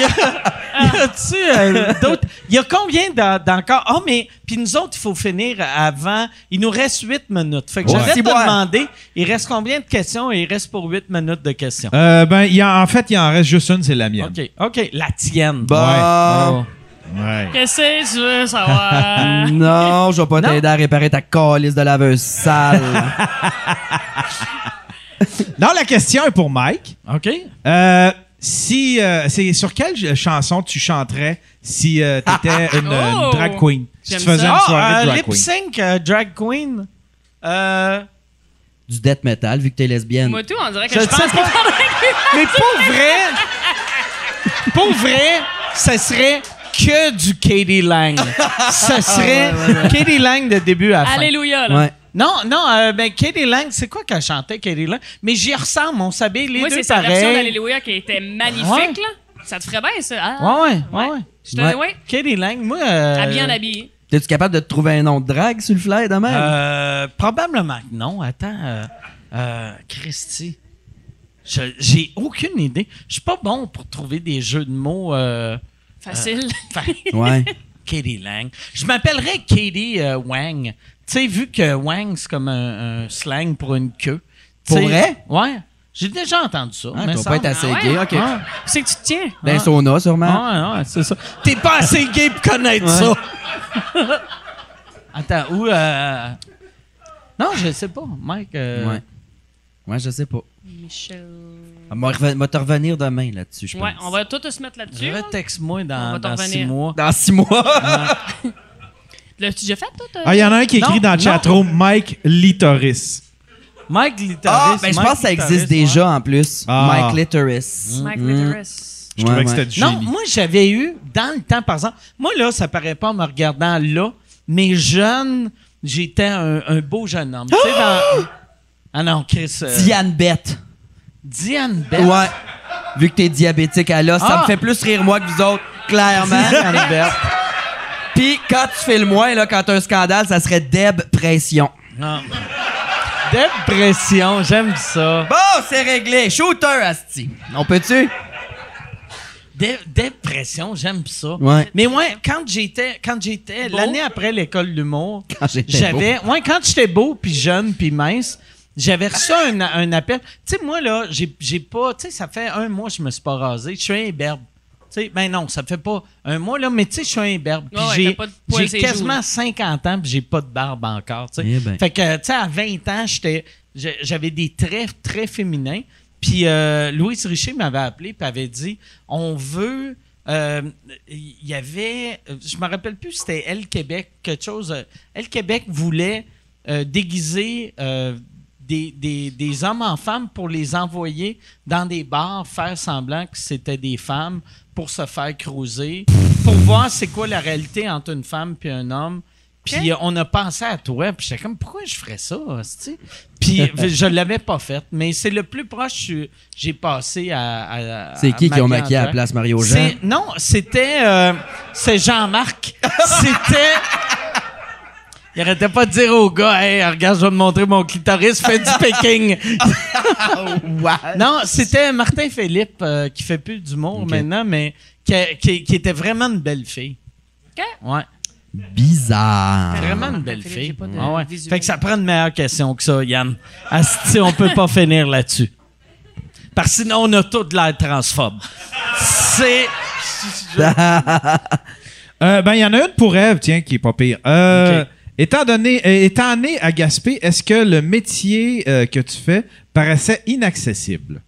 Speaker 1: y a- [laughs] y a-tu euh, d'autres. Y a combien d'en- d'encore. Ah, mais. Puis nous autres, il faut finir avant. Il nous reste 8 minutes. Fait que
Speaker 5: Ouais.
Speaker 1: j'allais te
Speaker 5: Si, ouais.
Speaker 1: demander, il reste combien de questions et il reste pour 8 minutes de questions?
Speaker 4: Euh, ben, il y a- en fait, il en reste juste une, c'est la mienne.
Speaker 1: OK, OK. La tienne.
Speaker 5: Bon.
Speaker 4: Ouais.
Speaker 6: Qu'est-ce que tu veux
Speaker 5: [laughs]
Speaker 6: savoir?
Speaker 5: Non, je vais pas
Speaker 1: Non.
Speaker 5: t'aider à réparer ta calice de
Speaker 1: [laughs]
Speaker 5: laveuse sale.
Speaker 4: Non, la question est pour Mike.
Speaker 1: OK.
Speaker 4: Euh, si euh, c'est sur quelle j- chanson tu chanterais si euh, t'étais une,
Speaker 6: Oh!
Speaker 4: une drag queen Si
Speaker 6: J'aime
Speaker 4: tu faisais
Speaker 6: ça.
Speaker 4: une soirée
Speaker 1: Ah,
Speaker 4: de
Speaker 1: euh,
Speaker 4: drag
Speaker 1: lip
Speaker 4: queen.
Speaker 1: sync, euh, drag queen. Euh,
Speaker 5: du death metal, vu que t'es lesbienne.
Speaker 6: Moi, tout, on dirait que
Speaker 1: Je
Speaker 6: je,
Speaker 1: le sais
Speaker 6: pense
Speaker 1: pas.
Speaker 6: qu'il parle avec lui.
Speaker 1: [laughs] mais pour vrai. Pour vrai, ce serait que du Katie Lang. Ce serait Katie Lang de début à fin.
Speaker 6: Alléluia, là.
Speaker 5: [laughs] Ouais.
Speaker 1: Non, non, euh, ben Katie Lang, c'est quoi qu'elle chantait, Katie Lang? Mais j'y ressemble, on s'habille les
Speaker 6: Moi,
Speaker 1: deux
Speaker 6: c'est sa version
Speaker 1: pareil.
Speaker 6: d'Alléluia qui était magnifique,
Speaker 1: Ouais.
Speaker 6: là. Ça te ferait bien, ça.
Speaker 1: Ouais,
Speaker 6: Ah,
Speaker 1: ouais, ouais, ouais.
Speaker 6: Je te ouais.
Speaker 1: Katie Lang, moi... euh,
Speaker 6: Elle bien habillée.
Speaker 5: T'es-tu capable de te trouver un nom de drague sur le fly de même?
Speaker 1: euh, probablement que non. Attends, euh, euh, Christy, Je- j'ai aucune idée. Je suis pas bon pour trouver des jeux de mots...
Speaker 6: [laughs]
Speaker 1: euh,
Speaker 6: Facile.
Speaker 5: euh,
Speaker 6: [laughs]
Speaker 1: fa- [laughs]
Speaker 5: Ouais.
Speaker 1: Katie Lang. Je m'appellerais Katie euh, Wang. Tu sais, vu que Wang, c'est comme un, un slang pour une queue. Tu
Speaker 5: Pour
Speaker 1: sais-
Speaker 5: vrai?
Speaker 1: Ouais. J'ai déjà entendu ça.
Speaker 5: Ah,
Speaker 1: mais
Speaker 5: dois
Speaker 1: ça
Speaker 5: pas être
Speaker 1: me-
Speaker 5: assez
Speaker 6: Ah
Speaker 5: gay,
Speaker 6: ouais?
Speaker 5: ok.
Speaker 1: Ouais.
Speaker 6: c'est que tu te tiens.
Speaker 5: Ben,
Speaker 1: Ah.
Speaker 5: sauna, sûrement.
Speaker 1: Ouais, ouais, ah, c'est ça. T'es pas assez gay pour connaître ça. [laughs] Attends, ou. euh, Non, je sais pas, Mike. euh,
Speaker 5: Ouais. Ouais, je sais pas.
Speaker 6: Michel.
Speaker 5: On va Ah, reven- va te revenir demain là-dessus, je pense.
Speaker 6: Ouais, on va tous se mettre là-dessus. là.
Speaker 1: Retexte-moi
Speaker 6: On
Speaker 1: dans,
Speaker 6: va t'en
Speaker 1: dans six
Speaker 6: revenir.
Speaker 1: mois.
Speaker 5: Dans six mois.
Speaker 6: L'as-tu déjà fait, toi? t'as-
Speaker 4: Ah, il y en a un qui écrit
Speaker 1: Non,
Speaker 4: dans le
Speaker 1: non.
Speaker 4: chatroom Mike Litoris.
Speaker 1: Mike Littoris.
Speaker 5: Ah, ben, je
Speaker 1: Mike
Speaker 5: pense que ça existe
Speaker 1: Littoris,
Speaker 5: déjà en plus.
Speaker 4: Ah.
Speaker 5: Mike Litteris.
Speaker 6: Mike Litteris.
Speaker 4: Je trouvais que c'était du
Speaker 1: Non,
Speaker 4: génie.
Speaker 1: moi, j'avais eu, dans le temps, par exemple, moi, là, ça paraît pas en me regardant là, mais jeune, j'étais un, un beau jeune homme. Tu sais,
Speaker 5: [gasps]
Speaker 1: dans. Ah non, Chris. euh,
Speaker 5: Diane Bette.
Speaker 1: Diane Bell.
Speaker 5: Ouais. Vu que t'es diabétique à l'os, ça
Speaker 1: Ah.
Speaker 5: me fait plus rire moi que vous autres, [laughs] clairement. Diane Bette. Puis quand tu fais le moins, là, quand t'as un scandale, ça serait Deb Pression.
Speaker 1: Non. Dépression, j'aime ça.
Speaker 5: Bon, c'est réglé. Shooter, Asti. On peut-tu?
Speaker 1: Dé- dépression, j'aime ça.
Speaker 5: Ouais.
Speaker 1: Mais ouais, quand j'étais, quand j'étais,
Speaker 6: Beau.
Speaker 1: l'année après l'école d'humour,
Speaker 5: Quand Ah, j'étais
Speaker 1: j'avais, ouais, quand j'étais beau puis jeune puis mince, j'avais reçu un, un appel. Tu sais, moi là, j'ai, j'ai pas, tu sais, ça fait un mois que je me suis pas rasé. Je suis un imberbe. Tu sais, ben non, ça fait pas un mois là, mais tu sais, je suis un imberbe. Puis
Speaker 6: Ouais, ouais,
Speaker 1: j'ai,
Speaker 6: t'as pas de poils
Speaker 1: j'ai
Speaker 6: sur les joues,
Speaker 1: quasiment
Speaker 6: là.
Speaker 1: 50 ans puis j'ai pas de barbe encore. tu sais.
Speaker 5: Eh ben.
Speaker 1: Fait que, tu sais, à 20 ans, j'étais, j'a- j'avais des traits très féminins. Puis euh, Louise Richer m'avait appelé puis avait dit on veut. euh, Il y avait. Je me rappelle plus, c'était Elle Québec, quelque chose. euh, Elle Québec voulait euh, déguiser. euh, des, des- des hommes en femmes pour les envoyer dans des bars, faire semblant que c'était des femmes pour se faire creuser, pour voir c'est quoi la réalité entre une femme puis un homme. Puis euh, on a pensé à toi, puis j'étais comme, pourquoi je ferais ça? hostie? Puis [laughs] je l'avais pas fait, mais c'est le plus proche que j'ai passé à. à- à-
Speaker 5: C'est
Speaker 1: à
Speaker 5: qui qui ont maquillé à la
Speaker 1: Antoine.
Speaker 5: place Mario Jean?
Speaker 1: C'est- Non, c'était. euh, c'est
Speaker 5: [laughs]
Speaker 1: Jean-Marc. c'était. Il arrêtait pas de dire au gars, hey, regarde, je vais te montrer mon clitoris, fais du
Speaker 5: [laughs]
Speaker 1: picking. Non, c'était Martin Philippe euh, qui fait plus d'humour maintenant, mais qui, qui- qui était vraiment une belle fille.
Speaker 6: OK.
Speaker 1: Ouais, [laughs]
Speaker 5: Bizarre.
Speaker 1: vraiment une belle
Speaker 6: Philippe,
Speaker 1: fille.
Speaker 6: j'ai pas de
Speaker 1: Ah ouais.
Speaker 6: visuel.
Speaker 1: Fait que ça prend une meilleure question que ça, Yann. Asti, on peut pas finir là-dessus. Parce que sinon, on a tout de l'air transphobe. C'est.
Speaker 4: Euh, ben, il y en a une pour Eve, tiens, qui est pas pire. Euh,
Speaker 1: Ok.
Speaker 4: Étant donné, euh, étant né à Gaspé, est-ce que le métier euh, que tu fais paraissait inaccessible?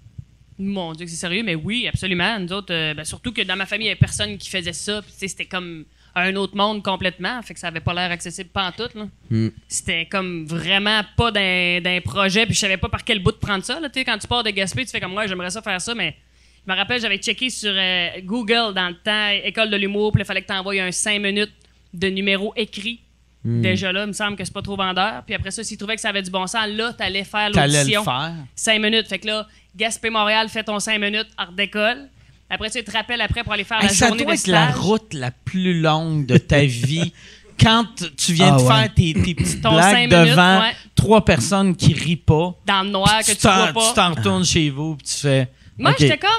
Speaker 6: Mon Dieu, que c'est sérieux, mais oui, absolument. Nous autres, euh, ben, surtout que dans ma famille, il n'y avait personne qui faisait ça. Puis, tu sais, c'était comme un autre monde complètement. Fait que ça avait pas l'air accessible pantoute. Là.
Speaker 1: Hmm.
Speaker 6: C'était comme vraiment pas d'un d'un projet. Puis, je savais pas par quel bout de prendre ça. Là, Tu sais, quand tu pars de Gaspé, tu fais comme moi, j'aimerais ça faire ça, mais. Je me rappelle, j'avais checké sur euh, Google dans le temps, École de l'humour, puis il fallait que tu envoies un 5 minutes de numéro écrit.
Speaker 1: Hmm.
Speaker 6: Déjà là, il me semble que c'est pas trop vendeur. Puis après ça, s'ils trouvaient que ça avait du bon sens, là, t'allais faire
Speaker 1: T'allais
Speaker 6: l'audition.
Speaker 1: le faire.
Speaker 6: 5 minutes. Fait que là, Gaspé Montréal, fais ton 5 minutes, hors d'école. Après, tu te rappelles après pour aller faire
Speaker 1: Hey,
Speaker 6: la
Speaker 1: ça
Speaker 6: journée
Speaker 1: doit
Speaker 6: de
Speaker 1: être la
Speaker 6: stage.
Speaker 1: route la plus longue de ta vie. Quand tu viens
Speaker 5: Ah
Speaker 1: de
Speaker 5: ouais.
Speaker 1: faire tes, tes petites
Speaker 6: Ton
Speaker 1: blagues
Speaker 6: cinq minutes,
Speaker 1: devant
Speaker 6: ouais.
Speaker 1: trois personnes qui rient pas,
Speaker 6: dans le noir
Speaker 1: puis
Speaker 6: que tu
Speaker 1: t'en-
Speaker 6: vois pas.
Speaker 1: t'en retournes chez vous puis tu fais.
Speaker 6: Moi,
Speaker 1: OK.
Speaker 6: j'étais comme,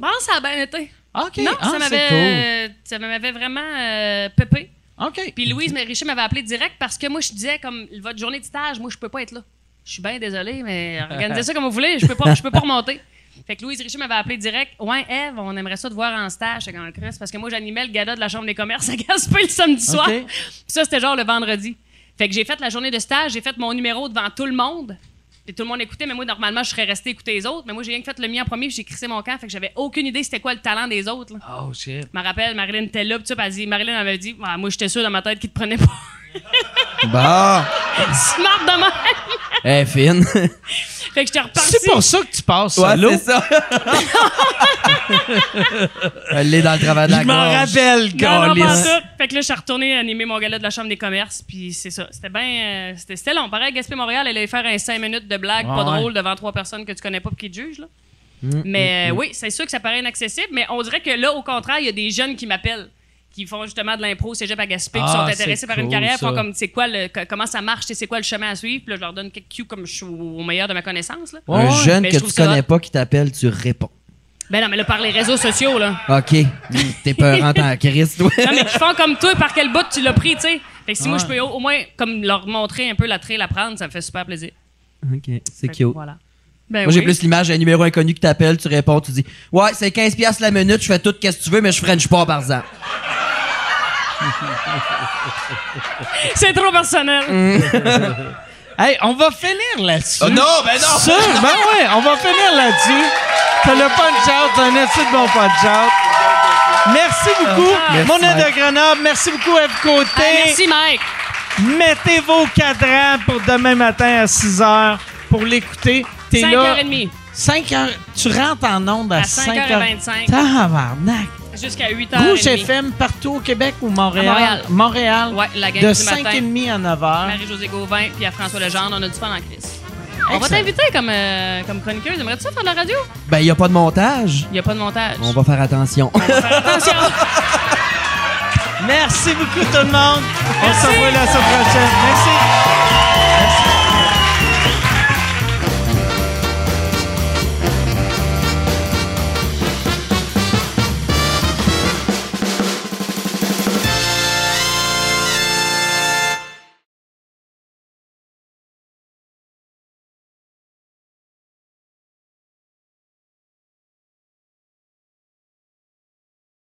Speaker 6: bon, ça a bien été.
Speaker 1: OK,
Speaker 6: non,
Speaker 1: ah,
Speaker 6: ça
Speaker 1: c'est
Speaker 6: m'avait
Speaker 1: cool.
Speaker 6: euh, ça m'avait vraiment euh, pépé.
Speaker 1: OK.
Speaker 6: Puis Louise Richer m'avait appelé direct parce que moi, je disais, comme, votre journée de stage, moi, je peux pas être là. Je suis bien désolée,
Speaker 1: [laughs]
Speaker 6: mais organisez ça comme vous voulez, je peux pas, je peux pas remonter. Fait que Louise Richer m'avait appelé direct. Ouais, Eve, on aimerait ça te voir en stage. J'étais comme, Chris, parce que moi, j'animais le gala de la Chambre des commerces à Gaspé le samedi soir.
Speaker 1: OK.
Speaker 6: Puis ça, c'était genre le vendredi. Fait que j'ai fait la journée de stage, j'ai fait mon numéro devant tout le monde. Puis tout le monde écoutait, mais moi, normalement, je serais resté écouter les autres. Mais moi, j'ai rien que fait le mien en premier, puis j'ai crissé mon camp. Fait que j'avais aucune idée c'était quoi le talent des autres. là.
Speaker 1: Oh, shit.
Speaker 6: Je me rappelle, Marilyn était là, pis ça, pis elle dit, Marilyn avait dit, Ah, moi, j'étais sûre dans ma tête qu'il te prenait pas. [laughs]
Speaker 5: Bah,
Speaker 6: Smart de même!
Speaker 5: eh, fine.
Speaker 6: Fait que j'étais reparti.
Speaker 1: C'est pour ça que tu passes
Speaker 5: Ouais,
Speaker 1: solo.
Speaker 5: c'est ça. [laughs] Elle est dans le travail de la
Speaker 1: Je m'en
Speaker 5: gorge.
Speaker 1: rappelle,
Speaker 6: Non, non, pas en
Speaker 1: Gaulis.
Speaker 6: tout. Fait que là, je suis retourné animer mon gala de la Chambre des commerces, puis c'est ça. C'était bien. euh, c'était, c'était long. Pareil, à Gaspé Montréal, elle allait faire un 5 minutes de blague
Speaker 1: Ouais,
Speaker 6: pas
Speaker 1: ouais. Mm,
Speaker 6: drôle devant trois personnes que tu connais pas pis qui te jugent, là. mais euh, oui, c'est sûr que ça paraît inaccessible, mais on dirait que là, au contraire, il y a des jeunes qui m'appellent, qui font justement de l'impro au cégep à Gaspé, qui
Speaker 1: Ah,
Speaker 6: sont
Speaker 1: c'est
Speaker 6: intéressés par une
Speaker 1: cool,
Speaker 6: carrière,
Speaker 1: ça.
Speaker 6: font comme, c'est quoi le, co- comment ça marche, c'est quoi le chemin à suivre, puis là, je leur donne quelques cues comme je suis au meilleur de ma connaissance, là.
Speaker 5: Un jeune
Speaker 6: Mais
Speaker 5: que
Speaker 6: je
Speaker 5: tu
Speaker 6: trouve ça
Speaker 5: connais
Speaker 6: hot.
Speaker 5: pas qui t'appelle, tu réponds.
Speaker 6: Ben non, mais là, par les réseaux sociaux, là.
Speaker 5: OK. Mm, T'es peurant en crise, toi.
Speaker 6: [laughs] Non, mais qui font comme toi, par quel bout tu l'as pris, tu sais. Fait que si moi,
Speaker 1: Ouais.
Speaker 6: je peux au, au moins comme leur montrer un peu la trail à prendre, ça me fait super plaisir.
Speaker 5: OK, c'est
Speaker 6: Fait que
Speaker 5: cute.
Speaker 6: Voilà. Ben
Speaker 5: Moi, j'ai
Speaker 6: oui.
Speaker 5: plus l'image d'un numéro inconnu que t'appelles, tu réponds, tu dis Ouais, c'est 15$ piastres la minute, je fais tout ce que tu veux, mais je French pas par exemple.
Speaker 6: [laughs] C'est trop personnel.
Speaker 1: Hey, on va finir là-dessus.
Speaker 5: ben
Speaker 1: Sûr, ben ouais, on va finir là-dessus. T'as le punch-out, t'as un assez de bon punch-out. Merci beaucoup,
Speaker 6: Ah, Merci,
Speaker 1: mon aide de Grenoble. Merci beaucoup, Eve Côté.
Speaker 6: Ah, merci, Mike.
Speaker 1: Mettez vos cadrans pour demain matin à 6 h pour l'écouter. T'es là.
Speaker 6: 5h30.
Speaker 1: 5 h Tu rentres en onde à,
Speaker 6: À
Speaker 1: 5 h
Speaker 6: 5h25.
Speaker 1: Tabarnak.
Speaker 6: Jusqu'à 8h.
Speaker 1: Rouge FM partout au Québec ou Montréal?
Speaker 6: À Montréal.
Speaker 1: Montréal.
Speaker 6: Ouais, la gang
Speaker 1: de
Speaker 6: du
Speaker 1: 5h30 à 9 h
Speaker 6: Marie-Josée Gauvin puis à François Legendre, on a du fun en crise. On va
Speaker 1: Excellent.
Speaker 6: t'inviter comme, euh, comme chroniqueuse. Aimerais-tu ça faire de la radio?
Speaker 5: Ben, y a pas de montage.
Speaker 6: Il n'y a pas de montage.
Speaker 5: On va faire attention.
Speaker 6: Attention!
Speaker 1: Merci beaucoup tout le monde. On se revoit la semaine prochaine. Merci.